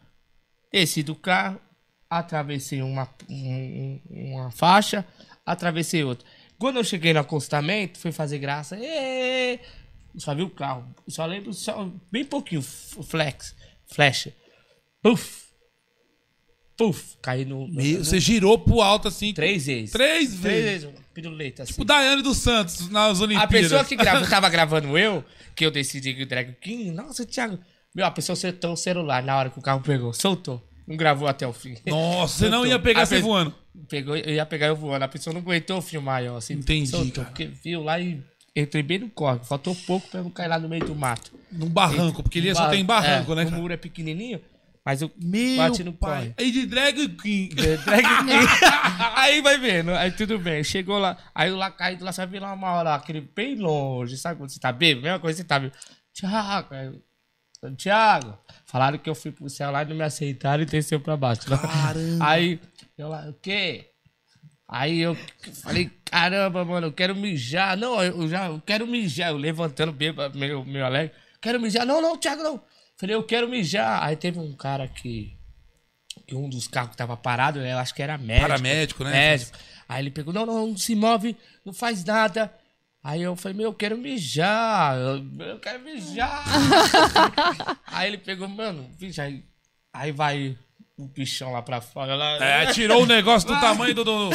Speaker 3: desci do carro, atravessei uma, um- uma faixa, atravessei outra. Quando eu cheguei no acostamento, fui fazer graça, ê, só vi o carro, só lembro, só bem pouquinho, f- flex, flecha, puf, puf, caí no... no-
Speaker 1: E você girou pro alto assim.
Speaker 3: Três vezes.
Speaker 1: Três
Speaker 3: Três
Speaker 1: vezes.
Speaker 3: vezes, piruleta, assim.
Speaker 1: O Daiane dos Santos nas
Speaker 3: A
Speaker 1: Olimpíadas.
Speaker 3: pessoa que grava, tava gravando eu, que eu decidi que o Drag King, nossa, Thiago. Meu, a pessoa soltou o celular na hora que o carro pegou, soltou. Não gravou até o fim.
Speaker 1: Nossa, você não
Speaker 3: Soltou.
Speaker 1: ia pegar
Speaker 3: A
Speaker 1: você
Speaker 3: pe-
Speaker 1: voando.
Speaker 3: Pegou, eu ia pegar eu voando. A pessoa não aguentou filmar eu, assim.
Speaker 1: Entendi,
Speaker 3: Soltou,
Speaker 1: cara.
Speaker 3: porque viu lá e entrei bem no corre. Faltou pouco pra eu não cair lá no meio do mato.
Speaker 1: Num barranco, porque ele
Speaker 3: Um
Speaker 1: só
Speaker 3: bar-
Speaker 1: tem barranco,
Speaker 3: é,
Speaker 1: né?
Speaker 3: O
Speaker 1: cara?
Speaker 3: muro é pequenininho, mas eu
Speaker 1: Meu
Speaker 3: bati no
Speaker 1: pai.
Speaker 3: corre.
Speaker 1: E de drag queen.
Speaker 3: The Drag King. aí vai vendo, aí tudo bem. Chegou lá, aí eu lá caí lá, sabe lá uma hora, aquele bem longe, sabe quando você tá bêbado? Mesma coisa que você tá bêbado. Tiago, aí eu, Tiago, falaram que eu fui pro céu lá e não me aceitaram e desceu pra baixo. Aí eu lá, o quê? Aí eu falei, caramba, mano, eu quero mijar. Não, eu já eu quero mijar. Eu levantando bêbado, meu, meu alegre. Quero mijar. Não, não, Thiago, não. Falei, eu quero mijar. Aí teve um cara que que um dos carros que tava parado, né, eu acho que era médico.
Speaker 1: Paramédico, né?
Speaker 3: Médico. Aí ele pegou, não, não, não se move, não faz nada. Aí eu falei, meu, eu quero mijar, eu, eu quero mijar. aí ele pegou, mano, bicho, aí, aí vai o bichão lá pra fora. Lá,
Speaker 1: É, tirou o negócio do tamanho do, do,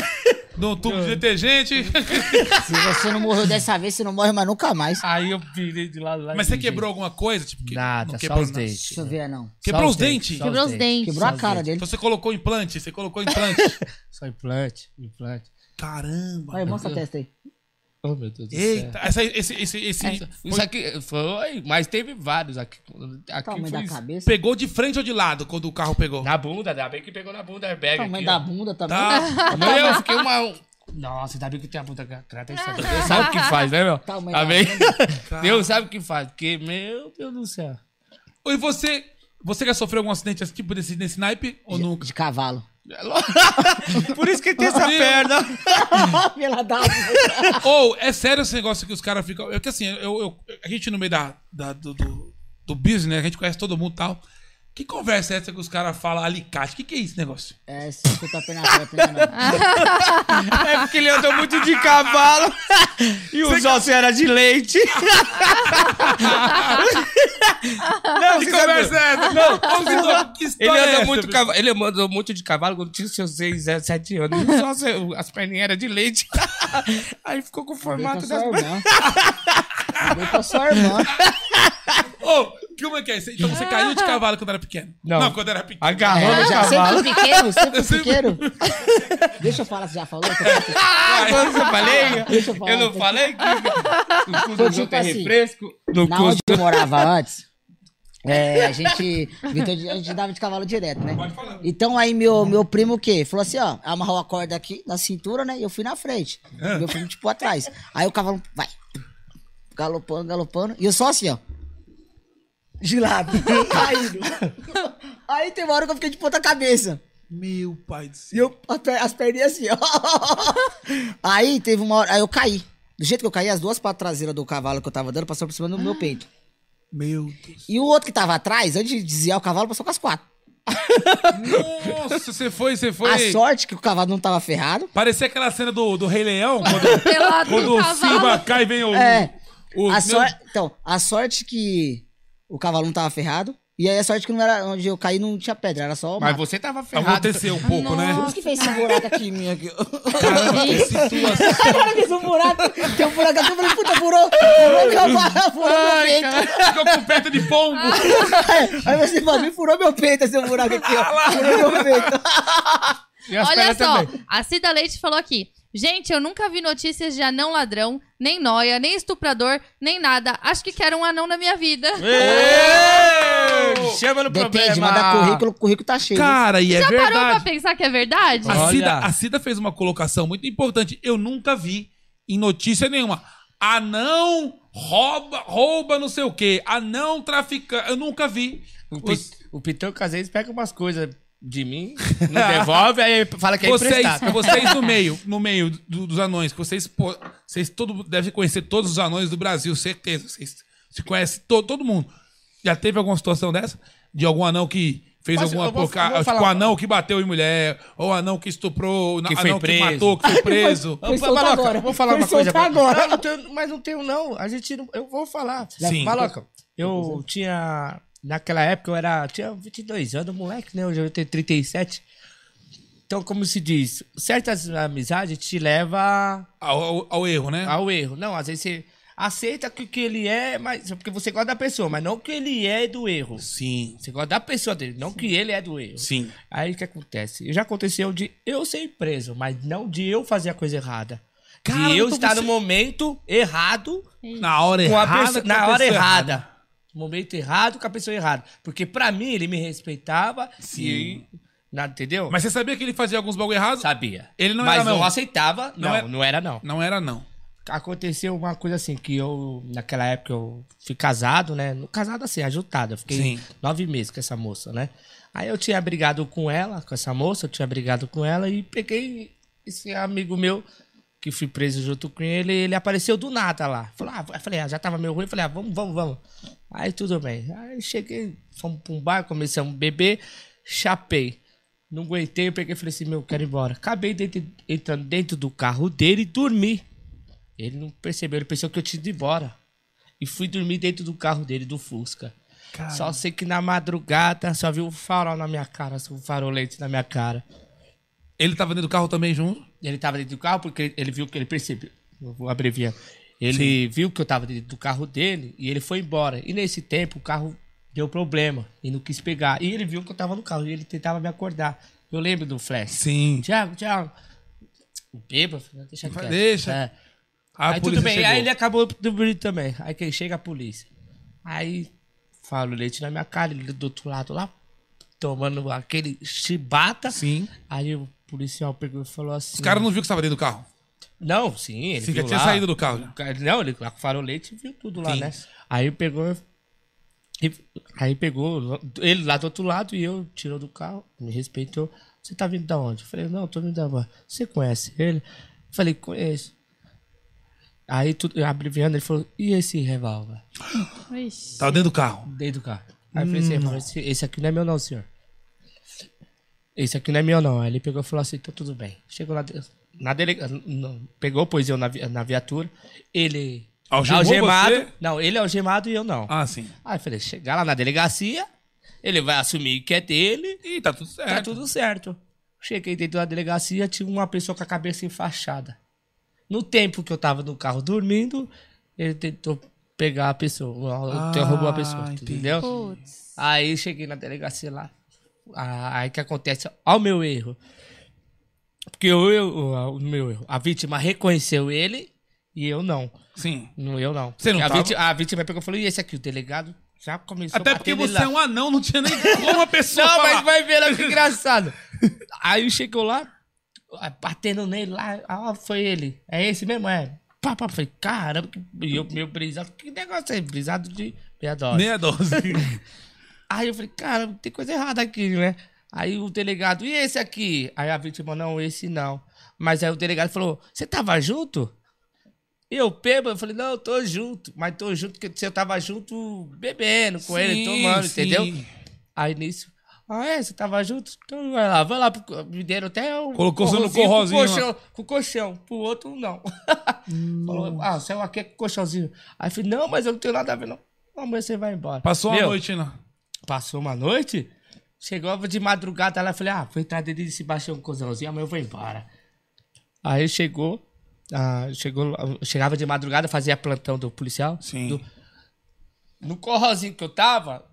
Speaker 1: do tubo de detergente.
Speaker 4: se você não morreu dessa vez, você não morre mais nunca mais.
Speaker 3: Aí eu virei de lado lá.
Speaker 1: Mas você
Speaker 3: gente,
Speaker 1: quebrou alguma coisa? Tipo, que-
Speaker 3: Nada,
Speaker 1: não
Speaker 3: só
Speaker 1: quebrou
Speaker 3: os
Speaker 1: nada.
Speaker 3: dentes.
Speaker 4: Deixa eu ver, não.
Speaker 1: Quebrou
Speaker 3: Só
Speaker 1: os dentes?
Speaker 3: só
Speaker 2: quebrou os dentes.
Speaker 4: Quebrou a
Speaker 3: Só
Speaker 4: cara
Speaker 3: os
Speaker 4: dele.
Speaker 1: Então você colocou implante? Você colocou implante?
Speaker 3: Só implante, implante.
Speaker 1: Caramba.
Speaker 4: Vai, mostra a testa aí.
Speaker 3: Oh, meu Deus do céu.
Speaker 1: Eita, essa, esse, esse, esse
Speaker 3: Isso aqui foi, mas teve vários aqui. aqui
Speaker 4: Tamanho
Speaker 3: foi
Speaker 4: da cabeça.
Speaker 1: pegou de frente ou de lado quando o carro pegou?
Speaker 3: Na bunda, ainda bem que pegou na bunda, é bag
Speaker 4: Tamanho
Speaker 3: aqui,
Speaker 4: da
Speaker 3: ó.
Speaker 4: bunda também.
Speaker 1: Tá.
Speaker 3: Meu, eu fiquei uma. Nossa, ainda bem que tem a bunda grata. Deus sabe Deus sabe o que faz, né, meu?
Speaker 4: Ah. Tamanho da
Speaker 3: Amém? Deus sabe o que faz. Porque, meu Deus do céu.
Speaker 1: E você, você já sofreu algum acidente assim, um tipo desse, nesse naipe ou
Speaker 4: De-
Speaker 1: nunca?
Speaker 4: De cavalo.
Speaker 3: Por isso que ele tem essa perna. Tá
Speaker 4: Pela dá.
Speaker 1: Ou, é sério esse negócio que os caras ficam. É que assim, eu, eu- a gente no meio da, da- do, do, do business, né? A gente conhece todo mundo e tal. Que conversa é essa que os caras falam alicate? O que, que é esse negócio?
Speaker 4: É, se eu tapei na foto, né, não.
Speaker 3: Ah. É porque ele andou muito de cavalo e os ossos eram de leite. Não,
Speaker 1: Que
Speaker 3: você sabe-
Speaker 1: conversa é essa? Não, que
Speaker 3: Ele
Speaker 1: história é
Speaker 3: andou
Speaker 1: essa,
Speaker 3: muito,
Speaker 1: bicho?
Speaker 3: cava- ele andou muito de cavalo quando tinha seus 6, 7 anos. E os ossos, as perninhas eram de leite. Aí ficou com o
Speaker 4: Vem com
Speaker 3: formato
Speaker 4: a sua
Speaker 3: das pernas.
Speaker 4: irmã. Vem com a sua irmã.
Speaker 1: Ô, como é que é isso? Então você caiu de cavalo quando era pequeno?
Speaker 3: Não.
Speaker 1: quando era pequeno.
Speaker 3: Agarrando
Speaker 4: É,
Speaker 3: o
Speaker 4: já sempre
Speaker 3: cavalo.
Speaker 4: fui pequeno, sempre fui
Speaker 1: Sempre-
Speaker 4: pequeno. Deixa eu falar, você já falou?
Speaker 3: Ah, quando eu falei,
Speaker 4: Deixa eu falar.
Speaker 3: eu não falei que no cu
Speaker 4: Foi
Speaker 3: do
Speaker 4: tipo
Speaker 3: outro é
Speaker 4: assim,
Speaker 3: refresco. No
Speaker 4: Na
Speaker 3: cu
Speaker 4: onde eu morava antes, é, a gente. Vitor, a gente andava de cavalo direto, né? Então aí meu, meu primo o quê? Falou assim, ó, amarrou a corda aqui na cintura, né? E eu fui na frente. Meu primo, tipo, atrás. Aí o cavalo vai. Galopando, galopando. E eu só assim, ó. De lado. Caindo. Aí tem uma hora que eu fiquei de ponta cabeça.
Speaker 1: Meu pai do céu.
Speaker 4: E eu, as per- as perninhas assim, ó. Aí teve uma hora. Aí eu caí. Do jeito que eu caí, as duas patas traseiras do cavalo que eu tava dando passou por cima do meu peito.
Speaker 1: Meu Deus.
Speaker 4: E o outro que tava atrás, antes de desviar o cavalo, passou com as quatro.
Speaker 1: Nossa, você foi, você foi.
Speaker 4: A sorte que o cavalo não tava ferrado.
Speaker 1: Parecia aquela cena do, do Rei Leão, quando,
Speaker 2: Pelado
Speaker 1: quando
Speaker 2: no
Speaker 1: o Simba
Speaker 2: cavalo.
Speaker 1: cai e vem o.
Speaker 4: É.
Speaker 1: o-
Speaker 4: a
Speaker 1: meu-
Speaker 4: sor- Então, a sorte que o cavalo não tava ferrado. E aí a sorte que não era onde eu caí não tinha pedra, era só o
Speaker 3: Mas
Speaker 4: mato.
Speaker 3: você tava ferrado.
Speaker 1: Aconteceu um pouco,
Speaker 4: Por
Speaker 1: né?
Speaker 4: isso que fez esse buraco aqui em mim. Aqui.
Speaker 1: Caramba, que situação.
Speaker 4: Olha que esse buraco. Tem um buraco aqui, eu falei, puta, furou. Furou o cavalo, furou meu peito.
Speaker 1: Ficou com perto de pombo.
Speaker 4: Aí você falou, me furou meu peito esse buraco aqui, ó. Furou meu peito.
Speaker 3: E as
Speaker 2: Olha
Speaker 3: pernas
Speaker 2: só,
Speaker 3: também.
Speaker 2: a Cida Leite falou aqui. Gente, eu nunca vi notícias de anão ladrão, nem noia, nem estuprador, nem nada. Acho que quero um anão na minha vida.
Speaker 1: É
Speaker 3: Ê, Chama no
Speaker 4: Depende,
Speaker 3: problema.
Speaker 4: manda currículo, o currículo tá cheio.
Speaker 1: Cara, e é
Speaker 2: Parou pra
Speaker 1: verdade.
Speaker 2: pensar que é verdade?
Speaker 1: A
Speaker 3: Olha.
Speaker 1: Cida, a Cida fez uma colocação muito importante. Eu nunca vi em notícia nenhuma. Anão rouba, rouba não sei o quê. Anão traficante. Eu nunca vi.
Speaker 3: O, pi,
Speaker 1: Os-
Speaker 3: o Pitoco às vezes pega umas coisas de mim, não devolve, aí fala que é
Speaker 1: vocês,
Speaker 3: emprestado.
Speaker 1: vocês no meio, no meio do- dos anões, que vocês, pô, vocês todo, devem conhecer todos os anões do Brasil, certeza. Vocês se conhecem to- todo mundo. Já teve alguma situação dessa? De algum anão que fez
Speaker 3: Posso-
Speaker 1: alguma
Speaker 3: eu vou- eu
Speaker 1: porca...
Speaker 3: vou
Speaker 1: Tipo,
Speaker 3: falar-
Speaker 1: anão que bateu em mulher, ou anão que estuprou,
Speaker 3: Que foi
Speaker 1: anão que
Speaker 3: preso.
Speaker 1: matou, que foi preso.
Speaker 4: Foi soltar
Speaker 3: Maloca,
Speaker 4: agora.
Speaker 3: Vou falar
Speaker 4: Foi
Speaker 3: uma coisa.
Speaker 4: soltar
Speaker 3: pra-
Speaker 4: agora.
Speaker 3: Ah, não tenho- mas não tenho, não. A gente não. Eu vou falar.
Speaker 1: Sim.
Speaker 3: Maloca, eu tinha. Naquela época eu era. Tinha 22 anos, moleque, né? Hoje eu tenho 37. Então, como se diz, certas amizades te levam
Speaker 1: Ao, ao- ao erro, né?
Speaker 3: ao erro. Não, às vezes você aceita que o que ele é, mas. Porque você gosta da pessoa, mas não que ele é do erro.
Speaker 1: Sim,
Speaker 3: Você gosta da pessoa dele, não que ele é do erro.
Speaker 1: sim.
Speaker 3: Aí o que acontece? Já aconteceu de eu ser preso, mas não de eu fazer a coisa errada.
Speaker 1: Cara,
Speaker 3: de eu
Speaker 1: então
Speaker 3: estar
Speaker 1: você-
Speaker 3: no momento errado,
Speaker 1: Na hora
Speaker 3: com a
Speaker 1: errada.
Speaker 3: pessoa-
Speaker 1: com a
Speaker 3: na hora
Speaker 1: pessoa
Speaker 3: errada. No momento errado com a pessoa errada. Porque pra mim ele me respeitava e nada, entendeu?
Speaker 1: Mas você sabia que ele fazia alguns bagulho errado?
Speaker 3: sabia.
Speaker 1: Ele não
Speaker 3: mas
Speaker 1: era, não.
Speaker 3: não aceitava.
Speaker 1: Não é
Speaker 3: Não, não,
Speaker 1: era-
Speaker 3: era... não não.
Speaker 1: Não era, não.
Speaker 3: Aconteceu uma coisa assim que eu naquela época eu fui casado, né? No casado assim, ajuntado. Eu fiquei
Speaker 1: Sim.
Speaker 3: nove meses com essa moça, né? Aí eu tinha brigado com ela, com essa moça, eu tinha brigado com ela e peguei esse amigo meu que fui preso junto com ele, ele apareceu do nada lá. Falou, ah, eu falei, ah, já tava meio ruim, eu falei, ah, vamos, vamos, vamos. Aí tudo bem. Aí cheguei, fomos pra um bar, começamos a beber, chapei. Não aguentei, eu peguei e falei assim, meu, quero ir embora. Acabei dentro- entrando dentro do carro dele e dormi. Ele não percebeu, ele pensou que eu tinha ido embora. E fui dormir dentro do carro dele, do Fusca. Só sei que na madrugada só vi um farol na minha cara, só um farolete na minha cara.
Speaker 1: Ele tava dentro do carro também junto?
Speaker 3: Ele tava dentro do carro porque ele- ele viu que ele percebeu. Eu vou abreviar. Ele viu que eu tava dentro do carro dele e ele foi embora. E nesse tempo o carro deu problema e não quis pegar. E ele viu que eu tava no carro e ele tentava me acordar. Eu lembro do flash.
Speaker 1: Sim.
Speaker 3: Tiago, Tiago. Beba, deixa quieto.
Speaker 1: Deixa.
Speaker 3: É.
Speaker 1: A
Speaker 3: aí
Speaker 1: polícia
Speaker 3: tudo bem,
Speaker 1: chegou.
Speaker 3: aí ele acabou dormindo também. Aí que chega a polícia. Aí fala o leite na minha cara, ele do outro lado lá, tomando aquele chibata.
Speaker 1: Sim.
Speaker 3: Aí o policial pegou e falou assim.
Speaker 1: Os caras não viu que você tava dentro do carro.
Speaker 3: Não, sim, ele
Speaker 1: Sim, já
Speaker 3: viu
Speaker 1: tinha
Speaker 3: lá.
Speaker 1: saído do carro, já.
Speaker 3: O cara- Não, ele lá com farolete viu tudo lá,
Speaker 1: Sim.
Speaker 3: né? Aí pegou. e- Aí pegou ele lá do outro lado e eu tirou do carro, me respeitou. Você tá vindo da onde? Eu falei, não, tô vindo da van. Você conhece ele? Eu falei, conheço. Aí, tudo, abreviando, ele falou, e esse revólver?
Speaker 2: Ixi.
Speaker 1: Tá dentro do carro.
Speaker 3: Dentro do carro. Aí eu falei
Speaker 1: Hum.
Speaker 3: assim, irmão, esse, esse aqui não é meu não, senhor. Esse aqui não é meu não. Aí ele pegou e falou assim, então tudo bem. Chegou na, de- na delegacia, pegou, pois eu na, vi- na viatura. Ele...
Speaker 1: Algemou você?
Speaker 3: Não, ele é algemado e eu não.
Speaker 1: Ah, sim.
Speaker 3: Aí eu falei, chegar lá na delegacia, ele vai assumir que é dele,
Speaker 1: Ih, tá tudo certo.
Speaker 3: tá tudo certo. Cheguei dentro da delegacia, tinha uma pessoa com a cabeça enfaixada. No tempo que eu tava no carro dormindo, ele tentou pegar a
Speaker 1: Ah,
Speaker 3: pessoa, roubou a pessoa,
Speaker 1: entendi.
Speaker 3: entendeu?
Speaker 2: Putz.
Speaker 3: Aí cheguei na delegacia lá. Ah, Aí que acontece, ao meu erro. Porque eu, eu, o meu erro, a vítima reconheceu ele e eu não.
Speaker 1: Sim.
Speaker 3: Não, eu não.
Speaker 1: Você não
Speaker 3: a,
Speaker 1: tava?
Speaker 3: vítima, a vítima pegou e falou: e esse aqui, o delegado já começou
Speaker 1: Até
Speaker 3: a
Speaker 1: porque
Speaker 3: bater nele
Speaker 1: você
Speaker 3: lá.
Speaker 1: é um anão, não tinha nem como a pessoa
Speaker 3: Não,
Speaker 1: falar.
Speaker 3: mas vai ver, olha que engraçado. Aí chegou lá, ah, batendo nele lá, ah, foi ele. É esse mesmo, é. Pá, pá, falei, caramba, que- e eu, meu brisado, que negócio é esse? Brisado de meia dose.
Speaker 1: Nem é a dose.
Speaker 3: Aí eu falei, caramba, tem coisa errada aqui, né? Aí o delegado, e esse aqui? Aí a vítima, não, esse não. Mas aí o delegado falou, você tava junto? E eu bebo, eu falei, não, eu tô junto. Mas tô junto porque você tava junto bebendo com ele,
Speaker 1: Sim,
Speaker 3: tomando,
Speaker 1: sim.
Speaker 3: entendeu? Aí nisso, ah, é, você tava junto? Então vai lá, vai lá. Pro... Me deram até um
Speaker 1: Colocou você no
Speaker 3: corrozinho
Speaker 1: corrozinho
Speaker 3: Com
Speaker 1: lá.
Speaker 3: colchão, com colchão, pro outro não. Falou, ah, o céu aqui é com colchãozinho. Aí eu falei, não, mas eu não tenho nada a ver não. Amanhã você vai embora.
Speaker 1: Passou a
Speaker 3: Meu,
Speaker 1: noite, né? não.
Speaker 3: Passou uma noite, chegou de madrugada lá, eu falei, ah, vou entrar dentro desse baixão cozãozinho, amanhã eu vou embora. Aí chegou, ah, chegou, lá- chegava de madrugada, fazia plantão do policial.
Speaker 1: Sim.
Speaker 3: Do- no corralzinho que eu tava,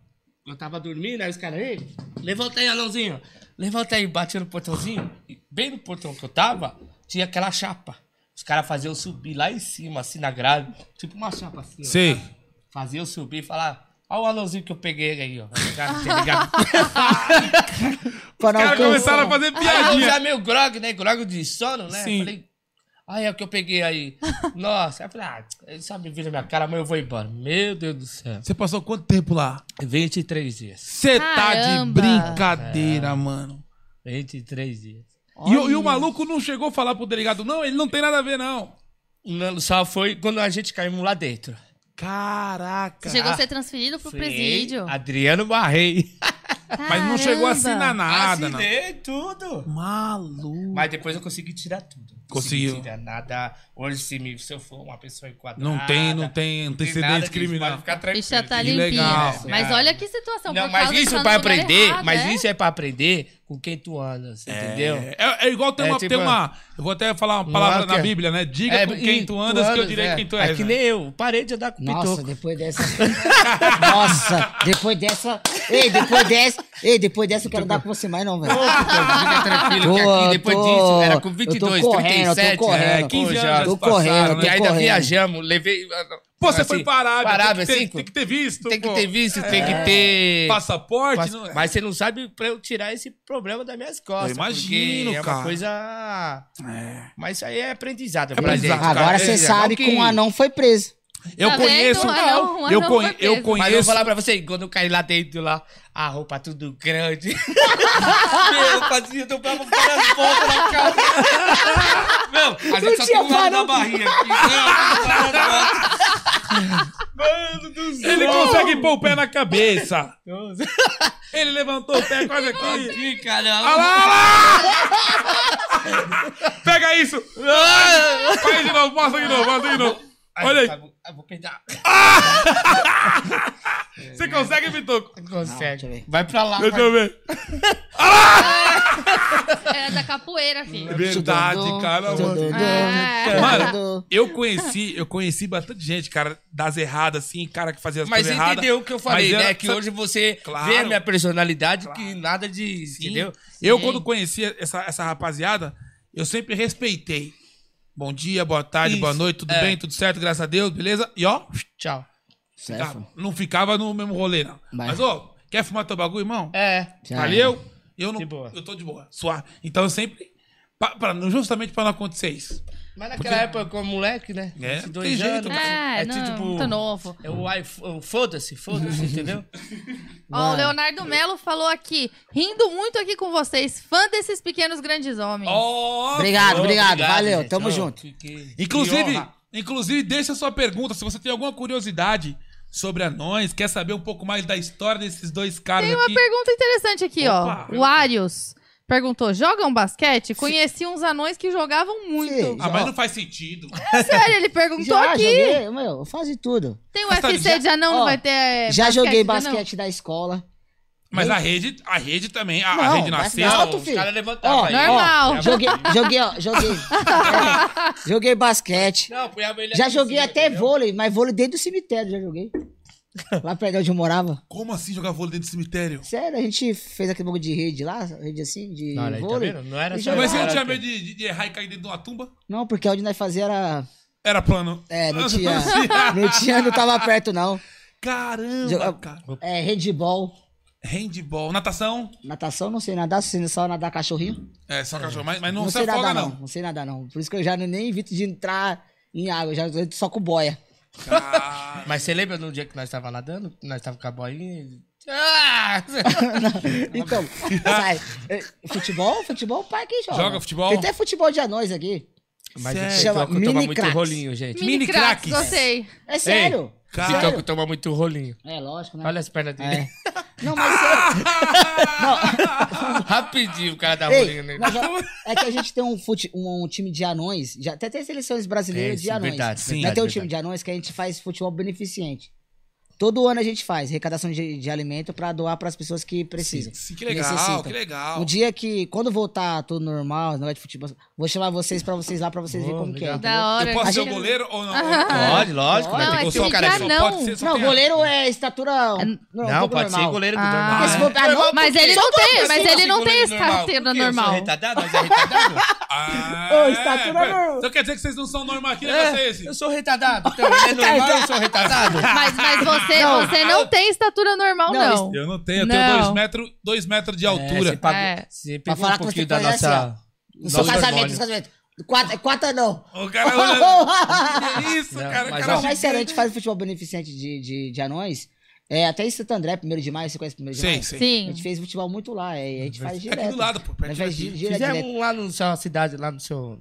Speaker 3: eu tava dormindo, aí os caras, ei, levanta aí, anãozinho, levanta aí, batia no portãozinho, e bem no portão que eu tava, tinha aquela chapa. Os caras faziam eu subir lá em cima, assim na grade, tipo uma chapa assim. ó,
Speaker 1: Sei.
Speaker 3: sabe? Fazer eu subir e falar, olha o anãozinho que eu peguei aí, ó. Tá ligado?
Speaker 4: Pra não
Speaker 1: Os caras começaram a
Speaker 4: alcançar.
Speaker 1: fazer
Speaker 3: aí eu
Speaker 1: piadinha.
Speaker 3: já meio grog, né? Grog de sono, né?
Speaker 1: Sim.
Speaker 3: Falei, aí é o que eu peguei aí. Nossa, aí eu falei, ah, ele sabe vir na minha cara, amanhã eu vou embora. Meu Deus do céu.
Speaker 1: Você passou quanto tempo lá?
Speaker 3: 23 dias.
Speaker 1: Você tá de
Speaker 2: Caramba.
Speaker 1: brincadeira, mano.
Speaker 3: 23 dias.
Speaker 1: E, o- e o maluco não chegou a falar pro delegado, não, ele não tem nada a ver, não.
Speaker 3: Não, Um só foi quando a gente caímos lá dentro.
Speaker 1: Caraca.
Speaker 2: Você chegou a ser transferido pro
Speaker 3: Foi
Speaker 2: presídio.
Speaker 3: Adriano Barrei.
Speaker 1: Mas não chegou a
Speaker 2: Caramba.
Speaker 1: assinar nada, não.
Speaker 3: Assinei tudo.
Speaker 1: Maluco.
Speaker 3: Mas depois eu consegui tirar tudo. Não consegui
Speaker 1: Conseguiu.
Speaker 3: tirar nada. Hoje, se, me- se eu for uma pessoa enquadrada...
Speaker 1: Não tem, não tem
Speaker 3: não tem
Speaker 1: antecedente
Speaker 3: nada disso, pode
Speaker 1: criminal.
Speaker 3: Ficar
Speaker 2: A
Speaker 3: tranquilo.
Speaker 4: é
Speaker 2: ficha tá
Speaker 1: Que
Speaker 2: limpinha.
Speaker 1: legal.
Speaker 2: Mas
Speaker 3: É.
Speaker 2: olha que
Speaker 4: então,
Speaker 2: situação.
Speaker 3: Não,
Speaker 2: por
Speaker 3: mas
Speaker 2: causa de
Speaker 3: isso é
Speaker 2: estar
Speaker 3: pra
Speaker 2: no lugar
Speaker 3: aprender,
Speaker 2: errado,
Speaker 3: mas
Speaker 4: né?
Speaker 2: é?
Speaker 3: isso é pra aprender com quem tu andas, entendeu?
Speaker 1: É, é igual tem
Speaker 3: É
Speaker 1: uma,
Speaker 3: tipo-
Speaker 1: tem uma. Eu vou até falar uma palavra
Speaker 3: Não,
Speaker 1: na
Speaker 3: que-
Speaker 1: Bíblia, né? Diga
Speaker 3: É,
Speaker 1: com
Speaker 3: e
Speaker 1: quem tu andas, que eu direi
Speaker 3: é.
Speaker 1: quem tu
Speaker 3: É
Speaker 1: és.
Speaker 3: que
Speaker 1: né?
Speaker 3: nem eu, parei de andar com
Speaker 4: Nossa,
Speaker 3: pitoco.
Speaker 4: depois dessa. Nossa, depois dessa. Ei, depois dessa. Ei, depois dessa eu quero dar com você mais não, velho.
Speaker 3: Fica tranquilo que aqui, depois
Speaker 4: tô-
Speaker 3: disso, era com
Speaker 4: eu tô
Speaker 3: 22,
Speaker 4: correndo, eu tô
Speaker 3: 37,
Speaker 4: correndo.
Speaker 3: é,
Speaker 1: Pô,
Speaker 3: 15
Speaker 1: já-
Speaker 3: anos.
Speaker 4: Tô
Speaker 1: passaram,
Speaker 4: correndo,
Speaker 1: né?
Speaker 4: tô
Speaker 3: E ainda
Speaker 4: correndo.
Speaker 3: viajamos, levei.
Speaker 1: Pô, você
Speaker 3: assim,
Speaker 1: foi parável. tem,
Speaker 3: Parável,
Speaker 1: que ter-
Speaker 3: cinco?
Speaker 1: tem que ter visto.
Speaker 3: Tem que
Speaker 1: pô. É.
Speaker 3: ter visto, É. tem que ter.
Speaker 1: Passaporte.
Speaker 3: Mas,
Speaker 1: não é?
Speaker 3: mas você não sabe pra eu tirar esse problema das minhas costas.
Speaker 1: Eu imagino,
Speaker 3: porque É
Speaker 1: cara.
Speaker 3: uma coisa. Mas isso aí é aprendizado. pra
Speaker 1: aprendizado.
Speaker 3: gente, cara. é,
Speaker 4: Agora você
Speaker 3: Aprendizado.
Speaker 4: sabe
Speaker 3: Não
Speaker 4: que um anão foi preso.
Speaker 1: Eu
Speaker 2: Tá vendo?
Speaker 1: conheço.
Speaker 2: Um anão- um
Speaker 1: eu,
Speaker 2: anão
Speaker 1: conhe-
Speaker 2: foi
Speaker 1: eu
Speaker 2: preso.
Speaker 3: Mas eu vou
Speaker 1: conheço.
Speaker 3: falar pra você, quando eu caí lá dentro, lá, a roupa tudo grande. Meu, eu fazia, eu dobrava várias voltas na cara. Meu, a gente só tem
Speaker 4: tinha
Speaker 3: um lado da
Speaker 4: parado.
Speaker 3: barriga aqui. Não, não, não, não.
Speaker 1: Ele consegue pôr o pé na cabeça. Ele levantou o pé quase aqui.
Speaker 3: Aqui, caramba.
Speaker 1: Olha lá, olha lá! Pega isso! Faz de novo, mostra de novo, mostra de novo.
Speaker 3: Ai,
Speaker 1: Olha aí,
Speaker 3: acabou. Ah, vou pegar.
Speaker 1: você consegue, Pitoco?
Speaker 3: Não
Speaker 4: deixa
Speaker 3: consegue.
Speaker 4: eu ver.
Speaker 3: Vai pra lá.
Speaker 1: Deixa eu ver.
Speaker 3: é
Speaker 2: Era É da capoeira, filho.
Speaker 1: É Verdade, cara. Mano.
Speaker 2: É.
Speaker 1: Mano, eu conheci, eu conheci bastante gente, cara, das erradas, assim, cara que fazia as
Speaker 3: Mas você
Speaker 1: coisas erradas.
Speaker 3: entendeu o que eu falei,
Speaker 1: Mas era-
Speaker 3: né? Que hoje você
Speaker 1: Claro.
Speaker 3: vê a minha personalidade que nada de.
Speaker 1: Sim.
Speaker 3: Entendeu?
Speaker 1: Eu, quando conheci essa, essa rapaziada, eu sempre respeitei. Bom dia, boa tarde,
Speaker 3: Isso,
Speaker 1: boa noite, tudo
Speaker 3: é.
Speaker 1: bem, tudo certo, graças a Deus, beleza? E ó,
Speaker 3: Tchau.
Speaker 4: Certo.
Speaker 1: não ficava no mesmo rolê, não.
Speaker 4: Vai.
Speaker 1: Mas, ô, quer fumar teu bagulho, irmão?
Speaker 3: É.
Speaker 1: Tá.
Speaker 4: Já era.
Speaker 1: Valeu? Eu não.
Speaker 3: De boa.
Speaker 1: Eu tô de boa. Suave. Então eu sempre. Pra, pra- justamente pra não acontecer isso.
Speaker 3: Mas naquela época, como moleque, né?
Speaker 1: É,
Speaker 3: 22
Speaker 1: tem jeito,
Speaker 3: anos,
Speaker 4: Ah,
Speaker 2: É, não, muito novo.
Speaker 3: tipo, É o iPhone. Foda-se, foda-se, entendeu?
Speaker 2: Ó, o Leonardo Melo falou aqui, rindo muito aqui com vocês, fã desses pequenos grandes homens.
Speaker 1: Ó,
Speaker 4: Obrigado, Ah, obrigado. Valeu,
Speaker 3: gente.
Speaker 4: tamo
Speaker 3: Ô,
Speaker 4: junto.
Speaker 3: que- que- que
Speaker 1: Inclusive,
Speaker 3: honra.
Speaker 1: inclusive, deixa sua pergunta. Se você tem alguma curiosidade sobre anões, quer saber um pouco mais da história desses dois caras
Speaker 2: Tem uma
Speaker 1: aqui.
Speaker 2: pergunta interessante aqui,
Speaker 1: Opa.
Speaker 2: ó. O Arius perguntou: jogam basquete? Conheci uns anões que jogavam muito.
Speaker 4: Sim.
Speaker 1: Ah, mas não faz sentido.
Speaker 2: É sério, ele perguntou
Speaker 4: Já
Speaker 2: aqui.
Speaker 4: joguei, meu, eu faço de tudo.
Speaker 2: Tem o
Speaker 1: Mas tá-
Speaker 2: UFC de anão,
Speaker 4: Ó,
Speaker 2: não vai ter. é,
Speaker 4: já joguei
Speaker 2: de anão?
Speaker 4: basquete da escola.
Speaker 1: Mas a rede, a rede também, a, a
Speaker 4: Não,
Speaker 1: rede na
Speaker 4: mas
Speaker 1: sexta.
Speaker 4: alto,
Speaker 3: Os
Speaker 4: filho.
Speaker 3: caras levantavam
Speaker 4: Ó,
Speaker 3: aí.
Speaker 2: Normal.
Speaker 4: Joguei, joguei, ó, joguei. É, joguei basquete.
Speaker 3: Não, põe a abelha
Speaker 4: Já
Speaker 3: aqui em
Speaker 4: joguei
Speaker 3: cima,
Speaker 4: até
Speaker 3: entendeu?
Speaker 4: vôlei, mas vôlei dentro do cemitério já joguei. Lá perto onde eu morava.
Speaker 1: Como assim jogar vôlei dentro do cemitério?
Speaker 4: Sério, a gente fez aquele bagulho de rede lá, rede assim, de
Speaker 3: Olha aí, tá
Speaker 4: vôlei.
Speaker 3: vendo? Não era
Speaker 4: E
Speaker 3: só-
Speaker 4: jogava-
Speaker 1: Mas você não
Speaker 3: Caraca.
Speaker 1: tinha medo de, de- de errar e cair dentro de uma tumba?
Speaker 4: Não, porque onde nós fazia era.
Speaker 1: Era plano.
Speaker 4: É, não tinha. não tinha, não tava perto, não.
Speaker 1: Caramba,
Speaker 4: Jogava-
Speaker 1: cara.
Speaker 4: É, handball.
Speaker 1: Handball. Natação?
Speaker 4: Natação, não sei nadar, sei só nadar cachorrinho.
Speaker 1: É, só cachorro. Mas, mas
Speaker 4: Não,
Speaker 1: não, se
Speaker 4: sei
Speaker 1: afoga,
Speaker 4: nadar, não.
Speaker 1: não.
Speaker 4: não. sei nadar, não. Por isso que eu já nem evito de entrar em água, eu já entro só com boia.
Speaker 1: Cara.
Speaker 3: Mas você lembra no dia que nós tava nadando? Nós tava com a boinha. e- Ah!
Speaker 4: Então, sai. É, Futebol, futebol, o pai que joga.
Speaker 1: Joga futebol?
Speaker 4: Tem até futebol de anões aqui.
Speaker 3: Mas
Speaker 1: Sério?
Speaker 3: o
Speaker 4: Chama
Speaker 3: Pitoco toma
Speaker 4: mini
Speaker 3: muito
Speaker 4: cracks.
Speaker 3: rolinho, gente.
Speaker 1: Mini
Speaker 2: Mini
Speaker 1: craques.
Speaker 2: craques, gostei.
Speaker 4: É sério.
Speaker 3: O
Speaker 1: Cara.
Speaker 3: Pitoco toma muito rolinho.
Speaker 4: É lógico, né?
Speaker 3: Olha as pernas dele.
Speaker 4: É. Não, mas sério.
Speaker 1: É.
Speaker 3: Rapidinho o cara dá rolinho
Speaker 4: Ei,
Speaker 3: nele.
Speaker 4: nós jo- é que a gente tem um, fute, um, um time de anões, já, até tem seleções brasileiras
Speaker 3: Tem,
Speaker 4: é de
Speaker 3: É, sim,
Speaker 4: anões.
Speaker 3: verdade,
Speaker 4: Nós
Speaker 3: sim.
Speaker 4: temos um
Speaker 3: verdade,
Speaker 4: time
Speaker 3: verdade.
Speaker 4: de anões que a gente faz futebol beneficente. Todo ano a gente faz arrecadação de, de alimento pra doar pras pessoas que precisam.
Speaker 1: Sim, que legal,
Speaker 4: necessitam.
Speaker 1: que legal.
Speaker 4: Um dia que, quando voltar tudo normal, negócio de futebol, vou chamar vocês pra vocês lá, pra vocês verem
Speaker 3: Boa,
Speaker 4: como que é.
Speaker 3: legal.
Speaker 2: Da hora.
Speaker 1: Eu posso ser o
Speaker 2: gente.
Speaker 1: goleiro ou não?
Speaker 3: Pode, lógico.
Speaker 4: Não,
Speaker 3: mas tem
Speaker 2: é
Speaker 3: que ser
Speaker 2: time
Speaker 3: o cara
Speaker 2: de
Speaker 3: só.
Speaker 2: anão.
Speaker 1: pode ser, só
Speaker 4: Não,
Speaker 1: tem-
Speaker 4: goleiro é estatura. Não, um
Speaker 3: Não, pode ser
Speaker 4: normal.
Speaker 3: goleiro do
Speaker 2: Ah.
Speaker 3: normal. né?
Speaker 4: Porque se for pra anão,
Speaker 2: Mas ele
Speaker 4: só
Speaker 2: não
Speaker 4: duas
Speaker 2: tem,
Speaker 4: pessoas
Speaker 2: mas ele não tem
Speaker 3: goleiro normal.
Speaker 2: estatura
Speaker 3: Por quê? Eu sou
Speaker 2: normal.
Speaker 3: retardado? Nós é retardado?
Speaker 1: Ah,
Speaker 4: Ô, estatura
Speaker 1: é.
Speaker 4: não.
Speaker 1: Então quer dizer que vocês não são normal aqui, né?
Speaker 3: É,
Speaker 1: vocês?
Speaker 3: eu sou retardado. Então, ele é normal, eu sou retardado.
Speaker 2: Mas, mas você não, você não tem estatura normal,
Speaker 4: Não,
Speaker 2: não.
Speaker 1: Eu não tenho, eu tenho
Speaker 2: Não.
Speaker 1: 2 metros, dois metros de altura.
Speaker 3: É, você pagou,
Speaker 2: É.
Speaker 3: você
Speaker 4: Pra
Speaker 3: pegou
Speaker 4: falar
Speaker 3: um
Speaker 4: que você
Speaker 3: pouquinho da
Speaker 4: conhece,
Speaker 3: nossa...
Speaker 4: No seu
Speaker 3: Não,
Speaker 4: casamento,
Speaker 3: normal.
Speaker 4: no seu casamento. Quatro, é quatro anão.
Speaker 1: O cara olha. Que isso,
Speaker 3: Não,
Speaker 1: cara?
Speaker 3: mas
Speaker 1: o cara
Speaker 4: Não, mas sério, a gente faz o futebol beneficente de, de, de anões. É, até em Santo André, primeiro de maio, você conhece primeiro de
Speaker 1: Sim,
Speaker 4: maio?
Speaker 1: sim.
Speaker 4: A
Speaker 2: Sim.
Speaker 4: gente fez futebol muito lá, é, a gente faz
Speaker 1: Aqui
Speaker 4: direto.
Speaker 1: do lado, pô,
Speaker 4: A gente
Speaker 1: pertinho
Speaker 4: faz
Speaker 1: daqui.
Speaker 4: di- direto.
Speaker 3: Fizemos
Speaker 4: direto.
Speaker 3: um lá na sua cidade, lá no seu...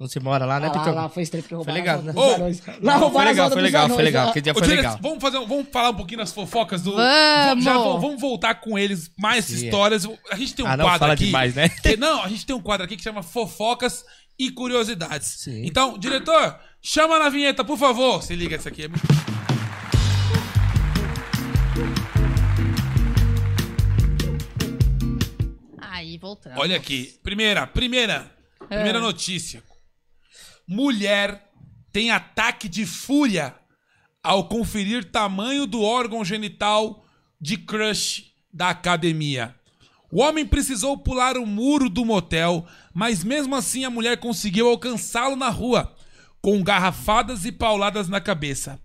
Speaker 3: Onde você mora lá, né,
Speaker 4: Ah, lá,
Speaker 3: Pitoco?
Speaker 4: lá foi estranho que roubaram
Speaker 3: legal,
Speaker 4: as
Speaker 3: né?
Speaker 4: ondas
Speaker 1: Ô,
Speaker 4: dos anões.
Speaker 3: Não,
Speaker 4: Lá
Speaker 3: foi
Speaker 4: roubaram as
Speaker 3: legal,
Speaker 4: ondas
Speaker 3: foi
Speaker 4: dos
Speaker 3: legal,
Speaker 4: anões,
Speaker 3: foi legal.
Speaker 4: lá.
Speaker 3: Aquele dia
Speaker 1: Ô,
Speaker 3: foi
Speaker 1: Direto,
Speaker 3: legal.
Speaker 1: Vamos, fazer, um- vamos falar um pouquinho das fofocas do.
Speaker 2: Vamos!
Speaker 1: Já vou- vamos voltar com eles, mais
Speaker 3: Sim.
Speaker 1: histórias. A gente tem um
Speaker 3: Ah, não,
Speaker 1: quadro
Speaker 3: fala
Speaker 1: aqui.
Speaker 3: demais, né?
Speaker 1: que- não, a gente tem um quadro aqui que chama Fofocas e Curiosidades.
Speaker 3: Sim.
Speaker 1: Então, diretor, chama na vinheta, por favor. Se liga, isso aqui é muito.
Speaker 2: Aí, voltando.
Speaker 1: Olha aqui. Primeira, primeira. Primeira
Speaker 2: É.
Speaker 1: notícia. Mulher tem ataque de fúria ao conferir tamanho do órgão genital de crush da academia. O homem precisou pular o muro do motel, mas mesmo assim a mulher conseguiu alcançá-lo na rua, com garrafadas e pauladas na cabeça.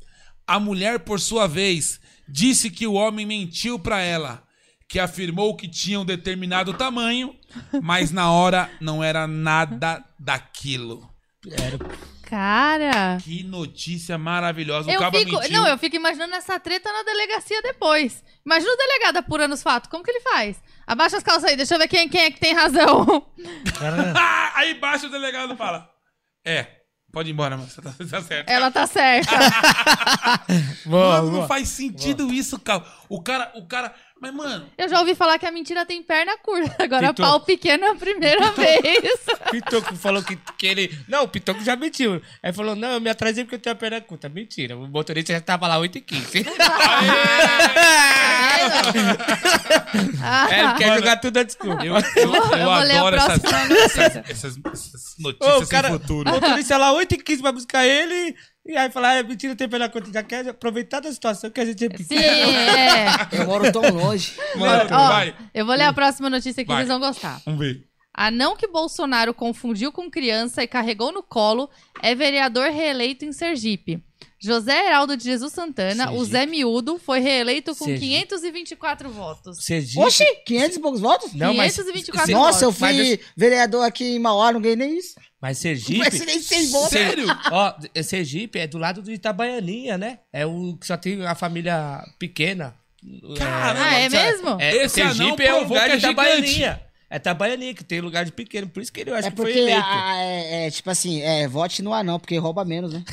Speaker 1: A mulher, por sua vez, disse que o homem mentiu pra ela, que afirmou que tinha um determinado tamanho, mas na hora não era nada daquilo.
Speaker 2: Cara.
Speaker 1: Que notícia maravilhosa. O
Speaker 2: Eu
Speaker 1: Caba
Speaker 2: fico,
Speaker 1: mentiu.
Speaker 2: não, eu fico imaginando essa treta na delegacia depois. Imagina o delegado apurando os fatos. Como que ele faz? Abaixa as calças aí, deixa eu ver quem, quem é que tem razão.
Speaker 1: Ah, aí embaixo o delegado fala. É, pode ir embora, mas você tá, você tá certo.
Speaker 2: Ela tá certa.
Speaker 3: Boa,
Speaker 1: mano, não
Speaker 3: boa.
Speaker 1: faz sentido isso, cara. O cara, o cara. Mas, mano,
Speaker 2: Eu já ouvi falar que a mentira tem perna curta. Agora
Speaker 3: Pitou.
Speaker 2: pau pequeno é a primeira vez.
Speaker 3: Pitoco falou que, que ele... Não, o Pitoco já mentiu. Aí falou, não, eu me atrasei porque eu tenho a perna curta. Mentira, o motorista já tava lá 8h15. é,
Speaker 2: Ah.
Speaker 3: ele quer jogar tudo à desculpa.
Speaker 1: eu, eu, eu,
Speaker 2: vou ler a
Speaker 1: adoro essas,
Speaker 2: próxima
Speaker 1: essas, essas- essas notícias
Speaker 3: Ô,
Speaker 1: sem
Speaker 3: o cara,
Speaker 1: futuro.
Speaker 3: o motorista lá, 8 e 15 vai buscar ele. E aí falar, é mentira, tem pela conta. Já quer aproveitar da situação que a gente é
Speaker 2: Sim,
Speaker 3: pequeno.
Speaker 2: é.
Speaker 4: Eu moro tão longe.
Speaker 1: Mano,
Speaker 2: Ó,
Speaker 1: vai.
Speaker 2: eu vou ler a próxima notícia que
Speaker 1: Hum. Vai.
Speaker 2: vocês vão gostar.
Speaker 1: Vamos ver.
Speaker 2: Anão que Bolsonaro confundiu com criança e carregou no colo é vereador reeleito em Sergipe. José Heraldo de Jesus Santana, o
Speaker 3: Sergipe.
Speaker 2: Zé Miúdo, foi reeleito com
Speaker 3: Sergipe.
Speaker 2: 524 votos.
Speaker 3: Sergipe.
Speaker 4: Oxi, 500 e poucos votos?
Speaker 3: Não, mas-
Speaker 2: 524
Speaker 4: Nossa, eu
Speaker 2: votos.
Speaker 4: fui vereador aqui em Mauá, não ganhei nem isso.
Speaker 3: Mas Sergipe.
Speaker 4: Não conhece nem seis votos.
Speaker 3: Sério? Ó, é Sergipe é do lado do Itabaianinha, né? É o que só tem a família pequena.
Speaker 1: Caramba,
Speaker 2: Ah, é
Speaker 1: sabe?
Speaker 2: mesmo?
Speaker 3: É,
Speaker 1: Esse anão
Speaker 3: Sergipe é o
Speaker 1: provou
Speaker 3: lugar
Speaker 1: que é
Speaker 3: de Itabaianinha. É Itabaianinha, que tem lugar de pequeno. Por isso que ele eu acho
Speaker 4: É
Speaker 3: que Tipo, foi
Speaker 4: porque,
Speaker 3: eleito.
Speaker 4: a- é, é, tipo assim, é, vote no anão, porque rouba menos, né?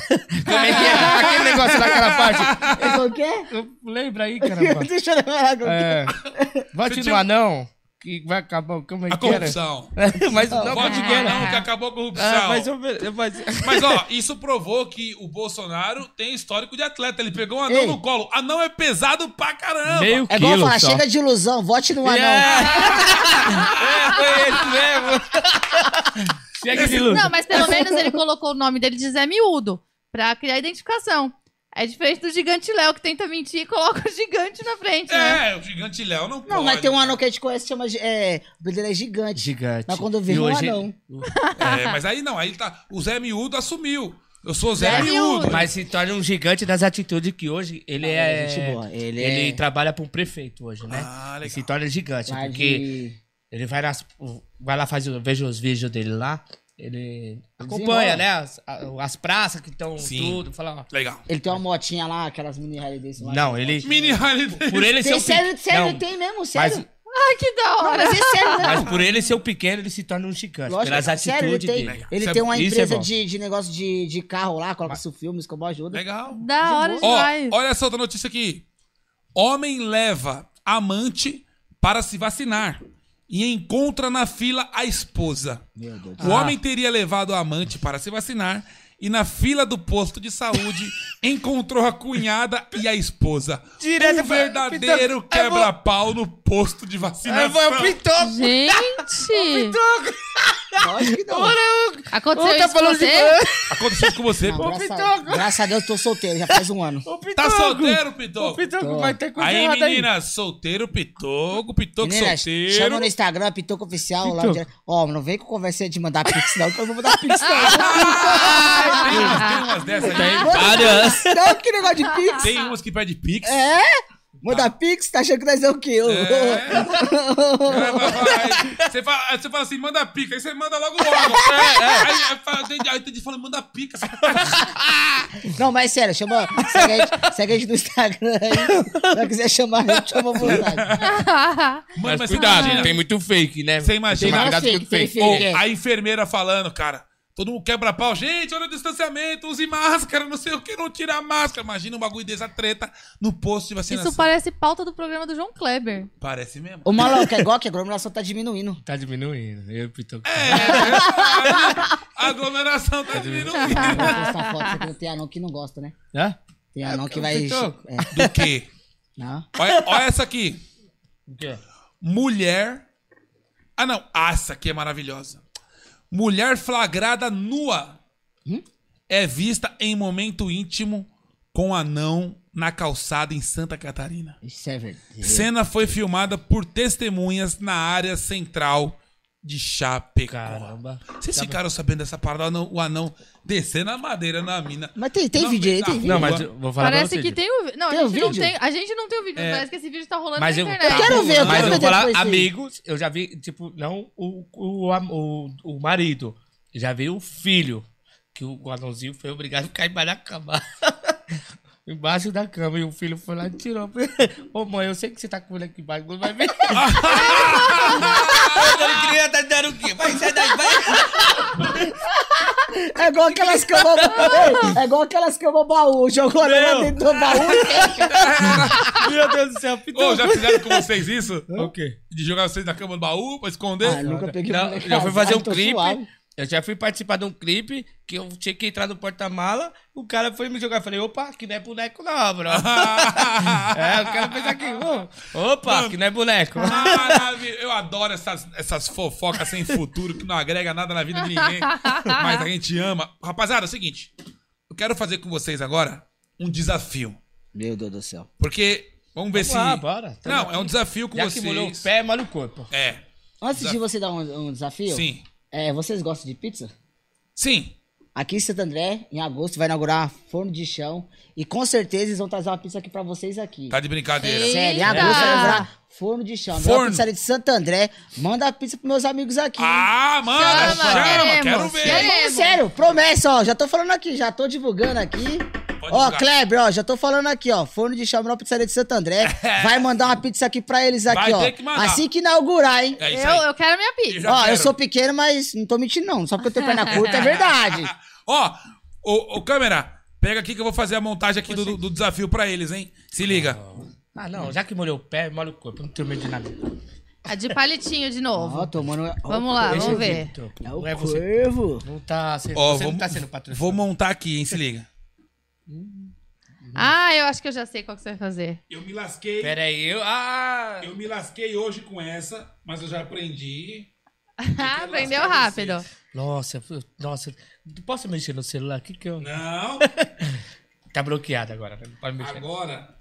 Speaker 3: Como é que é? Aquele negócio daquela parte.
Speaker 4: Como que é?
Speaker 3: Lembra aí, caramba.
Speaker 4: Deixa eu lembrar. como que é.
Speaker 3: É. Vote no anão, que vai acabar. Como é
Speaker 1: um- A
Speaker 3: que era?
Speaker 1: corrupção.
Speaker 3: mas não,
Speaker 1: Vote
Speaker 3: como é
Speaker 1: no
Speaker 3: que era?
Speaker 1: anão que acabou a corrupção.
Speaker 3: Ah,
Speaker 1: mas,
Speaker 3: mas eu, eu- mas-
Speaker 1: ó, isso provou que o Bolsonaro tem histórico de atleta. Ele pegou um anão
Speaker 4: Ei.
Speaker 1: no colo. Anão é pesado pra caramba.
Speaker 3: Meio
Speaker 4: É igual
Speaker 3: quilo
Speaker 4: falar,
Speaker 3: só.
Speaker 4: chega de ilusão, vote no anão.
Speaker 3: É, foi esse mesmo. Chega de luz.
Speaker 2: Não, mas pelo menos ele colocou o nome dele de Zé Miúdo pra criar identificação. É diferente do gigante Léo, que tenta mentir e coloca o gigante na frente, né?
Speaker 1: É, o gigante Léo não, pode.
Speaker 4: Não, mas tem um anão que a gente conhece, chama. de- É, o apelido dele é gigante.
Speaker 3: Gigante.
Speaker 4: Mas quando eu vejo
Speaker 3: E
Speaker 4: um
Speaker 3: hoje-
Speaker 4: anão.
Speaker 1: É, mas aí não, aí ele tá. O Zé Miúdo assumiu. Eu sou Zé,
Speaker 2: Zé
Speaker 1: Miúdo.
Speaker 2: Miúdo.
Speaker 3: Mas se torna um gigante das atitudes que hoje ele é.
Speaker 4: é gente boa, ele é-
Speaker 3: trabalha para um prefeito hoje, né?
Speaker 1: Ah,
Speaker 3: E se
Speaker 1: legal.
Speaker 3: torna gigante,
Speaker 4: Lá
Speaker 3: porque
Speaker 4: de-
Speaker 3: ele vai, nas, vai lá fazer. Veja os vídeos dele lá. Ele
Speaker 4: Desenrola.
Speaker 3: acompanha, né? As, as praças que estão
Speaker 1: Sim.
Speaker 3: tudo. Fala, ó.
Speaker 1: Legal.
Speaker 4: Ele tem uma motinha lá, aquelas mini rally desse lá.
Speaker 3: Não, ele.
Speaker 1: Mini Holiday.
Speaker 3: Por ele ser
Speaker 4: Tem,
Speaker 3: um
Speaker 4: sério,
Speaker 3: pe-
Speaker 4: sério,
Speaker 3: não,
Speaker 4: tem mesmo, sério.
Speaker 3: mas,
Speaker 2: Ai, que da
Speaker 4: Não,
Speaker 2: hora!
Speaker 4: mas é sério, não.
Speaker 3: mas por ele ser um pequeno, ele se torna um gigante.
Speaker 4: Lógico,
Speaker 3: pelas
Speaker 4: sério, ele
Speaker 3: atitudes
Speaker 4: tem,
Speaker 3: dele.
Speaker 4: ele
Speaker 1: Isso é
Speaker 4: tem uma
Speaker 3: bom. Isso é
Speaker 4: empresa
Speaker 3: bom.
Speaker 4: de, de negócio de, de carro lá, coloca seu filme, como ajuda.
Speaker 1: Legal.
Speaker 2: Da hora
Speaker 1: Ó,
Speaker 2: demais.
Speaker 1: olha essa outra notícia aqui. Homem leva amante para se vacinar e encontra na fila a esposa.
Speaker 4: Meu Deus.
Speaker 1: O homem teria levado a amante para se vacinar e na fila do posto de saúde encontrou a cunhada e a esposa.
Speaker 3: Direto
Speaker 1: um verdadeiro quebra-pau no posto de
Speaker 3: Aí
Speaker 1: vacinação.
Speaker 3: vai É, o Pitoco!
Speaker 2: Gente!
Speaker 4: Lógico que não.
Speaker 2: Aconteceu
Speaker 3: tá
Speaker 2: isso com
Speaker 3: falando de
Speaker 2: você?
Speaker 1: Aconteceu isso com você?
Speaker 4: Não,
Speaker 1: pô?
Speaker 4: graças, a,
Speaker 3: Pitoco.
Speaker 4: graças a Deus eu tô solteiro, já faz um ano.
Speaker 3: O Pitoco!
Speaker 1: Tá solteiro,
Speaker 3: O é
Speaker 1: Pitoco?
Speaker 3: Pitoco vai ter coisa
Speaker 1: Aí,
Speaker 3: errada
Speaker 1: meninas, solteiro, Pitoco, Pitoco
Speaker 4: Meninas, chama
Speaker 1: solteiro.
Speaker 4: no Instagram, Pitoco Oficial. Lá
Speaker 3: Pitoco.
Speaker 4: no dire- Ó, não vem com conversinha de mandar pix não, que eu não vou dar pix
Speaker 1: Ah, tem umas, tem umas dessas aí.
Speaker 4: não.
Speaker 3: Várias.
Speaker 4: Não, que negócio de pix.
Speaker 1: Tem umas que pede pix.
Speaker 4: É? Manda pix, tá achando que nós é o quê? Ô,
Speaker 1: É. Aí vai- vai- Você fala, aí você fala assim, manda pica, aí você manda logo
Speaker 3: É,
Speaker 1: logo. Aí, aí fala- aí, aí, tem gente falando, manda pica.
Speaker 4: Não, mas sério, chama. Segue a gente, segue a gente no Instagram aí. Se não quiser chamar, a gente chama à vontade.
Speaker 1: Mano,
Speaker 3: Mas,
Speaker 1: mas você
Speaker 3: cuidado,
Speaker 1: imagina-
Speaker 3: tem muito fake, né?
Speaker 1: Você imagina-
Speaker 3: Tem mais
Speaker 4: Não,
Speaker 3: cuidado que
Speaker 4: fake,
Speaker 3: muito fake.
Speaker 4: fake,
Speaker 1: Ou
Speaker 4: fake.
Speaker 1: a enfermeira falando, cara. Todo mundo quebra pau. Gente, olha o distanciamento, use máscara, não sei o que, não tira a máscara. Imagina um bagulho dessa treta no posto de vacinação.
Speaker 2: Isso parece pauta do programa do João Kleber.
Speaker 1: Parece mesmo.
Speaker 4: Ô, maluco, é igual que a aglomeração tá diminuindo.
Speaker 3: Tá diminuindo. Eu e o Pitoco.
Speaker 1: É, a É, a aglomeração tá diminuindo.
Speaker 4: Eu vou postar foto, porque tem anão que não gosta, né?
Speaker 3: Hã?
Speaker 4: Tem anão que
Speaker 3: eu
Speaker 4: vai.
Speaker 3: tô-
Speaker 4: É,
Speaker 1: Do quê?
Speaker 4: não.
Speaker 1: Olha, olha essa aqui.
Speaker 3: O quê?
Speaker 1: Mulher. Ah, não. Ah, essa aqui é maravilhosa. Mulher flagrada nua é vista em momento íntimo com anão na calçada em Santa Catarina.
Speaker 4: Isso é verdade.
Speaker 1: Cena foi filmada por testemunhas na área central de Chapecó.
Speaker 3: Caramba.
Speaker 1: Vocês ficaram sabendo dessa parada? O anão- O anão descendo a madeira na mina.
Speaker 4: Mas tem, tem
Speaker 1: Não,
Speaker 4: vídeo aí,
Speaker 1: tá.
Speaker 4: tem vídeo.
Speaker 3: Não, mas eu vou falar
Speaker 2: parece
Speaker 3: pra
Speaker 2: que
Speaker 3: vocês.
Speaker 2: tem o. Não,
Speaker 4: Tem
Speaker 2: a,
Speaker 4: o
Speaker 2: gente não
Speaker 4: vídeo?
Speaker 2: tem, a gente não tem o vídeo. Parece que esse vídeo tá rolando
Speaker 3: Mas
Speaker 2: na
Speaker 3: eu,
Speaker 2: internet.
Speaker 4: Eu quero ver, eu
Speaker 3: mas
Speaker 4: quero
Speaker 3: eu
Speaker 4: ver
Speaker 3: vou falar,
Speaker 4: depois isso aí.
Speaker 3: amigos, eu já vi, tipo, não o, o, am- o, o marido, eu já vi o filho, que o anãozinho foi obrigado a cair embaixo da cama. embaixo da cama, e o filho foi lá e tirou. Ô mãe, eu sei que você tá com ele aqui embaixo, mas vai ver. Eu queria tá dando o quê? Vai, sai daí, vai.
Speaker 4: É igual aquelas camas. Ei, é igual aquelas camas baú. Jogou anão lá
Speaker 3: Meu.
Speaker 4: dentro do baú e fecha.
Speaker 3: Meu Deus do céu,
Speaker 1: Ô, já fizeram com vocês isso?
Speaker 3: O quê?
Speaker 1: De jogar vocês na cama do baú pra esconder?
Speaker 4: Ah, nunca peguei
Speaker 3: Não,
Speaker 4: mulher
Speaker 3: eu já fui fazer
Speaker 4: casada,
Speaker 3: um
Speaker 4: tô
Speaker 3: clipe.
Speaker 4: suave.
Speaker 3: Eu já fui participar de um clipe que eu tinha que entrar no porta-mala, o cara foi me jogar. Eu falei, opa, que não é boneco não, bro. é, o cara fez aqui, ô, opa, que não é boneco.
Speaker 1: Ah, Maravilha. Eu adoro essas, essas fofocas sem futuro que não agrega nada na vida de ninguém. Mas a gente ama. Rapaziada, é o seguinte. Eu quero fazer com vocês agora um desafio.
Speaker 4: Meu Deus do céu.
Speaker 1: Porque. Vamos ver
Speaker 3: Vamos
Speaker 1: se.
Speaker 3: lá, bora. Tamo
Speaker 1: Não, é um desafio com
Speaker 3: Já que molhou o
Speaker 1: vocês.
Speaker 3: pé, molha o corpo.
Speaker 1: É.
Speaker 4: Antes de você dar um, um desafio,
Speaker 1: Sim.
Speaker 4: é, vocês gostam de pizza?
Speaker 1: Sim.
Speaker 4: aqui em Santo André, em agosto, vai inaugurar forno de chão. E com certeza eles vão trazer uma pizza aqui pra vocês aqui.
Speaker 1: Tá de brincadeira.
Speaker 2: Ei.
Speaker 4: Sério, em
Speaker 2: Eita!
Speaker 4: agosto vai inaugurar forno de chão.
Speaker 1: Forno.
Speaker 4: Forno. Pizzaria de Santo André. Manda a pizza pros meus amigos aqui.
Speaker 1: Ah, manda,
Speaker 2: Chama,
Speaker 1: chama, quero
Speaker 2: queremos,
Speaker 1: ver.
Speaker 2: queremos.
Speaker 4: É, sério, promessa, ó. Já tô falando aqui, já tô divulgando aqui.
Speaker 1: Pode
Speaker 4: ó,
Speaker 1: divulgar.
Speaker 4: Kleber, ó, já tô falando aqui, ó. Forno de chão, melhor pizzaria de Santo André. Vai mandar uma pizza aqui pra eles aqui,
Speaker 1: Vai
Speaker 4: ó.
Speaker 1: ter que mandar.
Speaker 4: assim que inaugurar, hein?
Speaker 1: É isso
Speaker 2: Eu,
Speaker 1: aí.
Speaker 2: eu quero minha
Speaker 1: Eu
Speaker 2: pizza.
Speaker 1: já
Speaker 4: Ó, eu
Speaker 1: quero.
Speaker 4: sou pequeno, mas não tô mentindo, não. Só porque eu tenho perna curta, é verdade.
Speaker 1: Ó, ô, ô, câmera, pega aqui que eu vou fazer a montagem aqui do, do desafio pra eles, hein? Se liga.
Speaker 3: Ah, não, já que molhou o pé, molha o corpo, não tenho medo de nada.
Speaker 2: A de palitinho de
Speaker 4: Ó,
Speaker 2: novo.
Speaker 4: tomando.
Speaker 2: Vamos
Speaker 1: Ah,
Speaker 2: lá,
Speaker 3: Deixa
Speaker 2: vamos
Speaker 3: eu
Speaker 2: ver.
Speaker 3: Vitor.
Speaker 4: É
Speaker 3: Não
Speaker 4: o
Speaker 3: é você.
Speaker 4: corvo.
Speaker 3: Não tá sendo,
Speaker 1: Ó,
Speaker 3: você
Speaker 1: vou,
Speaker 3: não tá sendo patrocinado.
Speaker 1: vou montar aqui, hein? Se liga.
Speaker 2: Ah, eu acho que eu já sei qual que você vai fazer.
Speaker 1: Eu me lasquei.
Speaker 3: Pera aí, eu... Ah!
Speaker 1: Eu me lasquei hoje com essa, mas eu já aprendi.
Speaker 2: Aprendeu
Speaker 1: lascar
Speaker 2: rápido.
Speaker 3: Nossa, eu- nossa. Posso mexer no celular? O que que eu...
Speaker 1: Não,
Speaker 3: Tá bloqueado agora, né? não pode mexer.
Speaker 1: agora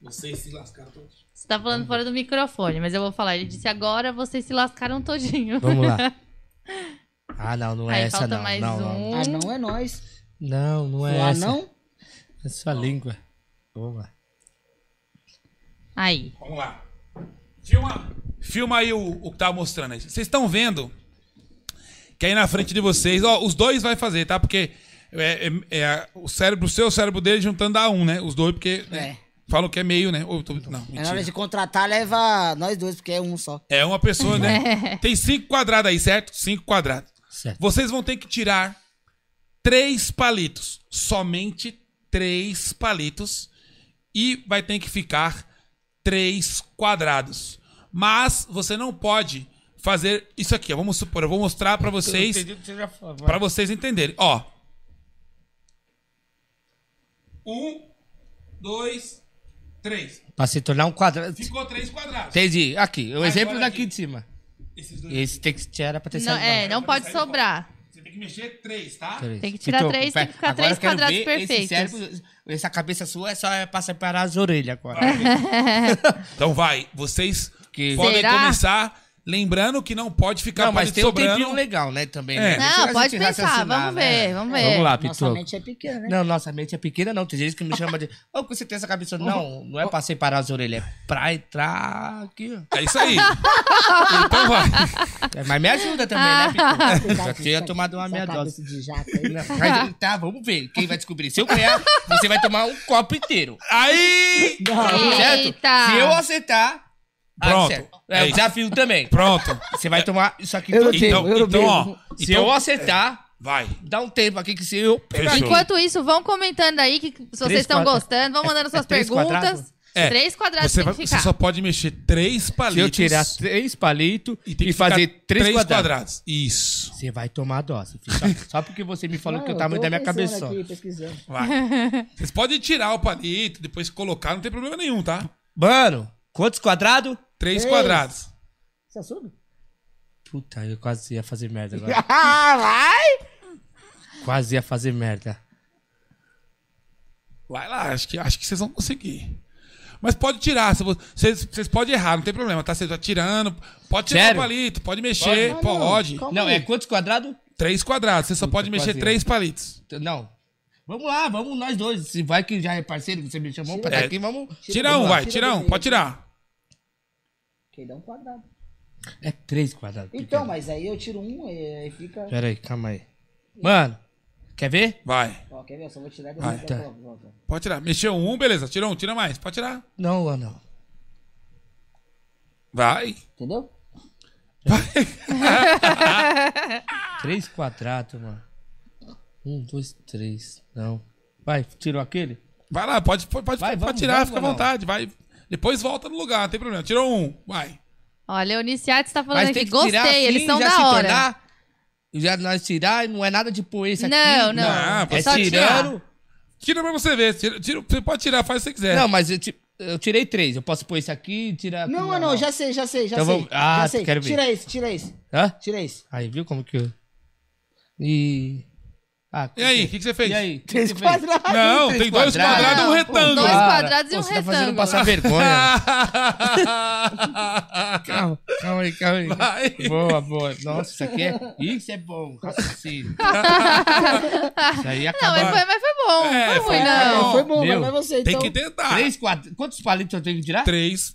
Speaker 1: vocês se lascaram todos.
Speaker 2: Você tá falando fora do microfone, mas eu vou falar. Ele disse agora vocês se lascaram todinho.
Speaker 3: Vamos lá. Ah, não, não é
Speaker 2: Aí
Speaker 3: essa
Speaker 2: falta
Speaker 3: não.
Speaker 2: mais
Speaker 3: não, não.
Speaker 2: um.
Speaker 4: Ah, não é nós.
Speaker 3: Não, não é
Speaker 4: ah,
Speaker 3: essa.
Speaker 4: não?
Speaker 3: É sua língua. Vamos lá.
Speaker 2: Aí.
Speaker 1: Vamos lá. Filma, filma aí o, o que tá mostrando aí. Vocês estão vendo que aí na frente de vocês, ó, os dois vai fazer, tá? Porque é, é- é o cérebro seu, o cérebro dele juntando a um, né? Os dois, porque né?
Speaker 4: É.
Speaker 1: falam que é meio, né? Ou eu tô- não,
Speaker 4: É na hora
Speaker 1: mentira.
Speaker 4: de contratar, leva nós dois, porque é um só.
Speaker 1: É uma pessoa, né? Tem cinco quadrados aí, certo? Cinco quadrados.
Speaker 3: Certo.
Speaker 1: Vocês vão ter que tirar três palitos. Somente três palitos. E vai ter que ficar três quadrados. Mas você não pode fazer isso aqui. ó. Vamos supor, eu vou mostrar pra
Speaker 3: Eu
Speaker 1: vocês.
Speaker 3: entendi o que você já falou.
Speaker 1: Pra vocês entenderem. Ó. Um, dois, três.
Speaker 3: Pra se tornar um quadrado.
Speaker 1: Ficou três quadrados.
Speaker 3: Entendi. Aqui, o exemplo
Speaker 1: Agora
Speaker 3: daqui
Speaker 1: aqui.
Speaker 3: de cima.
Speaker 1: Esses dois.
Speaker 3: Esse tem que tirar pra ter
Speaker 2: Não, é, não pode sobrar.
Speaker 1: Você tem que mexer três, tá?
Speaker 2: Tem que tirar três, tem que ficar três quadrados perfeitos.
Speaker 3: essa cabeça sua é só pra separar as orelhas agora.
Speaker 1: É, Então vai, vocês
Speaker 3: Que-
Speaker 1: podem
Speaker 2: Será?
Speaker 1: começar lembrando que não pode ficar
Speaker 3: não, mas
Speaker 1: palito
Speaker 3: tem um tempinho
Speaker 1: sobrando.
Speaker 3: legal, né, também.
Speaker 1: É.
Speaker 3: né? Deixa a
Speaker 2: Não,
Speaker 3: gente
Speaker 2: pode pensar.
Speaker 3: raciocinar,
Speaker 2: Vamos
Speaker 3: né?
Speaker 2: ver, vamos ver.
Speaker 3: Vamos lá,
Speaker 4: Nossa
Speaker 3: Pitu.
Speaker 4: mente é pequena, né?
Speaker 3: Não, nossa mente é pequena, não. Tem gente que me chama de. Ô, você tem essa cabeça. Não, não é pra separar as orelhas, é pra entrar aqui. ó.
Speaker 1: É isso aí. então vai.
Speaker 3: É, Mas me ajuda também, né,
Speaker 4: Ah,
Speaker 3: Pitu? Já tinha tomado uma
Speaker 4: Essa
Speaker 3: meia dose.
Speaker 4: cabeça de jato aí.
Speaker 3: Não, mas- tá, vamos ver. Quem vai descobrir? Se eu ganhar, você vai tomar um copo inteiro.
Speaker 1: Aí!
Speaker 3: Certo?
Speaker 2: Eita.
Speaker 3: Se eu acertar. ah,
Speaker 1: Pronto.
Speaker 3: certo. É,
Speaker 1: É
Speaker 3: o
Speaker 1: isso.
Speaker 3: desafio também.
Speaker 1: Pronto.
Speaker 3: Você vai tomar isso aqui.
Speaker 4: Eu não
Speaker 3: todo.
Speaker 4: tenho.
Speaker 1: Então,
Speaker 4: eu não
Speaker 1: então
Speaker 4: bebo.
Speaker 1: ó.
Speaker 3: Se
Speaker 1: Então,
Speaker 3: eu acertar,
Speaker 1: vai.
Speaker 3: dá um tempo aqui que se eu pegar
Speaker 1: Fechou.
Speaker 3: aqui.
Speaker 2: Tá, Enquanto isso, vão comentando aí que, se vocês estão
Speaker 3: quadra-
Speaker 2: gostando, vão
Speaker 3: é-
Speaker 2: mandando
Speaker 3: é
Speaker 2: suas
Speaker 3: três
Speaker 2: perguntas.
Speaker 3: quadrados?
Speaker 1: É,
Speaker 2: Três quadrados
Speaker 1: Você,
Speaker 2: tem
Speaker 1: vai-
Speaker 2: que
Speaker 1: você
Speaker 2: ficar.
Speaker 1: só pode mexer três
Speaker 3: Se eu
Speaker 1: palitos.
Speaker 3: tirar três palitos e,
Speaker 1: e tem que ficar
Speaker 3: fazer três, quadrados.
Speaker 1: Isso.
Speaker 3: Você vai tomar a dose. filho. Só- Só porque você me falou
Speaker 4: Não,
Speaker 3: que o
Speaker 4: eu
Speaker 3: tamanho da
Speaker 4: tô
Speaker 3: minha
Speaker 4: pensando
Speaker 3: cabeça.
Speaker 4: aqui, pesquisando.
Speaker 1: Vai. Vocês podem tirar o palito, depois colocar, não tem problema nenhum, tá?
Speaker 3: Mano, quantos quadrados?
Speaker 1: Três
Speaker 4: Três.
Speaker 1: quadrados.
Speaker 4: Você assume?
Speaker 3: Puta, eu quase ia fazer merda agora.
Speaker 4: Ah, vai!
Speaker 3: quase ia fazer merda.
Speaker 1: Vai lá, acho que, acho que vocês vão conseguir. Mas pode tirar, se vo- vocês, vocês podem errar, não tem problema, tá? Vocês estão tirando, pode tirar
Speaker 3: Sério?
Speaker 1: o palito, pode mexer,
Speaker 4: Ah, não,
Speaker 1: pode.
Speaker 4: calma
Speaker 3: Não,
Speaker 4: aí.
Speaker 3: é quantos quadrados?
Speaker 1: Três quadrados, você só pode mexer
Speaker 3: quase
Speaker 1: três palitos.
Speaker 3: T- Não. Vamos lá, vamos nós dois. Se vai que já é parceiro, que você me chamou pra estar
Speaker 1: É.
Speaker 3: aqui, vamos.
Speaker 1: Tira
Speaker 3: vamos
Speaker 1: um,
Speaker 3: lá.
Speaker 1: vai, tira um, pode tirar.
Speaker 4: Ok, dá um quadrado.
Speaker 3: É três quadrados.
Speaker 4: Então, mas aí eu tiro um e aí fica.
Speaker 3: Pera aí, calma aí.
Speaker 4: Hum.
Speaker 3: Mano, quer ver?
Speaker 1: Vai,
Speaker 4: Ó, quer ver? Eu só vou tirar e
Speaker 3: Ah,
Speaker 4: depois
Speaker 3: tá.
Speaker 4: eu coloco de volta.
Speaker 1: pode tirar. Mexeu um, beleza, tira um, tira mais, pode tirar.
Speaker 3: Não, ah, não.
Speaker 1: Vai.
Speaker 4: Entendeu?
Speaker 3: Três quadrados, mano. Um, dois, três. Não. Vai, tirou aquele?
Speaker 1: Vai lá, pode, pode, pode,
Speaker 3: Vai,
Speaker 1: pode
Speaker 3: vamos,
Speaker 1: tirar,
Speaker 3: vamos
Speaker 1: fica à
Speaker 3: ou não?
Speaker 1: vontade, vai. Depois volta no lugar, não tem problema. Tirou um, vai.
Speaker 2: Olha, o Iniciati está falando
Speaker 3: Mas
Speaker 2: aqui.
Speaker 3: tem que
Speaker 2: Gostei,
Speaker 3: tirar assim,
Speaker 2: eles são
Speaker 3: já
Speaker 2: da
Speaker 3: se
Speaker 2: hora.
Speaker 3: tornar. Já nós tirar, não é nada de pôr esse
Speaker 2: Não,
Speaker 3: aqui.
Speaker 2: não.
Speaker 1: Não,
Speaker 3: É
Speaker 1: só
Speaker 3: tirando.
Speaker 1: Tira pra você ver, tira, tira- você pode tirar, faz o que você quiser.
Speaker 3: Não, mas eu, ti- eu tirei três. Eu posso pôr esse aqui e tirar.
Speaker 4: Não,
Speaker 3: aqui,
Speaker 4: não, não, já sei, já sei, já
Speaker 3: Então
Speaker 4: sei.
Speaker 3: vamos- Ah,
Speaker 4: já sei.
Speaker 3: quero ver.
Speaker 4: Tira esse, tira esse,
Speaker 3: Hã?
Speaker 4: tira esse.
Speaker 3: Aí, viu como que eu. E. Ah,
Speaker 1: E aí, o que, que você fez?
Speaker 3: E aí?
Speaker 4: Três
Speaker 3: que que fez?
Speaker 4: quadrados.
Speaker 1: Não, tem dois quadrados e um
Speaker 2: Não,
Speaker 1: retângulo.
Speaker 2: Dois
Speaker 3: Para.
Speaker 2: quadrados e
Speaker 3: Pô,
Speaker 2: um
Speaker 3: você tá fazendo
Speaker 2: retângulo.
Speaker 3: passar vergonha.
Speaker 1: Vai.
Speaker 3: calma, calma aí, calma aí. Boa, boa. Nossa, isso aqui é. Isso é bom, raciocínio. tá isso aí
Speaker 2: Não,
Speaker 3: acaba.
Speaker 2: mas foi, mas foi bom.
Speaker 1: É,
Speaker 2: foi
Speaker 1: foi bom.
Speaker 2: ruim, não.
Speaker 4: É, foi bom,
Speaker 3: Meu,
Speaker 4: mas vai você,
Speaker 1: Tem
Speaker 4: então.
Speaker 1: que tentar. Três,
Speaker 3: Três quadra- Quantos palitos eu tenho que tirar?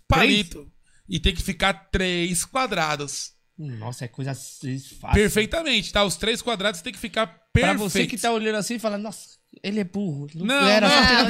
Speaker 1: palitos. E tem que ficar três quadrados.
Speaker 3: Nossa, é coisa assim, fácil.
Speaker 1: Perfeitamente, tá? Os três quadrados tem que ficar
Speaker 3: Pra
Speaker 1: perfeito.
Speaker 3: você que tá olhando assim e falando, nossa, ele é burro.
Speaker 1: Não,
Speaker 3: era
Speaker 1: não,
Speaker 3: pra-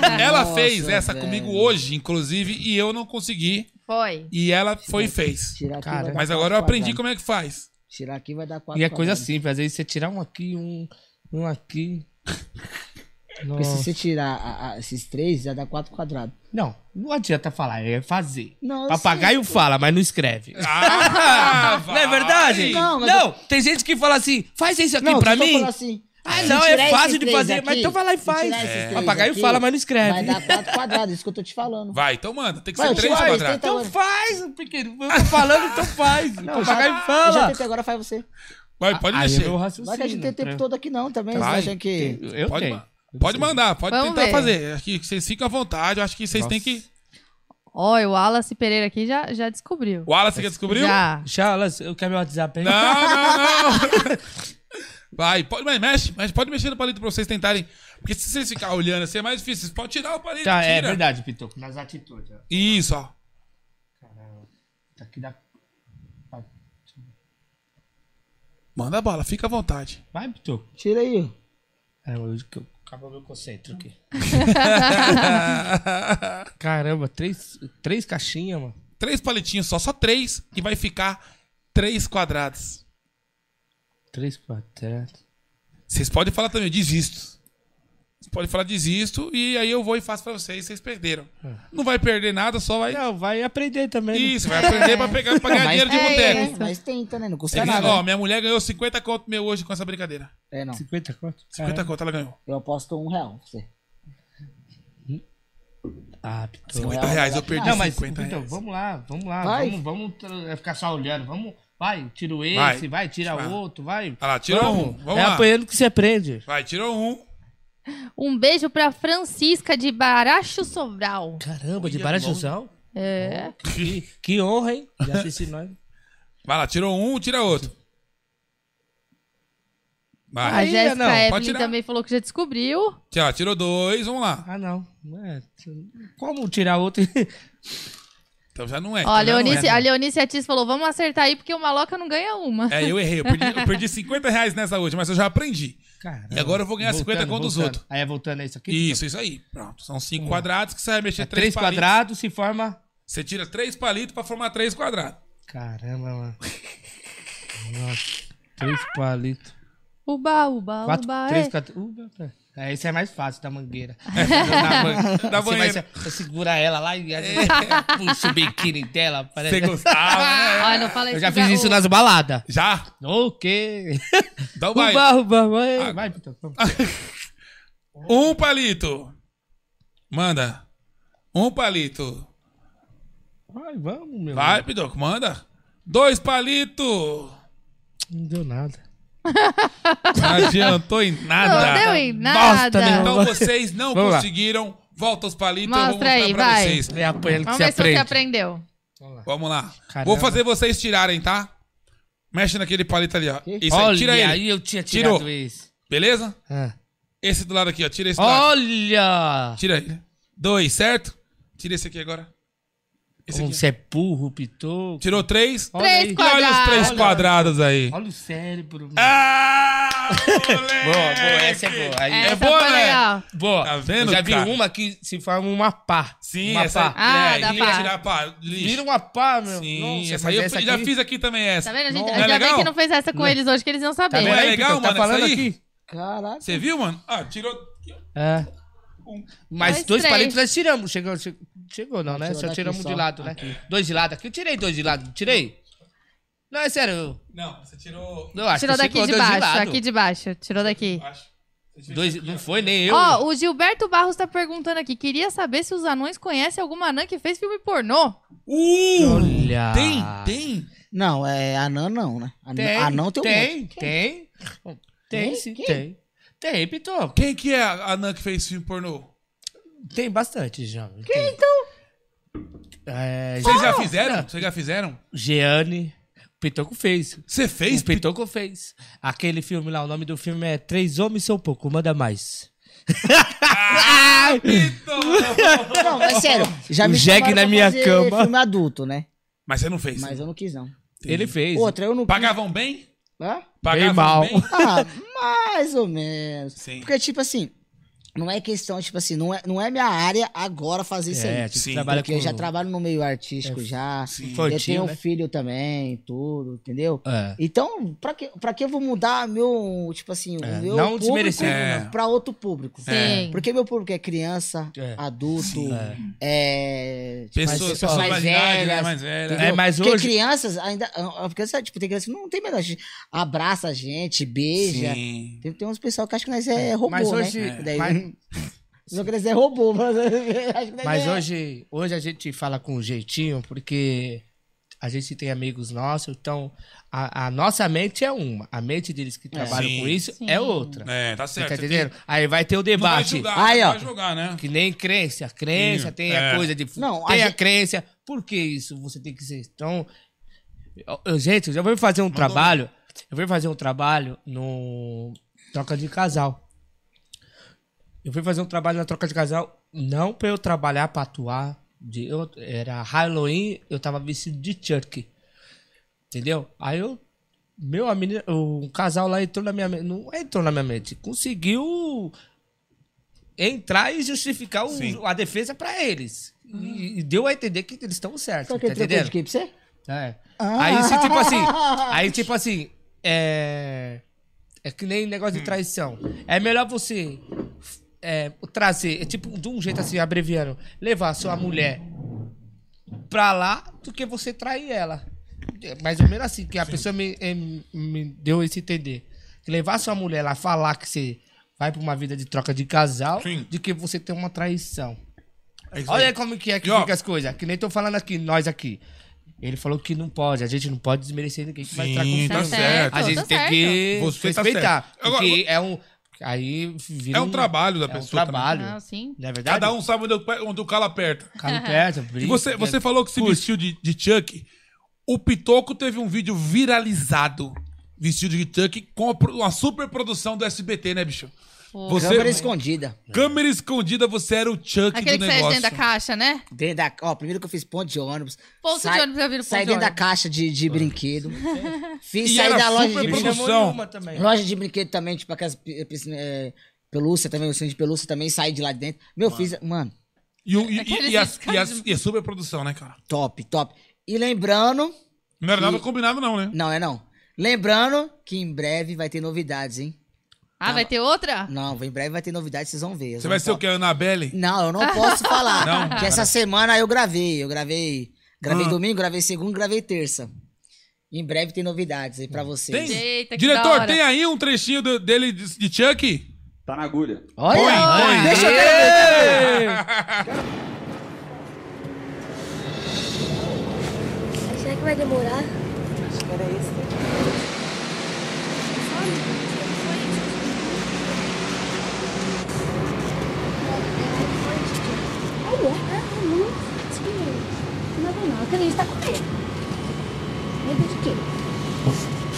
Speaker 1: não. Ela
Speaker 4: Nossa,
Speaker 1: fez essa
Speaker 4: velho.
Speaker 1: comigo hoje, inclusive, e eu não consegui.
Speaker 2: Foi.
Speaker 1: E ela foi e fez.
Speaker 4: Tirar aqui
Speaker 3: Cara,
Speaker 4: vai dar
Speaker 1: Mas
Speaker 4: quatro
Speaker 1: agora eu aprendi
Speaker 4: quadrados.
Speaker 1: como é que faz.
Speaker 4: Tirar aqui vai dar quatro
Speaker 3: E é coisa
Speaker 4: quadrados.
Speaker 3: simples, às vezes você tirar um aqui, um, um aqui.
Speaker 4: Porque se
Speaker 3: Nossa.
Speaker 4: você tirar a- a- esses três, já dá quatro quadrados.
Speaker 3: Não, não adianta falar, é fazer.
Speaker 4: Não, eu
Speaker 3: Papagaio fala, mas não escreve.
Speaker 1: Ah,
Speaker 3: Não é verdade?
Speaker 4: Não, mas
Speaker 3: tem gente que fala assim, faz isso aqui
Speaker 4: Não,
Speaker 3: pra
Speaker 4: se eu
Speaker 3: mim.
Speaker 4: falar assim,
Speaker 3: Ah,
Speaker 4: se
Speaker 3: não,
Speaker 4: tirar
Speaker 3: é
Speaker 4: esses
Speaker 3: fácil de
Speaker 4: três
Speaker 3: fazer, mas
Speaker 4: aqui,
Speaker 3: então vai lá e
Speaker 4: se
Speaker 3: faz.
Speaker 4: tirar esses
Speaker 3: É.
Speaker 4: três
Speaker 3: Papagaio
Speaker 4: aqui,
Speaker 3: fala, mas não escreve.
Speaker 4: Vai dar quatro quadrados, isso que eu tô te falando.
Speaker 1: Vai, então manda. Tem que
Speaker 4: Vai,
Speaker 1: ser três
Speaker 4: vai,
Speaker 1: quadrados.
Speaker 4: tenta-
Speaker 3: Então faz, pequeno. Eu tô falando, então faz. O
Speaker 4: eu
Speaker 3: papagaio
Speaker 4: já, Eu já tá
Speaker 3: fala.
Speaker 4: tentei, agora faz você.
Speaker 1: Vai, pode
Speaker 3: Aí
Speaker 1: mexer.
Speaker 3: é meu
Speaker 4: Vai que a gente
Speaker 3: raciocínio.
Speaker 4: tem tempo todo aqui não também,
Speaker 1: Vai.
Speaker 4: vocês acham que...
Speaker 3: Eu
Speaker 1: Pode,
Speaker 3: tenho.
Speaker 1: ma- pode mandar, pode
Speaker 2: Vamos
Speaker 1: tentar
Speaker 2: ver.
Speaker 1: fazer. Acho que vocês ficam à vontade. Eu acho que vocês têm que.
Speaker 2: Ó, o Wallace Pereira aqui já, já descobriu.
Speaker 1: O Alan, você descobriu?
Speaker 2: Já.
Speaker 3: Charles, eu quero meu WhatsApp aí.
Speaker 1: Não, não, não. Vai, pode, mas mexe, mas pode mexer no palito pra vocês tentarem. Porque se vocês ficarem olhando assim é mais difícil. Vocês podem tirar o palito.
Speaker 3: Tá, é
Speaker 1: tira.
Speaker 3: verdade, Pitoco. Nas atitudes. ó.
Speaker 1: Isso, ó.
Speaker 3: Caramba. Tá aqui da.
Speaker 1: Manda a bola, fica à vontade.
Speaker 3: Vai, Pitoco.
Speaker 4: Tira aí, ó.
Speaker 3: É, eu, eu, acabou meu concentro aqui. Caramba, três, três caixinhas, mano.
Speaker 1: Três palitinhos só, só três. E vai ficar três quadrados.
Speaker 3: Três quadrados.
Speaker 1: Vocês podem falar também, eu desisto. Vocês podem falar, desisto. E aí eu vou e faço pra vocês. Vocês perderam. Não vai perder nada, só vai.
Speaker 3: Não, vai aprender também. né?
Speaker 1: Isso, vai aprender pra, pegar, pra ganhar
Speaker 4: Mas
Speaker 1: dinheiro de
Speaker 2: é,
Speaker 1: boteco.
Speaker 2: isso.
Speaker 4: Mas tenta, né? Não custa
Speaker 3: É
Speaker 1: Ele-
Speaker 4: nada.
Speaker 1: ó, minha mulher ganhou 50 conto meu hoje com essa brincadeira.
Speaker 4: É, não.
Speaker 3: 50 quanto?
Speaker 1: 50 conto ela ganhou.
Speaker 4: Eu aposto um real pra você.
Speaker 3: Ah, Pitoco.
Speaker 1: 50 reais, eu perdi
Speaker 3: Não, mas
Speaker 1: 50
Speaker 3: então,
Speaker 1: reais.
Speaker 3: vamos lá, vamos lá.
Speaker 4: Vai.
Speaker 3: Vamos, vamos tra- ficar só olhando. Vamos, vai, tiro esse,
Speaker 1: Vai.
Speaker 3: vai, tira
Speaker 1: Vai.
Speaker 3: outro, vai.
Speaker 1: Ah lá, tirou um, vamos
Speaker 3: é
Speaker 1: lá.
Speaker 3: apanhando que você aprende.
Speaker 1: Vai, tirou um.
Speaker 2: Um beijo pra Francisca de Baracho Sobral.
Speaker 3: Caramba, de Barajusão.
Speaker 2: É.
Speaker 3: Que, que honra, hein? Já assisti nós.
Speaker 1: Vai lá, tirou um, tira outro.
Speaker 2: A
Speaker 1: Vai,
Speaker 3: Ai. Ainda
Speaker 2: Jéssica
Speaker 3: não, pode
Speaker 2: Evelyn
Speaker 1: tirar.
Speaker 2: também falou que já descobriu.
Speaker 1: Tira lá, tirou dois, vamos lá.
Speaker 3: Ah, não. É, como tirar outro?
Speaker 1: Então já não é.
Speaker 2: Ó, a
Speaker 1: então já não
Speaker 2: Leonice,
Speaker 1: é.
Speaker 2: a Leonice Atis falou: vamos acertar aí, porque o maloca não ganha uma.
Speaker 1: É, eu errei, eu perdi, eu perdi 50 reais nessa última, mas eu já aprendi.
Speaker 3: Caramba.
Speaker 1: E agora eu vou ganhar 50 conto dos outros.
Speaker 3: Aí é voltando a isso aqui?
Speaker 1: Isso, isso aí. Pronto, são cinco quadrados que você vai mexer
Speaker 3: É
Speaker 1: três,
Speaker 3: três
Speaker 1: palitos.
Speaker 3: quadrados se forma...
Speaker 1: Você tira três palitos pra formar três quadrados.
Speaker 3: Caramba, mano. Nossa, três palitos.
Speaker 2: Uba, uba,
Speaker 3: Quatro,
Speaker 2: uba.
Speaker 3: três,
Speaker 2: é.
Speaker 3: quatro... Uba, pera. é, esse é mais fácil, da mangueira. da man-
Speaker 1: É, Da
Speaker 3: você, vai,
Speaker 1: banheira.
Speaker 3: você segura ela lá e puxa o biquíni dela. Parece...
Speaker 1: Você gostava, né?
Speaker 2: Ai, não fala
Speaker 3: Eu
Speaker 2: isso,
Speaker 3: já fiz isso
Speaker 2: é o-
Speaker 3: nas baladas.
Speaker 1: Já?
Speaker 3: O quê?
Speaker 1: Então vai. Ah,
Speaker 3: Uba, uba, vai. Vai, Pitão.
Speaker 1: Um palito. Manda. Um palito.
Speaker 3: Vai, vamos, meu.
Speaker 1: Vai, Pidoco, manda. Dois palitos.
Speaker 3: Não deu nada.
Speaker 1: Não adiantou em nada.
Speaker 2: Não deu em nada.
Speaker 3: nenhuma.
Speaker 1: Então vocês não
Speaker 3: Vamos lá.
Speaker 1: conseguiram. Volta os palitos, eu vou
Speaker 2: Mostra
Speaker 1: mostrar
Speaker 2: aí,
Speaker 1: pra
Speaker 2: vai.
Speaker 1: vocês.
Speaker 3: É apanhando que
Speaker 2: Vamos
Speaker 3: você
Speaker 2: ver se você
Speaker 3: aprende.
Speaker 2: aprendeu.
Speaker 1: Vamos lá.
Speaker 3: Caramba.
Speaker 1: Vou fazer vocês tirarem, tá? Mexe naquele palito ali, ó. Isso aí,
Speaker 3: Olha,
Speaker 1: tira ele.
Speaker 3: aí eu tinha tirado
Speaker 1: Tirou.
Speaker 3: esse.
Speaker 1: Beleza?
Speaker 3: Ah.
Speaker 1: Esse do lado aqui, ó. Tira esse do lado.
Speaker 3: Olha!
Speaker 1: Tira ele. Dois, certo? Tira esse aqui agora. Esse
Speaker 3: Como
Speaker 1: aqui.
Speaker 3: você é burro, Pitô.
Speaker 1: Tirou três.
Speaker 3: Olha
Speaker 2: Três
Speaker 3: aí.
Speaker 1: E olha os três
Speaker 2: quadrados.
Speaker 3: Olha.
Speaker 1: quadrados aí.
Speaker 3: Olha o cérebro. mano.
Speaker 1: Ah,
Speaker 3: Boa, boa, essa é boa. Aí,
Speaker 2: Essa
Speaker 1: É boa,
Speaker 2: foi
Speaker 1: né?
Speaker 2: legal.
Speaker 3: Boa.
Speaker 1: Tá vendo,
Speaker 3: Eu já vi
Speaker 1: cara?
Speaker 3: uma que se forma uma pá.
Speaker 1: Sim,
Speaker 3: uma
Speaker 1: essa
Speaker 3: pá.
Speaker 2: Ah,
Speaker 1: é,
Speaker 2: dá
Speaker 1: e
Speaker 2: pra-
Speaker 1: tirar pá, lixo.
Speaker 3: Vira uma pá, meu.
Speaker 1: Sim,
Speaker 3: Nossa,
Speaker 1: essa
Speaker 3: mas
Speaker 1: aí eu
Speaker 3: essa
Speaker 1: já
Speaker 3: aqui-
Speaker 1: fiz aqui também essa.
Speaker 2: Tá vendo? A gente,
Speaker 1: Não é
Speaker 2: ainda bem
Speaker 1: legal?
Speaker 2: que não fez essa com eles hoje, que eles não
Speaker 3: Tá
Speaker 2: sabiam.
Speaker 3: vendo
Speaker 1: Não é
Speaker 3: aí,
Speaker 1: legal,
Speaker 3: Pitão? Tá
Speaker 1: mano, essa
Speaker 3: falando
Speaker 1: aí?
Speaker 3: aqui?
Speaker 4: Caraca.
Speaker 1: Você viu, mano? Ah, tirou. aqui, ó.
Speaker 3: É. Mas
Speaker 2: Dois,
Speaker 3: dois
Speaker 2: três.
Speaker 3: palitos nós tiramos. Chegou, che- chegou não, né?
Speaker 4: tirou
Speaker 3: Só
Speaker 4: daqui
Speaker 3: tiramos
Speaker 4: só.
Speaker 3: de lado, né? Dois de lado aqui. Eu tirei dois de lado. Tirei? Não, é sério. eu-
Speaker 1: Não, você tirou.
Speaker 3: Eu acho
Speaker 2: Tirou
Speaker 3: que
Speaker 2: daqui
Speaker 3: chegou
Speaker 2: de
Speaker 3: dois
Speaker 2: baixo,
Speaker 3: lado.
Speaker 2: aqui de baixo. Tirou daqui.
Speaker 1: Acho. Você fez
Speaker 3: Dois,
Speaker 1: aqui,
Speaker 3: não
Speaker 1: ó.
Speaker 3: foi nem eu.
Speaker 2: Ó, o Gilberto Barros tá perguntando aqui. Queria saber se os anões conhecem alguma anã que fez filme pornô.
Speaker 1: Uh!
Speaker 3: Olha.
Speaker 1: Tem, tem.
Speaker 4: Não, é anã não, né? Anã,
Speaker 3: Ah, Tem.
Speaker 4: anão tem um monte.
Speaker 3: tem, tem. Tem,
Speaker 4: Quem?
Speaker 3: sim,
Speaker 4: Quem?
Speaker 3: tem. Tem, Pitou.
Speaker 1: Quem que é a Nan que fez filme pornô?
Speaker 3: Tem bastante, já. Que
Speaker 4: então?
Speaker 3: É,
Speaker 1: Vocês já fizeram? Vocês já fizeram?
Speaker 3: Jeane. Pitoco fez.
Speaker 1: Você fez?
Speaker 3: O Pitoco fez. Aquele filme lá, o nome do filme é Três Homens São Pouco, manda mais.
Speaker 1: Então,
Speaker 4: Não, mas sério. Já me
Speaker 3: O Jack
Speaker 4: chamaram
Speaker 3: na
Speaker 4: pra
Speaker 3: minha
Speaker 4: fazer
Speaker 3: cama.
Speaker 4: filme adulto, né?
Speaker 1: Mas você não fez.
Speaker 4: Mas eu não quis, não.
Speaker 3: Ele fez.
Speaker 4: Outra, eu não quis.
Speaker 1: Pagavam bem?
Speaker 4: Hã?
Speaker 1: Pagavam
Speaker 3: mal.
Speaker 4: Ah, mais ou menos.
Speaker 1: Sim.
Speaker 4: Porque, tipo assim, não é questão, tipo assim, não é, não é minha área agora fazer isso
Speaker 3: É,
Speaker 4: aí.
Speaker 3: tipo,
Speaker 1: Sim,
Speaker 3: trabalha
Speaker 4: Porque
Speaker 3: com...
Speaker 4: eu já trabalho no meio artístico já.
Speaker 1: sim.
Speaker 4: eu
Speaker 3: Infantil,
Speaker 4: tenho
Speaker 3: né?
Speaker 4: um filho também, tudo, entendeu?
Speaker 3: É.
Speaker 4: Então, pra que, pra que eu vou mudar meu, tipo assim,
Speaker 3: É,
Speaker 4: o meu
Speaker 3: não
Speaker 4: público
Speaker 3: desmerecendo.
Speaker 1: É.
Speaker 4: pra outro público?
Speaker 2: Sim.
Speaker 4: Porque meu público é criança,
Speaker 3: É.
Speaker 4: adulto,
Speaker 3: É.
Speaker 4: é...
Speaker 1: Pessoas,
Speaker 4: mais-
Speaker 1: pessoas
Speaker 4: mais
Speaker 1: mais, idade, né?
Speaker 4: velhas,
Speaker 1: mais velhas.
Speaker 4: Entendeu?
Speaker 3: É, mas
Speaker 4: Porque
Speaker 3: hoje-
Speaker 4: crianças ainda. a- a Criança, tipo, tem criança que não tem medo. a gente Abraça a gente, beija.
Speaker 1: Sim.
Speaker 4: Tem, tem uns pessoal que acha que nós é robô,
Speaker 3: Mas hoje-
Speaker 4: né?
Speaker 3: é.
Speaker 4: Daí,
Speaker 3: Mas-
Speaker 4: Só que nós é robô, mas acho que nós
Speaker 3: Mas
Speaker 4: é-
Speaker 3: hoje, hoje a gente fala com um jeitinho, porque a gente tem amigos nossos, então a, a nossa mente é uma. A mente deles
Speaker 4: É.
Speaker 3: que trabalham
Speaker 1: Sim.
Speaker 3: com isso
Speaker 2: Sim.
Speaker 3: é outra.
Speaker 1: É, tá
Speaker 3: Você
Speaker 1: certo.
Speaker 3: tá
Speaker 1: Você
Speaker 3: entendendo? Aí vai ter o
Speaker 1: tem- Não vai
Speaker 3: debate.
Speaker 1: julgar,
Speaker 4: Aí,
Speaker 1: não
Speaker 4: ó.
Speaker 1: vai julgar, né?
Speaker 3: Que nem crença. Crença
Speaker 1: Sim,
Speaker 3: tem
Speaker 1: é.
Speaker 3: a coisa de.
Speaker 4: Não,
Speaker 3: tem
Speaker 4: a
Speaker 3: a,
Speaker 4: gen-
Speaker 3: crença. Por que isso você tem que ser? Então. eu- eu- gente, eu já vou fazer um trabalho. Eu vou fazer um trabalho no. Troca de casal. Eu fui fazer um trabalho na troca de casal. Não pra eu trabalhar pra atuar. De, eu, era Halloween, eu tava vestido de Chuck. Entendeu? Aí eu. Meu, a menina, um casal lá entrou na minha mente. Não entrou na minha mente. Conseguiu entrar e justificar o-
Speaker 1: Sim.
Speaker 3: a defesa pra eles. E, e deu a entender que eles estão certos.
Speaker 4: Só
Speaker 3: Tá
Speaker 4: que trocou
Speaker 3: entendendo?
Speaker 4: de quê pra você?
Speaker 3: É.
Speaker 4: Ah.
Speaker 3: Aí se tipo assim. Aí tipo assim. É. É que nem negócio de traição. É melhor você é, trazer, é, tipo, de um jeito assim, abreviando, levar sua mulher pra lá do que você trair ela. É Mais ou menos assim, que a pessoa me, em- me deu esse entender. Que levar sua mulher lá falar que você vai pra uma vida de troca de casal,
Speaker 1: Sim.
Speaker 3: de que você tem uma traição.
Speaker 1: É isso aí.
Speaker 3: Olha aí como que é que
Speaker 1: E, ó,
Speaker 3: fica as coisas. Que nem tô falando aqui, nós aqui. Ele falou que não pode, a gente não pode desmerecer ninguém que vai entrar com
Speaker 1: Sim,
Speaker 2: Tá
Speaker 1: tá
Speaker 2: certo.
Speaker 1: certo.
Speaker 3: a gente
Speaker 2: tá
Speaker 3: tem
Speaker 2: certo.
Speaker 3: que
Speaker 1: Você tá
Speaker 3: respeitar.
Speaker 1: certo. Agora,
Speaker 3: porque é um. Aí vira
Speaker 1: É um trabalho da
Speaker 3: é um
Speaker 1: pessoa também.
Speaker 3: trabalho.
Speaker 2: Não, Ah, sim.
Speaker 3: Não é verdade?
Speaker 1: Cada um sabe onde, o pé- onde o calo aperta.
Speaker 3: Calo perto,
Speaker 1: E
Speaker 3: brinca.
Speaker 1: você,
Speaker 3: é
Speaker 1: você falou que se vestiu de, de Chuck. O Pitoco teve um vídeo viralizado vestido de Chuck com a pro- uma super produção do SBT, né, bicho? Você,
Speaker 4: Câmera escondida.
Speaker 1: câmera escondida, você era o Chuck
Speaker 2: Aquele
Speaker 1: do
Speaker 2: que sai de
Speaker 1: negócio.
Speaker 2: dentro da caixa, né?
Speaker 4: Dentro da, ó, primeiro que eu fiz ponto de ônibus.
Speaker 2: Ponto de ônibus, eu viro
Speaker 4: Saí
Speaker 2: ponto de
Speaker 4: dentro da
Speaker 2: ônibus.
Speaker 4: caixa de, de brinquedo. Fiz
Speaker 1: E
Speaker 4: sair
Speaker 1: era
Speaker 4: da loja
Speaker 1: super
Speaker 4: de
Speaker 1: produção.
Speaker 4: brinquedo.
Speaker 3: Uma também.
Speaker 4: Loja de brinquedo também, tipo aquelas pe- pe- é, pelúcia também, o centro de pelúcia também, saí de lá de dentro. Meu, fiz. Mano,
Speaker 1: E, o- e,
Speaker 2: Aquele
Speaker 1: e, e a,
Speaker 2: riscado.
Speaker 1: e, a- e a super produção, né, cara?
Speaker 4: top, top. E lembrando.
Speaker 1: Não era nada combinado, não, né?
Speaker 4: Não, é não. Lembrando que em breve vai ter novidades, hein?
Speaker 3: Tá.
Speaker 2: Ah, vai ter outra?
Speaker 4: Não, em breve vai ter novidades, vocês vão ver. Eu
Speaker 1: Você
Speaker 4: não
Speaker 1: vai ser o
Speaker 4: posso-
Speaker 1: quê? Anabelle?
Speaker 4: Não, eu não posso falar.
Speaker 1: Não?
Speaker 4: Que essa semana eu gravei, eu gravei. Gravei
Speaker 1: Ah.
Speaker 4: domingo, gravei segundo, gravei terça. Em breve tem novidades aí pra vocês.
Speaker 1: Tem?
Speaker 2: Eita, que da
Speaker 1: Diretor,
Speaker 2: hora.
Speaker 1: tem aí um trechinho do- dele de, de Chuck?
Speaker 5: Tá na agulha.
Speaker 4: Olha,
Speaker 1: Põe, põe.
Speaker 4: deixa eu ver.
Speaker 8: Será que vai demorar? Acho que era isso. Olha, ah, não. Sim. Não vou não, aquele está tá com medo. Medo de quê?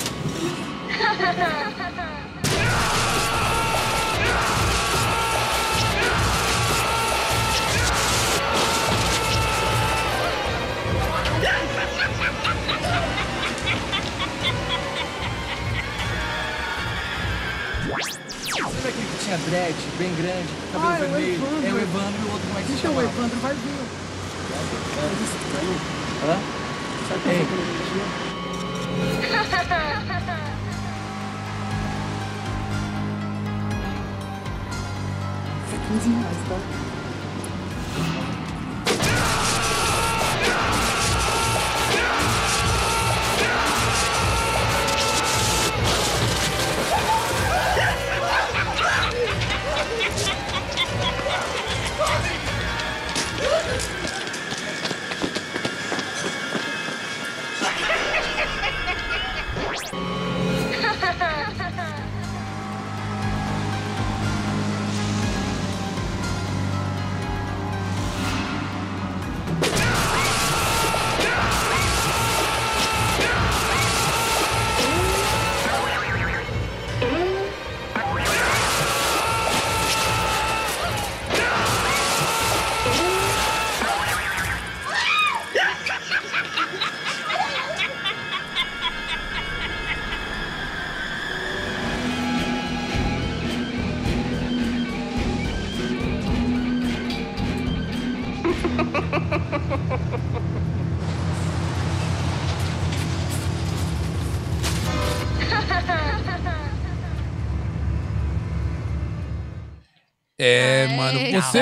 Speaker 1: É, mano, você,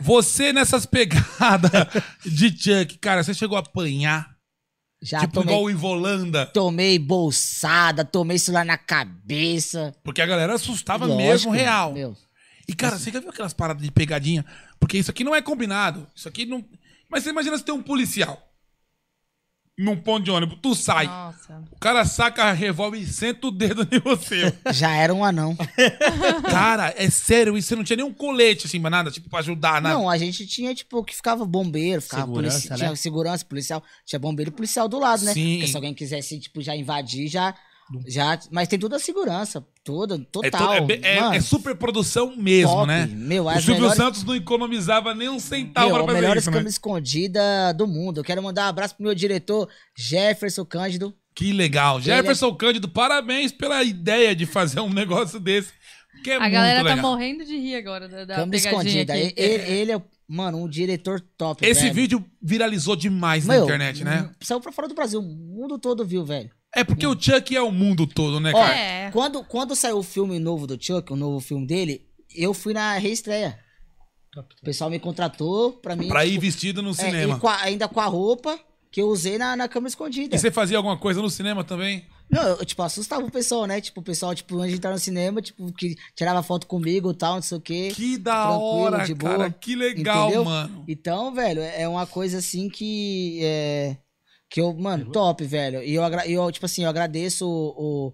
Speaker 1: você nessas pegadas de Chuck, cara, você chegou a apanhar?
Speaker 4: Já
Speaker 1: tipo
Speaker 4: tomei,
Speaker 1: igual o Ivolanda?
Speaker 4: tomei bolsada, tomei isso lá na cabeça.
Speaker 1: Porque a galera assustava
Speaker 4: Lógico,
Speaker 1: mesmo real.
Speaker 4: meu.
Speaker 1: E, cara, você já viu aquelas paradas de pegadinha? Porque isso aqui não é combinado. Isso aqui não. Mas você imagina se tem um policial num ponto de ônibus, tu sai.
Speaker 4: Ah.
Speaker 2: Nossa.
Speaker 1: O cara saca a revólver e senta o dedo em você.
Speaker 4: Já era um anão.
Speaker 1: cara, é sério isso? Você não tinha nenhum colete assim, mas nada, tipo, pra ajudar, nada.
Speaker 4: Não, a gente tinha, tipo, que ficava bombeiro, ficava
Speaker 3: Segurança,
Speaker 4: polici-
Speaker 3: né?
Speaker 4: tinha segurança, policial, tinha bombeiro e policial do lado, né?
Speaker 1: Sim.
Speaker 4: Porque se alguém quisesse, tipo, já invadir, já. já mas tem toda a segurança, toda,
Speaker 1: É,
Speaker 4: total.
Speaker 1: todo, é, é-
Speaker 4: mano,
Speaker 1: é super produção mesmo,
Speaker 4: top.
Speaker 1: né?
Speaker 4: Meu,
Speaker 1: O
Speaker 4: as
Speaker 1: Silvio
Speaker 4: melhores,
Speaker 1: Santos não economizava nem um centavo
Speaker 4: meu,
Speaker 1: pra
Speaker 4: a
Speaker 1: fazer
Speaker 4: melhor
Speaker 1: isso,
Speaker 4: escama
Speaker 1: né?
Speaker 4: escondida do mundo. Eu quero mandar um abraço pro meu diretor, Jefferson Cândido.
Speaker 1: Que legal.
Speaker 4: é-
Speaker 1: Jefferson Cândido, parabéns pela ideia de fazer um negócio desse. Que é
Speaker 2: a galera
Speaker 1: muito
Speaker 2: tá
Speaker 1: legal.
Speaker 2: morrendo de rir agora da, da
Speaker 4: Cama
Speaker 2: pegadinha
Speaker 4: escondida. E-
Speaker 2: aqui.
Speaker 4: Ele, ele é, mano, um diretor top.
Speaker 1: Esse
Speaker 4: velho.
Speaker 1: vídeo viralizou demais na
Speaker 4: Meu,
Speaker 1: internet, né?
Speaker 4: Saiu pra fora do Brasil, o mundo todo viu, velho.
Speaker 1: É porque o Chuck é o mundo todo, né, cara?
Speaker 2: É.
Speaker 4: Quando, quando saiu o filme novo do Chuck, o novo filme dele, eu fui na reestreia. O pessoal me contratou pra mim.
Speaker 1: Pra ir
Speaker 4: tipo,
Speaker 1: vestido no
Speaker 4: é,
Speaker 1: cinema.
Speaker 4: e é? com a- ainda com a roupa que eu usei na, na câmera escondida.
Speaker 1: E você fazia alguma coisa no cinema também?
Speaker 4: Não, eu, tipo, assustava o pessoal, né? Tipo, o pessoal, tipo, antes de entrar no cinema, tipo, que tirava foto comigo e tal, não sei o quê.
Speaker 1: Que da
Speaker 4: Tranquilo,
Speaker 1: hora,
Speaker 4: de
Speaker 1: cara.
Speaker 4: boa.
Speaker 1: Que legal,
Speaker 4: Entendeu?
Speaker 1: mano.
Speaker 4: Então, velho, é uma coisa assim que. É, que eu, mano, top, velho. E eu, agra- eu, tipo assim, eu agradeço o,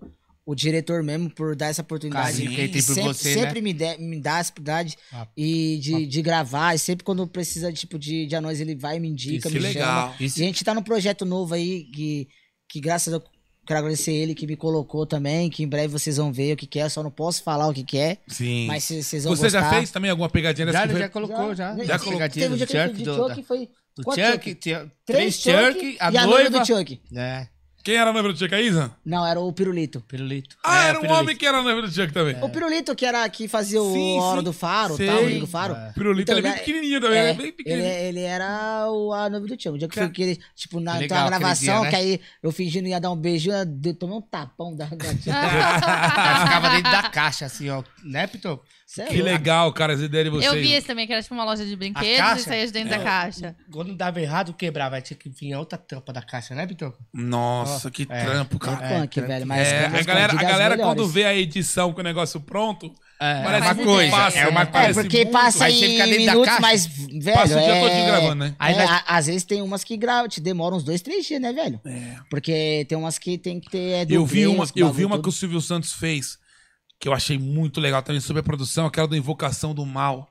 Speaker 4: o, o diretor mesmo por dar essa oportunidade.
Speaker 3: Carinho que ele tem
Speaker 4: E
Speaker 3: por
Speaker 4: sempre,
Speaker 3: você, né?
Speaker 4: sempre me, de- me dá essa oportunidade
Speaker 3: Ah,
Speaker 4: e de, de gravar. E sempre quando precisa, tipo, de, de anões, ele vai e me indica,
Speaker 1: Que
Speaker 4: me chama.
Speaker 1: legal.
Speaker 3: Isso,
Speaker 4: E a gente tá num projeto novo aí que, que graças a Deus, quero agradecer ele que me colocou também, que em breve vocês vão ver o que, que é. Eu só não posso falar o que, que é,
Speaker 1: Sim.
Speaker 4: mas vocês vocês vão
Speaker 1: Você
Speaker 4: gostar.
Speaker 1: já fez também alguma pegadinha dessa?
Speaker 3: já,
Speaker 1: que foi-
Speaker 3: já colocou, já.
Speaker 4: Já,
Speaker 1: Já
Speaker 4: colocou.
Speaker 1: colocou.
Speaker 4: Teve um dia que eu
Speaker 3: Pegadinha
Speaker 4: fui de
Speaker 3: do
Speaker 4: Chuck, foi...
Speaker 3: Do
Speaker 4: Quanto
Speaker 3: Chuck, tinha
Speaker 4: Três
Speaker 3: três Chuck, a
Speaker 4: e a noiva
Speaker 3: noiva.
Speaker 4: do Chuck.
Speaker 3: É,
Speaker 1: Quem era a noiva do Chuck, a Isa?
Speaker 4: Não, era o Pirulito.
Speaker 3: pirulito.
Speaker 1: Ah,
Speaker 3: É,
Speaker 1: era um
Speaker 3: pirulito.
Speaker 1: homem que era a noiva do Chuck também.
Speaker 4: É. O Pirulito que era que fazia o
Speaker 1: É. Sim,
Speaker 4: Hora
Speaker 1: sim.
Speaker 4: do Faro,
Speaker 1: Sei.
Speaker 4: tal, o Amigo Faro.
Speaker 1: O Pirulito
Speaker 4: Então,
Speaker 1: era bem
Speaker 4: ele é-
Speaker 1: pequenininho
Speaker 4: É,
Speaker 1: também, era bem
Speaker 4: ele,
Speaker 1: pequenininho.
Speaker 4: ele era o, a noiva do Chuck. O dia que, foi que ele, tipo, na
Speaker 3: Legal
Speaker 4: então, a
Speaker 3: aquele
Speaker 4: gravação,
Speaker 3: dia, né?
Speaker 4: que aí eu fingindo ia dar um beijo, eu dei- tomei um tapão da, da
Speaker 3: Ela ficava dentro da caixa, assim, ó. Né, Pitoco?
Speaker 4: Cê é
Speaker 1: Que
Speaker 4: louco.
Speaker 1: legal, cara, as ideias de vocês.
Speaker 2: Eu vi esse também, que era tipo uma loja de
Speaker 3: A
Speaker 2: brinquedos e
Speaker 3: caixa?
Speaker 2: saía de dentro
Speaker 3: É.
Speaker 2: da caixa.
Speaker 3: Quando dava errado, quebrava. Aí tinha que vir a outra tampa da caixa, né, Pitoco?
Speaker 1: Nossa, que
Speaker 3: É.
Speaker 1: trampo, cara.
Speaker 4: É punk, velho. Mas
Speaker 1: É,
Speaker 4: Câmara
Speaker 1: a galera, a
Speaker 4: Escondida é as
Speaker 1: galera quando
Speaker 4: melhores.
Speaker 1: vê a edição com o negócio pronto,
Speaker 3: É,
Speaker 1: parece
Speaker 2: uma
Speaker 1: muito
Speaker 2: coisa,
Speaker 1: fácil,
Speaker 3: é uma
Speaker 1: né?
Speaker 3: coisa.
Speaker 4: É,
Speaker 1: Parece
Speaker 4: porque
Speaker 1: muito-
Speaker 4: passa
Speaker 3: Aí você
Speaker 4: em
Speaker 3: fica dentro da
Speaker 4: minutos,
Speaker 3: caixa.
Speaker 4: mas, velho,
Speaker 1: Passa o dia
Speaker 4: é...
Speaker 1: todinho gravando, né?
Speaker 3: Aí
Speaker 4: é,
Speaker 3: vai-
Speaker 4: a- às vezes tem umas que grava, te demora uns dois, três dias, né, velho? Porque tem umas que tem que ter... é,
Speaker 1: É. Eu vi
Speaker 4: dublê,
Speaker 1: uma,
Speaker 4: uns
Speaker 1: eu vi
Speaker 4: bagulho
Speaker 1: uma
Speaker 4: tudo.
Speaker 1: que o Silvio Santos fez, que eu achei muito legal também, sobre a produção, aquela do Invocação do Mal,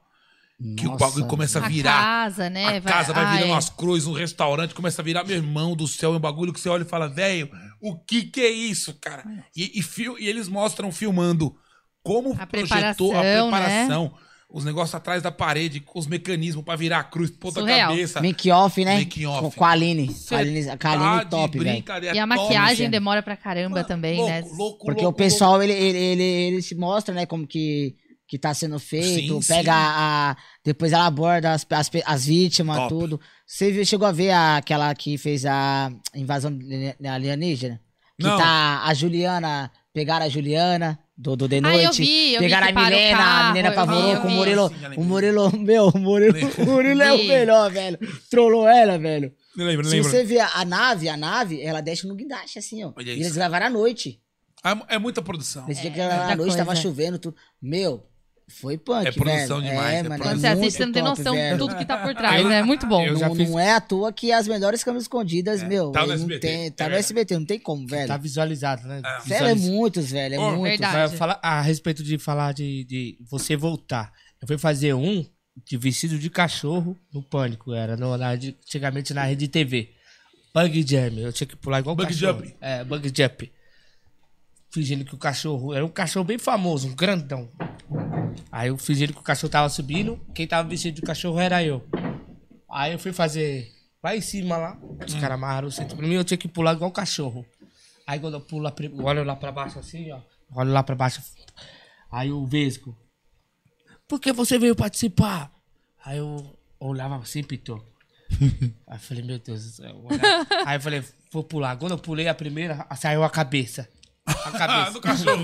Speaker 1: que o
Speaker 4: Nossa.
Speaker 1: bagulho começa a
Speaker 2: A
Speaker 1: virar.
Speaker 2: casa, né?
Speaker 1: a casa vai,
Speaker 2: Ah,
Speaker 1: virando
Speaker 2: é.
Speaker 1: umas cruzes, um restaurante começa a virar, meu irmão do céu, é um bagulho que você olha e fala, velho, o que que é isso, cara? E, e fil- e eles mostram filmando como
Speaker 2: A
Speaker 1: projetou a
Speaker 2: preparação, né?
Speaker 1: preparação, os negócios atrás da parede, com os mecanismos pra virar a cruz, ponta
Speaker 2: Surreal.
Speaker 1: cabeça.
Speaker 4: Make off, né?
Speaker 1: Make off.
Speaker 4: Com, com a Aline.
Speaker 1: Cê
Speaker 4: Com a Aline, com a
Speaker 1: tá
Speaker 4: Aline
Speaker 1: de
Speaker 4: é top, velho.
Speaker 1: brincadeira,
Speaker 2: E a
Speaker 1: top,
Speaker 2: maquiagem
Speaker 1: Luciano.
Speaker 2: demora pra caramba também,
Speaker 1: louco,
Speaker 2: né?
Speaker 1: Louco,
Speaker 4: Porque
Speaker 1: louco,
Speaker 4: o pessoal, ele, ele, ele, ele se mostra, né, como que, que tá sendo feito,
Speaker 1: Sim,
Speaker 4: pega
Speaker 1: sim.
Speaker 4: a, a- Depois ela aborda as, as, pe- as vítimas,
Speaker 1: Top.
Speaker 4: tudo. Você viu- chegou a ver a- aquela que fez a invasão ali- alienígena? Que
Speaker 1: Não.
Speaker 4: tá a Juliana, pegaram a Juliana do, do The
Speaker 2: Ah,
Speaker 4: Noite.
Speaker 2: eu vi, eu vi
Speaker 4: pegaram
Speaker 2: que
Speaker 4: a
Speaker 2: para o
Speaker 4: Milena,
Speaker 2: carro,
Speaker 4: a Milena
Speaker 2: eu vi,
Speaker 4: apavorou
Speaker 2: eu
Speaker 4: com o
Speaker 2: vi.
Speaker 4: Murilo.
Speaker 1: Sim, já lembrei.
Speaker 4: O Murilo, meu, o Murilo, o Murilo é o
Speaker 2: Vi.
Speaker 4: melhor, velho. Trollou ela, velho.
Speaker 1: Lembra,
Speaker 4: Se
Speaker 1: lembra.
Speaker 4: você ver a nave, a nave, ela desce no guindaste, assim, ó.
Speaker 1: Olha
Speaker 4: E
Speaker 1: isso.
Speaker 4: eles gravaram à noite.
Speaker 1: Ah, É muita produção.
Speaker 4: Nesse dia que
Speaker 2: muita
Speaker 4: era à noite,
Speaker 2: é coisa.
Speaker 4: tava chovendo, tudo. Meu, foi punk,
Speaker 1: É produção
Speaker 4: velho.
Speaker 1: demais, é
Speaker 2: Quando
Speaker 1: produção.
Speaker 2: você
Speaker 4: é
Speaker 2: assiste, você não tem
Speaker 4: muito
Speaker 2: noção
Speaker 4: top,
Speaker 2: de
Speaker 4: velho.
Speaker 2: tudo que tá por trás,
Speaker 1: Eu-
Speaker 2: né? Muito bom.
Speaker 1: Eu já
Speaker 4: Não,
Speaker 1: fiz-
Speaker 4: não é à toa que as melhores câmeras escondidas, meu,
Speaker 1: tá no
Speaker 4: ele não
Speaker 1: SBT,
Speaker 4: tem- tá
Speaker 1: é
Speaker 4: no
Speaker 1: verdade.
Speaker 4: SBT, não tem como, velho.
Speaker 3: Tá visualizado, né?
Speaker 4: Sério, é
Speaker 3: Visualiz-
Speaker 4: muitos, velho, é
Speaker 1: Ô,
Speaker 4: muitos.
Speaker 2: verdade.
Speaker 3: Vai falar a respeito de falar de, de você voltar. Eu fui fazer um de vestido de cachorro no Pânico, era no, na, de- antigamente na rede TV. Bug Jam, eu tinha que pular igual
Speaker 1: Bug
Speaker 3: cachorro.
Speaker 1: jump.
Speaker 3: É, Bug Jump. Fingindo que o cachorro... Era um cachorro bem famoso, um grandão. Aí eu fingindo que o cachorro tava subindo, quem tava vestido de cachorro era eu. Aí eu fui fazer lá em cima lá, os caras amarraram o centro pra mim, eu tinha que pular igual um cachorro. Aí quando eu pulo, lá pri- eu olho lá pra baixo assim, ó, olho lá pra baixo. Aí o Vesgo, por que você veio participar? Aí eu olhava assim, Pitou. Aí eu falei, meu Deus do céu. olha. Aí eu falei, vou pular. Quando eu pulei a primeira, saiu a cabeça. A
Speaker 4: é
Speaker 3: cabeça.
Speaker 1: Ah, do cachorro.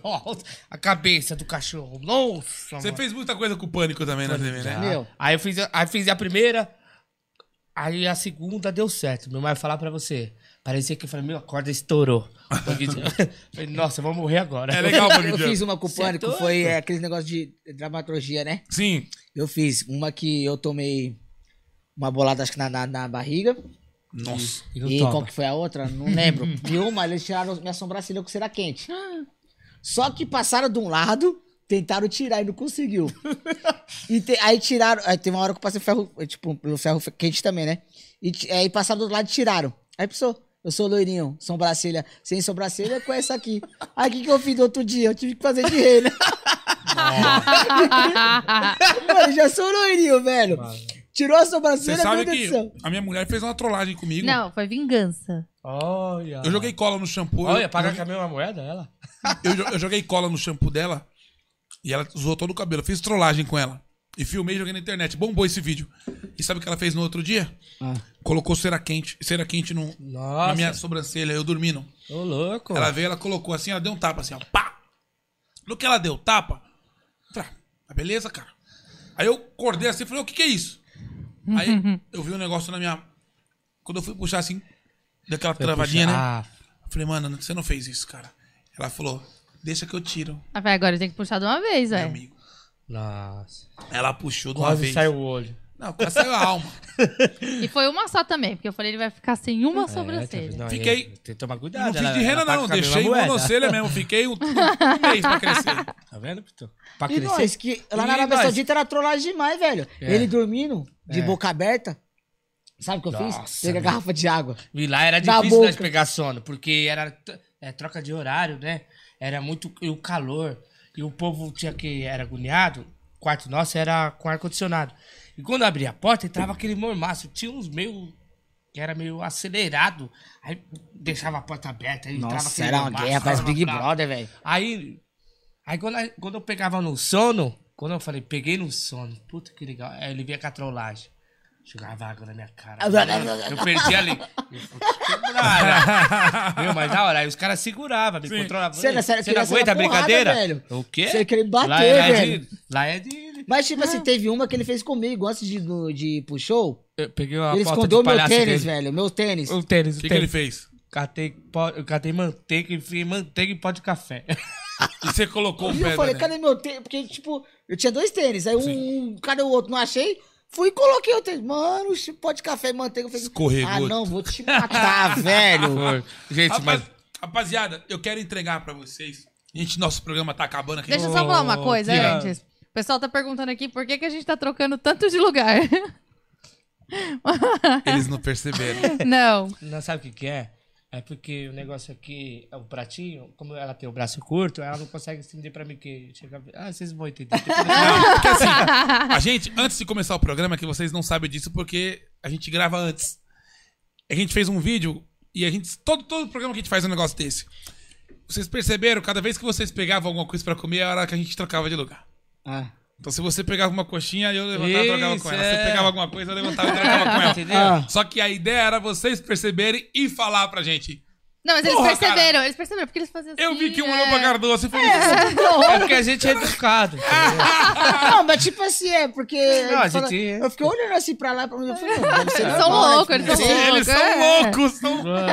Speaker 3: Nossa, a cabeça do cachorro. Nossa,
Speaker 1: Você
Speaker 3: mano.
Speaker 1: fez muita coisa com o pânico também na TV, né?
Speaker 4: Meu.
Speaker 3: Tá? Aí eu fiz, a- aí eu fiz a primeira, aí a segunda deu certo. Meu mãe vai falar pra você. Parecia que eu falei, meu, a corda estourou. Bungee jump. falei, Nossa, eu vou morrer agora.
Speaker 1: É legal o Big
Speaker 4: Eu fiz
Speaker 1: Jump.
Speaker 4: uma com o
Speaker 3: Cê é
Speaker 4: pânico,
Speaker 3: doido?
Speaker 4: foi é, aquele negócio de dramaturgia, né?
Speaker 1: Sim.
Speaker 4: Eu fiz uma que eu tomei uma bolada, acho que na, na, na barriga.
Speaker 1: Nossa.
Speaker 3: E não
Speaker 4: e
Speaker 3: toma.
Speaker 4: qual que foi a outra? Não lembro. e uma, eles tiraram minha sobrancelha com cera quente. Só que passaram de um lado, tentaram tirar e não conseguiu. e te- aí tiraram. Aí teve uma hora que eu passei ferro, eh, tipo, pelo ferro quente também, né? E ti- aí passaram do outro lado e tiraram. Aí pessoal, eu sou loirinho, sobrancelha. Sem sobrancelha, é com essa aqui. Aí o que, que eu fiz do outro dia? Eu tive que fazer de rei, né? Mano, eu já sou loirinho, velho. Tirou a
Speaker 1: Você
Speaker 4: sobrancelha,
Speaker 1: sabe
Speaker 4: meu Deus do céu.
Speaker 1: que a minha mulher fez uma trollagem comigo.
Speaker 2: Não, foi vingança.
Speaker 3: Olha.
Speaker 1: Eu joguei cola no shampoo.
Speaker 3: Olha,
Speaker 1: eu-
Speaker 3: pagar com a mesma moeda, ela?
Speaker 1: eu, jo- eu joguei cola no shampoo dela e ela zoou todo o cabelo. Eu fiz trollagem com ela. E filmei e joguei na internet. Bombou esse vídeo. E sabe o que ela fez no outro dia? Colocou cera quente, cera quente no, na
Speaker 3: Nossa.
Speaker 1: minha sobrancelha, eu dormindo.
Speaker 3: Ô, louco.
Speaker 1: Ela veio, ela colocou assim, ela deu um tapa assim, ó. Pá! No que ela deu tapa, eu falei, ah, tá beleza, cara. Aí eu acordei assim e falei, o que que é isso? Aí eu vi um negócio na minha. Quando eu fui puxar assim, daquela travadinha, né?
Speaker 3: Ah,
Speaker 1: Eu falei, mano, você não fez isso, cara. Ela falou, deixa que eu tiro,
Speaker 2: Ah, vai, agora tem que puxar de uma vez,
Speaker 1: meu
Speaker 2: velho.
Speaker 1: amigo.
Speaker 3: nossa.
Speaker 1: Ela puxou de uma
Speaker 3: Quase
Speaker 1: vez.
Speaker 3: saiu o olho.
Speaker 1: Não, quase saiu a alma.
Speaker 2: E foi uma só também, porque eu falei, ele vai ficar sem uma
Speaker 3: É, tá-
Speaker 2: sobrancelha.
Speaker 3: não,
Speaker 1: Fiquei-
Speaker 3: Tem que tomar cuidado.
Speaker 1: Não fiz
Speaker 3: ela-
Speaker 1: de rena,
Speaker 3: ela
Speaker 4: tá
Speaker 3: paga
Speaker 1: não.
Speaker 3: com a mesma
Speaker 1: Deixei
Speaker 3: moeda.
Speaker 1: monocelha mesmo. Fiquei um, um mês pra crescer.
Speaker 3: Tá vendo, Pitu? Pra
Speaker 4: E nós,
Speaker 3: crescer.
Speaker 4: que lá
Speaker 3: E
Speaker 4: na Arábia
Speaker 3: nós?
Speaker 4: Saudita era trollagem demais, velho.
Speaker 3: É.
Speaker 4: Ele dormindo, de
Speaker 3: É.
Speaker 4: boca aberta. Sabe o que eu fiz?
Speaker 3: Nossa,
Speaker 4: Peguei a
Speaker 3: meu.
Speaker 4: garrafa de água.
Speaker 3: E lá era
Speaker 4: Da
Speaker 3: difícil nós
Speaker 4: boca.
Speaker 3: pegar sono, porque era t- é, troca de horário, né? Era muito. E o calor. E o povo tinha que. Era agoniado. O quarto nosso era com ar-condicionado. E quando abria a porta, entrava aquele mormaço. Tinha uns meio. que era meio acelerado. Aí deixava a porta aberta. Aí entrava
Speaker 4: Nossa,
Speaker 3: aquele
Speaker 4: era uma
Speaker 3: mormaço,
Speaker 4: guerra, parece
Speaker 3: tava
Speaker 4: Big
Speaker 3: bravo.
Speaker 4: Brother, velho.
Speaker 3: Aí, aí quando, a- quando eu pegava no sono, quando eu falei, peguei no sono, puta que legal. Aí ele vinha com a trollagem. Jogava água na minha cara. eu perdi ali. Eu fui quebrada. Meu, mas na hora, aí os caras seguravam, me controlavam.
Speaker 4: Sério, sério,
Speaker 3: Você
Speaker 4: queria
Speaker 3: não
Speaker 4: ser na
Speaker 3: aguenta a
Speaker 4: porrada,
Speaker 3: brincadeira?
Speaker 4: velho.
Speaker 3: O quê?
Speaker 4: Você queria me bater,
Speaker 3: lá é
Speaker 4: velho.
Speaker 3: De, lá é de...
Speaker 4: Mas, tipo assim, teve uma que ele fez comigo antes de, do- de ir pro show.
Speaker 3: Eu peguei uma
Speaker 4: ele
Speaker 3: foto
Speaker 4: escondeu
Speaker 3: de
Speaker 4: meu
Speaker 3: palhaço
Speaker 4: tênis,
Speaker 3: dele.
Speaker 4: velho. Meu tênis.
Speaker 3: O tênis,
Speaker 1: O
Speaker 3: o
Speaker 1: que, que ele
Speaker 3: tênis.
Speaker 1: fez?
Speaker 3: Catei, pó- eu catei manteiga, enfiei manteiga e pó de café.
Speaker 1: E você colocou o
Speaker 4: E
Speaker 1: pé.
Speaker 4: eu falei,
Speaker 1: né?
Speaker 4: cadê meu tênis? Porque, tipo, eu tinha dois tênis. Aí um, um- cadê o outro? Não achei. Fui e coloquei o tênis. Mano, pó de café e manteiga. Eu falei,
Speaker 1: Escorregou.
Speaker 4: Ah, não, vou te matar, velho.
Speaker 3: Foi. Gente,
Speaker 1: Rapaz-
Speaker 3: mas...
Speaker 1: Rapaziada, eu quero entregar pra vocês. Gente, nosso programa tá acabando aqui.
Speaker 2: Deixa eu só falar uma coisa
Speaker 3: que-
Speaker 2: antes. O pessoal tá perguntando aqui por que, que a gente tá trocando tanto de lugar.
Speaker 1: Eles não perceberam.
Speaker 2: Não.
Speaker 3: Não sabe o que, que é? É porque o negócio aqui, é o pratinho, como ela tem o braço curto, ela não consegue estender pra mim que chega. Ah, vocês vão entender.
Speaker 1: Porque assim, a gente, antes de começar o programa, que vocês não sabem disso porque a gente grava antes. A gente fez um vídeo e a gente. Todo, todo programa que a gente faz é um negócio desse. Vocês perceberam, cada vez que vocês pegavam alguma coisa pra comer, era a hora que a gente trocava de lugar.
Speaker 4: Ah.
Speaker 1: Então se você pegava uma coxinha, eu levantava e trocava com
Speaker 3: Isso,
Speaker 1: ela.
Speaker 3: é.
Speaker 1: Você pegava alguma coisa, eu levantava e trocava com ela.
Speaker 3: Entendeu?
Speaker 4: Ah.
Speaker 1: Só que a ideia era vocês perceberem e falar pra gente.
Speaker 2: Não, mas eles
Speaker 1: Porra,
Speaker 2: perceberam, eles perceberam, porque eles faziam assim.
Speaker 1: Eu vi que um
Speaker 2: é.
Speaker 1: olhou pra cara do outro e falou. "Isso
Speaker 3: É porque a gente é educado. entendeu?
Speaker 4: Não, mas tipo assim, é porque.
Speaker 3: Não, a
Speaker 4: ele fala-
Speaker 3: gente-
Speaker 4: Eu fiquei olhando assim pra lá, pra mim. Eu falei, não, deve ser
Speaker 2: Eles
Speaker 4: normal,
Speaker 2: são
Speaker 4: né?
Speaker 2: loucos, eles são loucos.
Speaker 1: Eles são
Speaker 2: é.
Speaker 1: loucos, são doidos.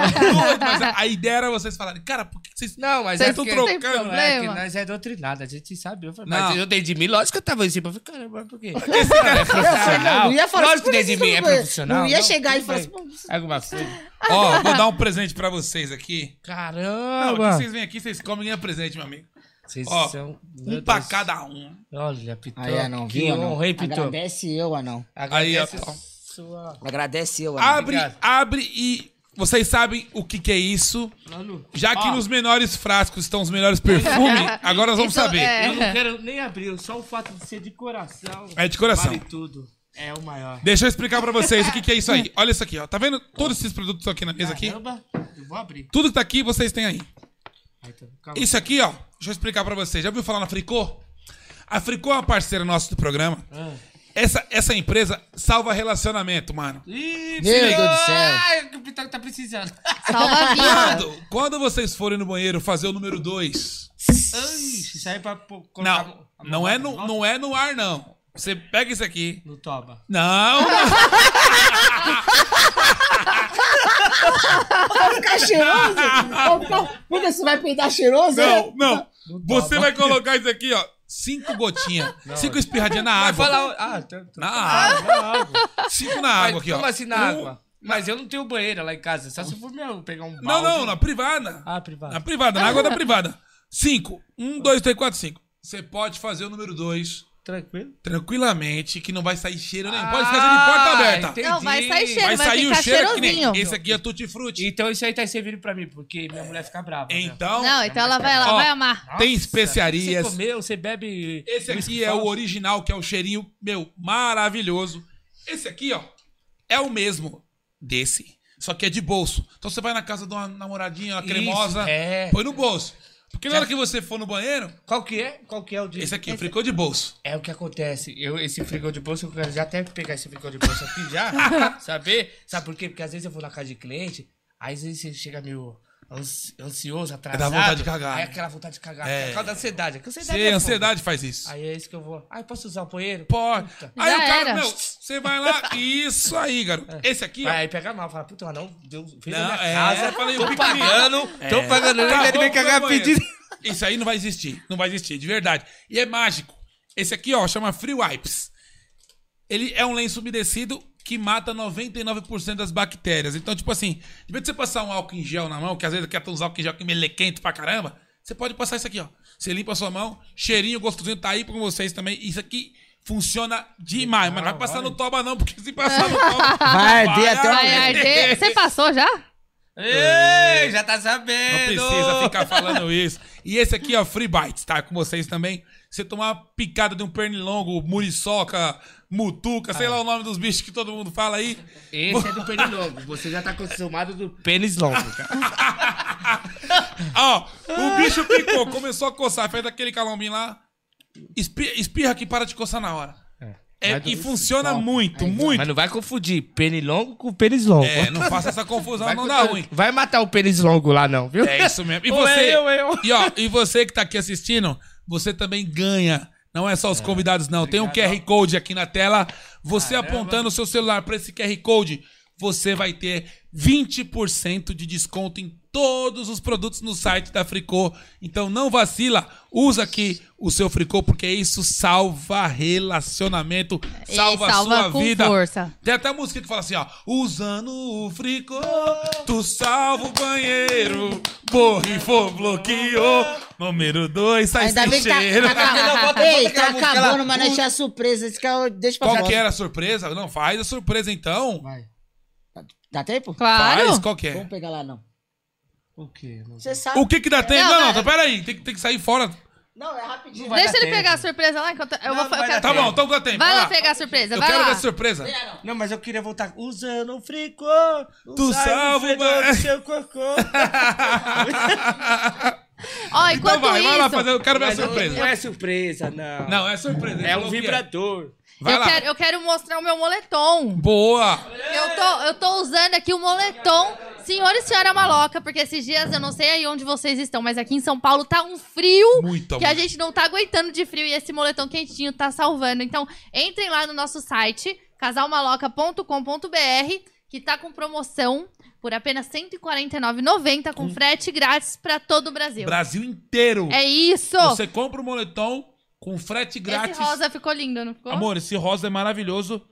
Speaker 1: Mas a- a ideia era vocês falarem, cara, por que vocês.
Speaker 3: Não, mas
Speaker 1: Vocês
Speaker 3: é
Speaker 1: tão
Speaker 3: porque-
Speaker 1: trocando,
Speaker 3: não, É que
Speaker 2: problema.
Speaker 3: nós é doutrinado, a gente sabe. Eu falei,
Speaker 1: Não.
Speaker 3: mas eu dei de mim, lógico que eu tava em cima. Eu falei, caramba, por quê? é
Speaker 4: Eu falei, não,
Speaker 3: profissional.
Speaker 4: não ia falar assim,
Speaker 3: lógico que
Speaker 4: "Por
Speaker 3: dei
Speaker 4: isso
Speaker 3: de mim, é
Speaker 4: não-
Speaker 3: profissional.
Speaker 4: Não ia chegar e falar assim,
Speaker 3: tudo
Speaker 4: pô,
Speaker 3: bem. Alguma coisa.
Speaker 1: Ó, vou dar um presente pra vocês aqui. Não, aqui
Speaker 3: Caramba!
Speaker 1: vocês vêm aqui, vocês comem e ganham presente, meu amigo.
Speaker 3: Vocês
Speaker 1: Ó,
Speaker 3: são.
Speaker 1: Um
Speaker 3: é meu
Speaker 1: pra
Speaker 3: Deus.
Speaker 1: cada um.
Speaker 3: Olha, Pitou.
Speaker 4: Aí, anão,
Speaker 3: que
Speaker 4: viu, anão?
Speaker 3: honra, hein, Pitou?
Speaker 4: Agradece eu, anão.
Speaker 1: Aí, ó.
Speaker 3: Agradece sua-
Speaker 4: Agradece eu, anão.
Speaker 1: Abre,
Speaker 3: Obrigado.
Speaker 1: abre e. Vocês sabem o que, que é isso.
Speaker 3: Mano,
Speaker 1: Já que
Speaker 3: ó,
Speaker 1: nos menores frascos estão os melhores perfumes, agora nós vamos
Speaker 2: Isso
Speaker 1: saber.
Speaker 2: é.
Speaker 3: Eu não quero nem abrir, só o fato de ser de coração.
Speaker 1: É de coração.
Speaker 3: Vale tudo. É o maior.
Speaker 1: Deixa eu explicar pra vocês o que, que é isso aí. Olha isso aqui, ó. Tá vendo todos esses produtos aqui na mesa aqui?
Speaker 3: Caramba, eu vou abrir.
Speaker 1: Tudo que tá aqui, vocês têm aí.
Speaker 3: Aí, tá, calma.
Speaker 1: Isso aqui,
Speaker 3: Ah.
Speaker 1: ó. Deixa eu explicar pra vocês. Já ouviu falar na Fricô? A Fricô é uma parceira nossa do programa. Essa, essa empresa salva relacionamento, mano.
Speaker 3: Ih,
Speaker 4: Meu
Speaker 3: filho,
Speaker 4: Deus do céu.
Speaker 3: Ai, o Pitoco tá precisando.
Speaker 2: Salva a vida.
Speaker 3: Ah.
Speaker 1: Quando, quando vocês forem no banheiro fazer o número 2.
Speaker 3: Ixi, isso aí é pra pô- colocar...
Speaker 1: Não, não é,
Speaker 3: né?
Speaker 1: no, não é no ar, não. Você pega isso aqui.
Speaker 3: No toba.
Speaker 1: Não,
Speaker 3: Ah,
Speaker 4: Ficar cheiroso? Opa, Porque você vai peidar cheiroso?
Speaker 1: não, não. Você vai colocar isso aqui, ó. Cinco gotinhas. Cinco espirradinhas na
Speaker 3: Vai
Speaker 1: água.
Speaker 3: falar... Ah, tá- tá-
Speaker 1: Na água.
Speaker 3: na água.
Speaker 1: Cinco na
Speaker 3: Mas
Speaker 1: água aqui, ó.
Speaker 3: Como assim na
Speaker 1: Um-
Speaker 3: água? Mas eu não tenho banheira lá em casa. Só se eu for meu, pegar um balde.
Speaker 1: Não, não, na privada.
Speaker 3: Ah, privado.
Speaker 1: Na privada, na água da privada. Cinco. Um, dois, três, quatro, cinco. Você pode fazer o número dois
Speaker 3: Tranquilo.
Speaker 1: tranquilamente, que não vai sair cheiro nenhum.
Speaker 3: Ah,
Speaker 1: Pode fazer de porta aberta.
Speaker 3: entendi.
Speaker 2: Não, vai sair cheiro,
Speaker 1: Vai
Speaker 2: vai,
Speaker 1: sair o
Speaker 2: ficar
Speaker 1: cheiro que nem.
Speaker 2: cheirosinho.
Speaker 1: Esse aqui é Tutti Frutti.
Speaker 3: Então isso aí tá servindo pra mim, porque minha mulher fica brava. né?
Speaker 1: Então,
Speaker 2: Não, então ela vai, ela
Speaker 1: Ó,
Speaker 2: vai amar.
Speaker 1: tem
Speaker 3: Você
Speaker 1: especiarias.
Speaker 3: comeu, você bebe.
Speaker 1: Esse aqui
Speaker 3: whisky
Speaker 1: é o
Speaker 3: falso?
Speaker 1: original, que é o cheirinho, meu, maravilhoso. Esse aqui, ó, é o mesmo desse. Só que é de bolso. Então você vai na casa de uma namoradinha, uma
Speaker 3: Isso,
Speaker 1: cremosa,
Speaker 3: é.
Speaker 1: põe no bolso. Porque na hora que você for no banheiro,
Speaker 3: Qual que é? Qual que é o de.
Speaker 1: esse aqui ficou de bolso.
Speaker 3: É o que acontece. Eu, esse frigor de bolsa, eu quero já até pegar esse frigor de bolsa aqui já. saber? Sabe por quê? Porque às vezes eu vou na casa de cliente, aí às vezes você chega meio ansi- ansioso, atrasado.
Speaker 1: vontade de cagar,
Speaker 3: Aí
Speaker 1: né?
Speaker 3: aquela vontade de cagar.
Speaker 1: É.
Speaker 3: É. Por causa da ansiedade. É que ansiedade
Speaker 1: Você,
Speaker 3: é fogo.
Speaker 1: ansiedade faz isso.
Speaker 3: Aí é isso que eu vou. Ah, eu posso usar o banheiro?
Speaker 1: Pode. Aí
Speaker 2: Já
Speaker 1: o cara,
Speaker 2: era.
Speaker 1: meu, você vai lá. Isso aí, garoto. Esse aqui, ó.
Speaker 3: Aí pega mal, fala, puta, mas não, Deus, fez
Speaker 1: Não,
Speaker 3: na minha
Speaker 1: é,
Speaker 3: casa,
Speaker 1: eu falei, o
Speaker 3: tô
Speaker 1: piquenique.
Speaker 3: pagando, tô pagando, nem quero ver
Speaker 1: É. Acabou
Speaker 3: cagar
Speaker 1: com o meu
Speaker 3: pedido.
Speaker 1: banheiro. Isso aí não vai existir. Não vai existir, de verdade. E é mágico. Esse aqui, ó, chama Free Wipes. Ele é um lenço umedecido que mata 99% das bactérias. Então, tipo assim, de vez de você passar um álcool em gel na mão, que às vezes quer usar um álcool em gel que melequento pra caramba, você pode passar isso aqui, ó. Você limpa a sua mão, cheirinho gostosinho tá aí com vocês também. Isso aqui funciona demais, mas não vai passar no toba não, porque se passar no toba...
Speaker 4: Vai arder até
Speaker 3: Então,
Speaker 4: o-
Speaker 3: é,
Speaker 2: Vai arder. Você passou já?
Speaker 3: Ei, já tá
Speaker 1: Não
Speaker 3: sabendo.
Speaker 1: precisa ficar falando isso. E esse aqui, ó, Free Bites, tá com vocês também. Você tomar uma picada de um pernilongo, muriçoca, mutuca,
Speaker 3: Ah.
Speaker 1: sei lá o nome dos bichos que todo mundo fala aí.
Speaker 3: Esse é do pênis longo, você já tá acostumado do Ah, pênis longo, cara.
Speaker 1: Ó,
Speaker 3: Ah.
Speaker 1: o bicho picou, começou a coçar, fez aquele calombinho lá. Espi- Espirra que para de coçar na hora. É,
Speaker 3: Mas
Speaker 1: e
Speaker 3: não- é,
Speaker 1: funciona muito, muito.
Speaker 3: Mas não vai confundir pênis longo com pênis longo.
Speaker 1: É, não faça essa confusão,
Speaker 3: vai,
Speaker 1: não
Speaker 3: com-
Speaker 1: dá ruim.
Speaker 3: vai matar o pênis longo lá, não, viu?
Speaker 1: É isso mesmo. E
Speaker 3: Ou é
Speaker 1: você,
Speaker 3: eu, é eu.
Speaker 1: E, ó, e você que tá aqui assistindo, você também ganha. Não é só os convidados, não. Tem um QR Code aqui na tela. Você apontando o seu celular para esse QR Code, você vai ter 20% de desconto em todos os produtos no site da Fricô. Então não vacila, usa aqui o seu Fricô, porque isso salva relacionamento,
Speaker 2: E
Speaker 1: salva, a
Speaker 2: salva
Speaker 1: sua
Speaker 2: com
Speaker 1: vida.
Speaker 2: força.
Speaker 1: Tem até a música que fala assim, ó. Usando o fricô, tu salva o banheiro. Borrifou, bloqueou. Número dois, sai
Speaker 4: Ainda
Speaker 1: sem
Speaker 4: bem que tá,
Speaker 1: cheiro.
Speaker 3: Não,
Speaker 4: tá, tá,
Speaker 3: bota- bota
Speaker 4: Ei,
Speaker 3: aquela
Speaker 4: tá
Speaker 3: música lá.
Speaker 4: acabando, mas não tinha surpresa. Esse cara, deixa pra
Speaker 1: Qual
Speaker 4: fora.
Speaker 1: que era a surpresa? Não, faz a surpresa então.
Speaker 4: Dá tempo?
Speaker 2: Claro.
Speaker 1: Faz, qual que é?
Speaker 4: Vamos pegar lá, não.
Speaker 3: O quê?
Speaker 4: Você sabe.
Speaker 1: O que que dá tempo?
Speaker 2: Não,
Speaker 1: Não, não,
Speaker 2: mas-
Speaker 1: tá, peraí. Tem, que- tem que sair fora.
Speaker 4: Não, é rapidinho.
Speaker 3: Não vai
Speaker 2: Deixa
Speaker 3: dar
Speaker 2: ele
Speaker 3: tempo.
Speaker 2: pegar a surpresa lá. enquanto Eu vou
Speaker 3: Não, não vai
Speaker 2: eu quero-
Speaker 1: Tá bom, então dá tempo.
Speaker 2: Vai lá
Speaker 1: vai lá.
Speaker 2: pegar a surpresa.
Speaker 1: Eu
Speaker 2: Vai
Speaker 1: quero
Speaker 2: lá.
Speaker 1: ver a surpresa.
Speaker 3: Não, mas eu queria voltar usando o frico.
Speaker 1: Tu salva o ba-
Speaker 3: o seu cocô.
Speaker 2: Ó, enquanto
Speaker 1: Então vai, vai lá
Speaker 2: isso,
Speaker 1: fazer. Eu quero ver a
Speaker 3: Mas Não
Speaker 1: surpresa.
Speaker 3: é surpresa, não.
Speaker 1: Não, é surpresa.
Speaker 3: É um
Speaker 1: Bloqueia.
Speaker 3: vibrador.
Speaker 1: Vai
Speaker 2: eu
Speaker 1: lá.
Speaker 2: quero, eu quero mostrar o meu moletom.
Speaker 1: Boa.
Speaker 2: Eu tô, eu tô usando aqui o moletom, senhor e senhora maloca, porque esses dias eu não sei aí onde vocês estão, mas aqui em São Paulo tá um frio
Speaker 1: Muito
Speaker 2: que a
Speaker 1: amor.
Speaker 2: gente não tá aguentando de frio e esse moletom quentinho tá salvando. Então, entrem lá no nosso site, casalmaloca.com.br, que tá com promoção por apenas R$ 149,90 com frete grátis pra todo o Brasil.
Speaker 1: Brasil inteiro.
Speaker 2: É isso!
Speaker 1: Você compra o moletom com frete grátis.
Speaker 2: Esse rosa ficou lindo, não ficou?
Speaker 1: Amor, esse rosa é maravilhoso.
Speaker 2: Tem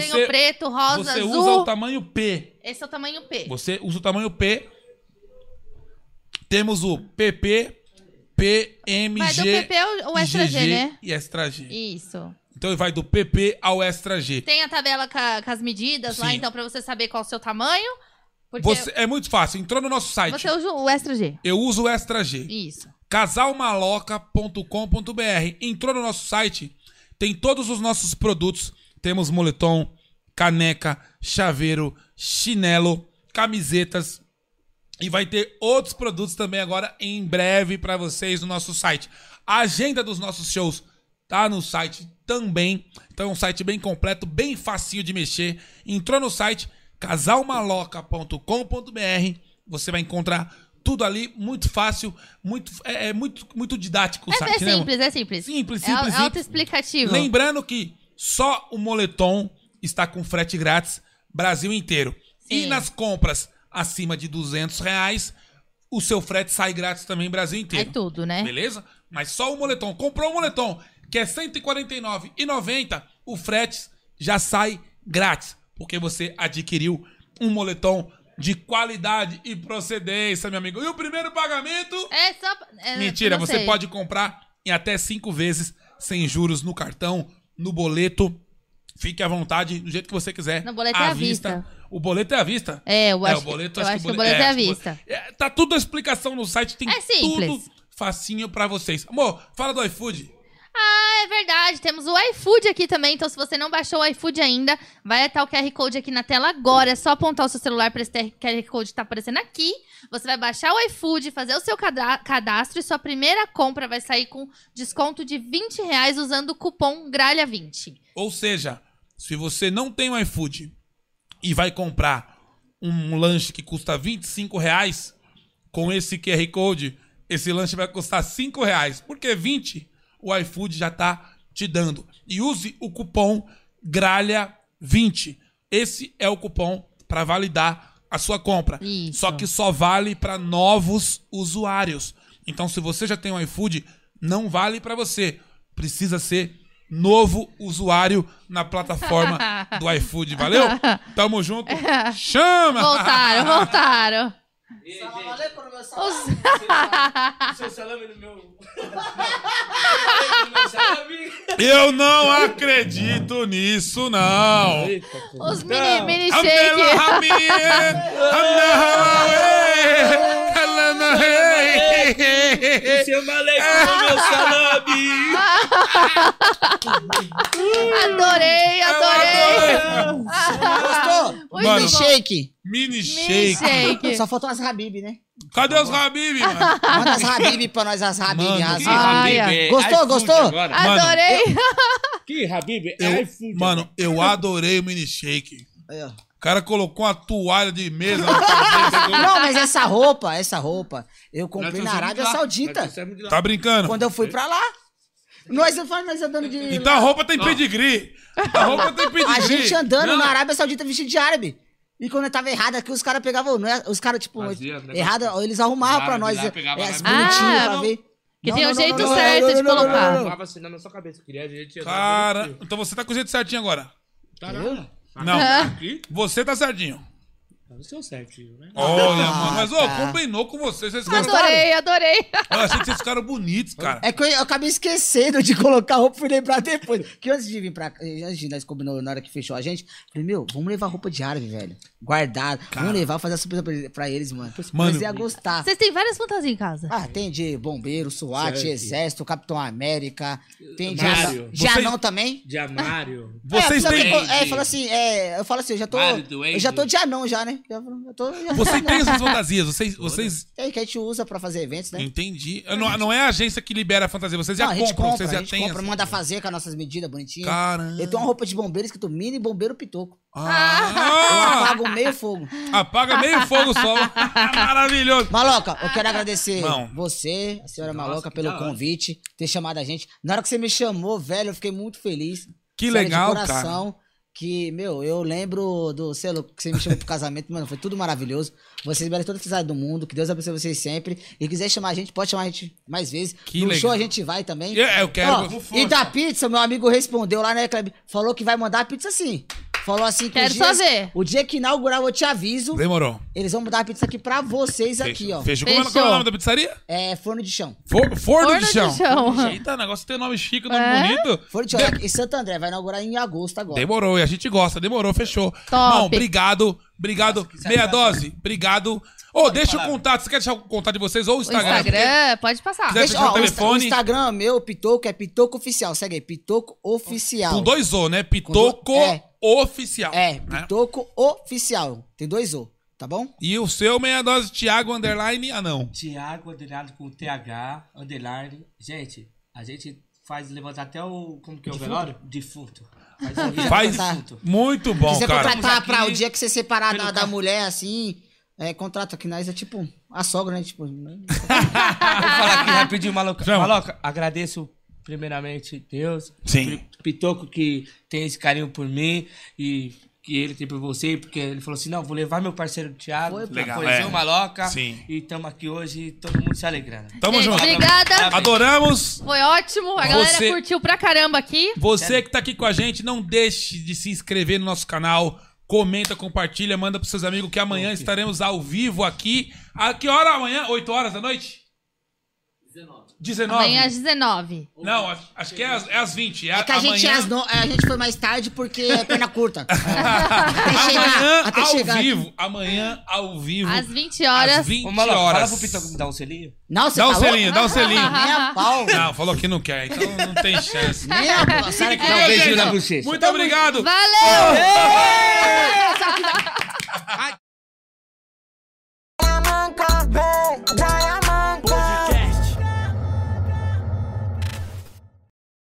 Speaker 1: Você,
Speaker 2: o preto, rosa,
Speaker 1: você
Speaker 2: azul.
Speaker 1: usa o tamanho P.
Speaker 2: Esse é o tamanho P.
Speaker 1: Você usa o tamanho P. Temos o PP, PMG,
Speaker 2: Vai do PP ao ao é extra G,
Speaker 1: IGG
Speaker 2: né?
Speaker 1: e extra G.
Speaker 2: Isso.
Speaker 1: Então vai do PP ao extra G.
Speaker 2: Tem a tabela ca- com, as medidas lá,
Speaker 1: Sim.
Speaker 2: então, pra você saber qual é o seu tamanho. Porque
Speaker 1: Você, é muito fácil. Entrou no nosso site.
Speaker 2: você usa o extra G.
Speaker 1: Eu uso o extra G.
Speaker 2: Isso.
Speaker 1: casalmaloca.com.br. Entrou no nosso site, tem todos os nossos produtos. Temos moletom, caneca, chaveiro, chinelo, camisetas e vai ter outros produtos também agora em breve para vocês no nosso site. A agenda dos nossos shows tá no site também. Então é um site bem completo, bem facinho de mexer. Entrou no site casalmaloca.com.br, você vai encontrar tudo ali, muito fácil, muito é, é muito muito didático o
Speaker 2: É,
Speaker 1: site,
Speaker 2: é
Speaker 1: né, amor?
Speaker 2: simples, é simples.
Speaker 1: Simples,
Speaker 2: É
Speaker 1: simples,
Speaker 2: au-
Speaker 1: simples.
Speaker 2: É autoexplicativo. É
Speaker 1: Lembrando que só o moletom está com frete grátis Brasil inteiro. E
Speaker 2: Sim.
Speaker 1: nas compras acima de 200 reais, o seu frete sai grátis também Brasil
Speaker 2: É
Speaker 1: inteiro.
Speaker 2: tudo, né?
Speaker 1: Beleza? Mas só o moletom. Comprou o moletom, que é R$ 149,90, o frete já sai grátis, porque você adquiriu um moletom de qualidade e procedência, meu amigo. E o primeiro pagamento...
Speaker 2: É só. é,
Speaker 1: Mentira,
Speaker 2: não
Speaker 1: você
Speaker 2: sei.
Speaker 1: pode comprar em até cinco vezes sem juros no cartão, no boleto. Fique à vontade, do jeito que você quiser.
Speaker 2: No boleto é à vista.
Speaker 1: O boleto é à vista.
Speaker 2: É, eu acho,
Speaker 1: o boleto,
Speaker 2: eu
Speaker 1: acho
Speaker 2: acho que o boleto é à vista.
Speaker 1: É, tá tudo a explicação no site, tem
Speaker 2: É simples.
Speaker 1: tudo facinho pra vocês. Amor, fala do iFood.
Speaker 2: É verdade, temos o iFood aqui também, então se você não baixou o iFood ainda, vai até o QR Code aqui na tela agora, é só apontar o seu celular para esse QR Code que tá aparecendo aqui. Você vai baixar o iFood, fazer o seu cadra- cadastro e sua primeira compra vai sair com desconto de 20 reais usando o cupom GRALHA20.
Speaker 1: Ou seja, se você não tem o iFood e vai comprar um lanche que custa 25 reais, com esse QR Code, esse lanche vai custar 5 reais. Porque 20 o iFood já tá te dando. E use o cupom GRALHA20. Esse é o cupom para validar a sua compra.
Speaker 2: Isso.
Speaker 1: Só que só vale para novos usuários. Então, se você já tem o iFood, não vale para você. Precisa ser novo usuário na plataforma do iFood. Valeu? Tamo junto. Chama!
Speaker 2: Voltaram, voltaram. Os-
Speaker 3: Seu salame no meu. meu salame.
Speaker 1: Eu não acredito nisso, não.
Speaker 2: Os mini, mini
Speaker 1: Abdela
Speaker 2: shake.
Speaker 1: Hamid, Abdela Hawaii, Alana Rey.
Speaker 3: Seu maleco no meu salame.
Speaker 2: Adorei, adorei.
Speaker 1: Adorei.
Speaker 4: Gostou?
Speaker 2: Muito
Speaker 1: Mano.
Speaker 4: Mini shake.
Speaker 1: Mini
Speaker 2: Mini
Speaker 1: shake.
Speaker 2: shake.
Speaker 4: Só faltou as Habib, né?
Speaker 1: Cadê os Habib, mano?
Speaker 4: Manda as Habib pra nós, as Habib.
Speaker 1: Mano,
Speaker 4: as
Speaker 1: que
Speaker 4: Habib.
Speaker 2: Ai, ai.
Speaker 3: É,
Speaker 4: Gostou, gostou?
Speaker 2: Adorei.
Speaker 3: Que Habib?
Speaker 1: Eu-
Speaker 3: É iFood.
Speaker 1: mano, eu adorei o mini shake.
Speaker 4: Aí, ó.
Speaker 1: O cara colocou uma toalha de mesa na cabeça.
Speaker 4: Não, mas essa roupa, essa roupa, eu comprei
Speaker 3: Nós
Speaker 4: na
Speaker 3: trouxemos
Speaker 4: Arábia
Speaker 3: de lá.
Speaker 4: Saudita.
Speaker 3: Nós trouxemos de lá.
Speaker 1: Tá brincando?
Speaker 4: Quando eu fui pra lá. Nós, nós andando de.
Speaker 1: Então a roupa tem pedigree. A roupa tem pedigree.
Speaker 4: A gente andando
Speaker 3: Não.
Speaker 4: na Arábia Saudita vestido de árabe. E quando eu tava errado aqui, os caras pegavam. não é- Os caras, tipo,
Speaker 3: Fazia, né?
Speaker 4: errado, eles arrumavam pra
Speaker 3: Árabe
Speaker 4: nós.
Speaker 3: lá, pegava
Speaker 4: é,
Speaker 3: árabe.
Speaker 4: as bonitinhas
Speaker 2: Ah,
Speaker 4: pra ver.
Speaker 2: que
Speaker 4: Não,
Speaker 2: tem
Speaker 4: não,
Speaker 2: o
Speaker 4: não,
Speaker 2: jeito
Speaker 4: não, não,
Speaker 2: certo
Speaker 4: não,
Speaker 2: de
Speaker 4: não, não, não,
Speaker 2: colocar.
Speaker 4: não, não.
Speaker 3: Tava assim na minha cabeça. Queria a gente.
Speaker 1: Cara, então você tá com o jeito certinho agora.
Speaker 3: Caramba.
Speaker 1: Não,
Speaker 3: Aqui?
Speaker 1: você tá certinho.
Speaker 3: Você é o certinho, né?
Speaker 1: Olha, mano, mas
Speaker 4: Ah,
Speaker 1: ô,
Speaker 4: tá.
Speaker 1: combinou com vocês. Vocês ficaram.
Speaker 2: Adorei, adorei.
Speaker 1: Eu achei que vocês ficaram bonitos, cara.
Speaker 4: É que eu, eu acabei esquecendo de colocar a roupa, fui lembrar depois. Que antes de vir pra cá, antes de nós combinou na hora que fechou a gente, falei, meu, vamos levar roupa de árabe, velho. Guardado. Vamos levar, fazer a surpresa pra, ele- pra eles, mano.
Speaker 1: Mano,
Speaker 4: Mas ia gostar.
Speaker 2: Vocês têm várias fantasias em casa.
Speaker 4: Ah, tem de bombeiro, SWAT,
Speaker 3: Certo.
Speaker 4: exército, Capitão América. Tem de,
Speaker 3: Mário.
Speaker 4: anão, de
Speaker 1: Vocês-
Speaker 4: anão também.
Speaker 3: De armário.
Speaker 1: Vocês
Speaker 4: é, precisa-
Speaker 1: têm.
Speaker 4: É, fala assim, é, eu falo assim, eu já tô.
Speaker 3: Mário, duende.
Speaker 4: Eu já tô de anão já, né? Já, eu tô, já,
Speaker 1: Vocês têm essas fantasias, vocês. vocês...
Speaker 4: É que a gente usa pra fazer eventos, né?
Speaker 1: Entendi. Não, não é a agência que libera a fantasia, vocês já
Speaker 4: Não, a gente
Speaker 1: compram,
Speaker 4: compra,
Speaker 1: vocês
Speaker 4: a
Speaker 1: já
Speaker 4: gente
Speaker 1: têm.
Speaker 4: compra,
Speaker 1: as-
Speaker 4: manda fazer com as nossas medidas bonitinhas.
Speaker 1: Caramba.
Speaker 4: Eu tenho uma roupa de bombeiro escrito mini bombeiro pitoco. Eu
Speaker 1: Ah!
Speaker 4: apago meio fogo.
Speaker 1: Apaga meio fogo só. Maravilhoso.
Speaker 4: Maloca, eu quero agradecer
Speaker 1: Não.
Speaker 4: você, a senhora
Speaker 3: Nossa,
Speaker 4: Maloca,
Speaker 3: que
Speaker 4: pelo
Speaker 3: da hora.
Speaker 4: convite, ter chamado a gente. Na hora que você me chamou, velho, eu fiquei muito feliz.
Speaker 1: Que
Speaker 4: Sério,
Speaker 1: legal,
Speaker 4: de coração, Que, meu, eu lembro do selo que você me chamou pro casamento, mano, foi tudo maravilhoso. Vocês merecem toda a felicidade do mundo, que Deus abençoe vocês sempre. E quiser chamar a gente, pode chamar a gente mais vezes.
Speaker 1: Que
Speaker 4: no
Speaker 1: legal.
Speaker 4: show a gente vai também.
Speaker 1: Eu- eu quero-
Speaker 4: Ó, e da pizza, meu amigo respondeu lá na Ecleb, falou que vai mandar a pizza sim. Falou assim que
Speaker 2: Quero
Speaker 4: os
Speaker 2: só
Speaker 4: dias-
Speaker 2: ver.
Speaker 4: o dia que inaugurar eu te aviso.
Speaker 1: Demorou.
Speaker 4: Eles vão mudar a pizza aqui pra vocês aqui, ó.
Speaker 1: Fechou. Como é-
Speaker 2: Fechou.
Speaker 1: Qual é o nome da pizzaria?
Speaker 4: É forno de chão.
Speaker 1: For- Forno, de chão.
Speaker 2: chão.
Speaker 1: Eita, o negócio tem nome chique, um nome
Speaker 2: É?
Speaker 1: bonito.
Speaker 4: Forno de chão. né? E Santo André vai inaugurar em agosto agora.
Speaker 1: Demorou, e a gente gosta, demorou, fechou. Não, obrigado, obrigado. Meia dose, obrigado. Ô, deixa o contato, você quer deixar o contato de vocês ou o
Speaker 2: O
Speaker 1: Instagram?
Speaker 2: Instagram, pode passar.
Speaker 1: Quiser- deixa o
Speaker 4: o, Insta-
Speaker 1: telefone.
Speaker 4: o Instagram meu, Pitoco, é Pitoco Oficial. Segue aí, Pitoco Oficial.
Speaker 1: Com dois O, né? Pitoco
Speaker 4: Com do- é.
Speaker 1: Oficial.
Speaker 4: É,
Speaker 1: né?
Speaker 4: Pitoco Oficial. Tem dois O, tá bom?
Speaker 1: E o seu meia dose, Thiago Underline, ah não.
Speaker 3: Tiago, underline com TH, underline. Gente, a gente Faz levantar até o. Como que é o velório? Defunto. Faz,
Speaker 4: é
Speaker 1: Faz
Speaker 3: defunto.
Speaker 1: muito bom,
Speaker 4: Quiser
Speaker 1: cara.
Speaker 4: contratar
Speaker 3: Aqui-
Speaker 4: pra o dia que você separar da,
Speaker 3: pelo
Speaker 4: da
Speaker 3: carro.
Speaker 4: mulher, assim, é, contrato aqui nós é tipo a sogra, né? Tipo, né?
Speaker 3: Vou falar aqui rapidinho, maluca.
Speaker 1: Chama.
Speaker 3: Maloca, agradeço primeiramente Deus.
Speaker 1: Sim.
Speaker 3: Pi- Pitoco que tem esse carinho por mim e que ele tem por você, porque ele falou assim: não, vou levar meu parceiro Thiago
Speaker 4: Foi,
Speaker 3: pra
Speaker 1: Legal,
Speaker 3: conhecer
Speaker 1: é.
Speaker 3: o Maloca.
Speaker 1: Sim. Tá
Speaker 3: E estamos aqui hoje, todo mundo se alegrando.
Speaker 1: Tamo
Speaker 2: Gente,
Speaker 1: junto.
Speaker 2: Obrigada.
Speaker 1: Adoramos.
Speaker 2: Foi ótimo. A galera
Speaker 1: Você-
Speaker 2: curtiu pra caramba aqui.
Speaker 1: Você que tá aqui com a gente, não deixe de se inscrever no nosso canal. Comenta, compartilha, manda pros seus amigos que amanhã estaremos ao vivo aqui. A que hora amanhã? 8 horas da noite? 19.
Speaker 2: Amanhã às 19.
Speaker 1: Não, acho- acho que é às, é às 20.
Speaker 4: É que a gente, é
Speaker 1: amanhã-
Speaker 4: as no- a gente foi mais tarde porque é perna curta. até
Speaker 1: Amanhã
Speaker 4: chegar, até
Speaker 1: ao
Speaker 4: chegar. aqui.
Speaker 1: vivo. Amanhã ao vivo.
Speaker 2: Às 20 horas.
Speaker 1: Às 20
Speaker 3: Ô, Maloca,
Speaker 1: horas.
Speaker 3: fala pro Pitoco me dar um selinho.
Speaker 4: Não, você
Speaker 1: Dá um
Speaker 4: falou?
Speaker 1: selinho, dá um selinho.
Speaker 4: Nem a pau.
Speaker 1: Não, falou que não quer, então não tem chance.
Speaker 4: Nem a pau. Sabe
Speaker 3: Dá
Speaker 4: que
Speaker 3: um
Speaker 4: é,
Speaker 3: beijinho
Speaker 4: gente?
Speaker 3: na bochecha.
Speaker 1: Muito obrigado.
Speaker 2: Valeu!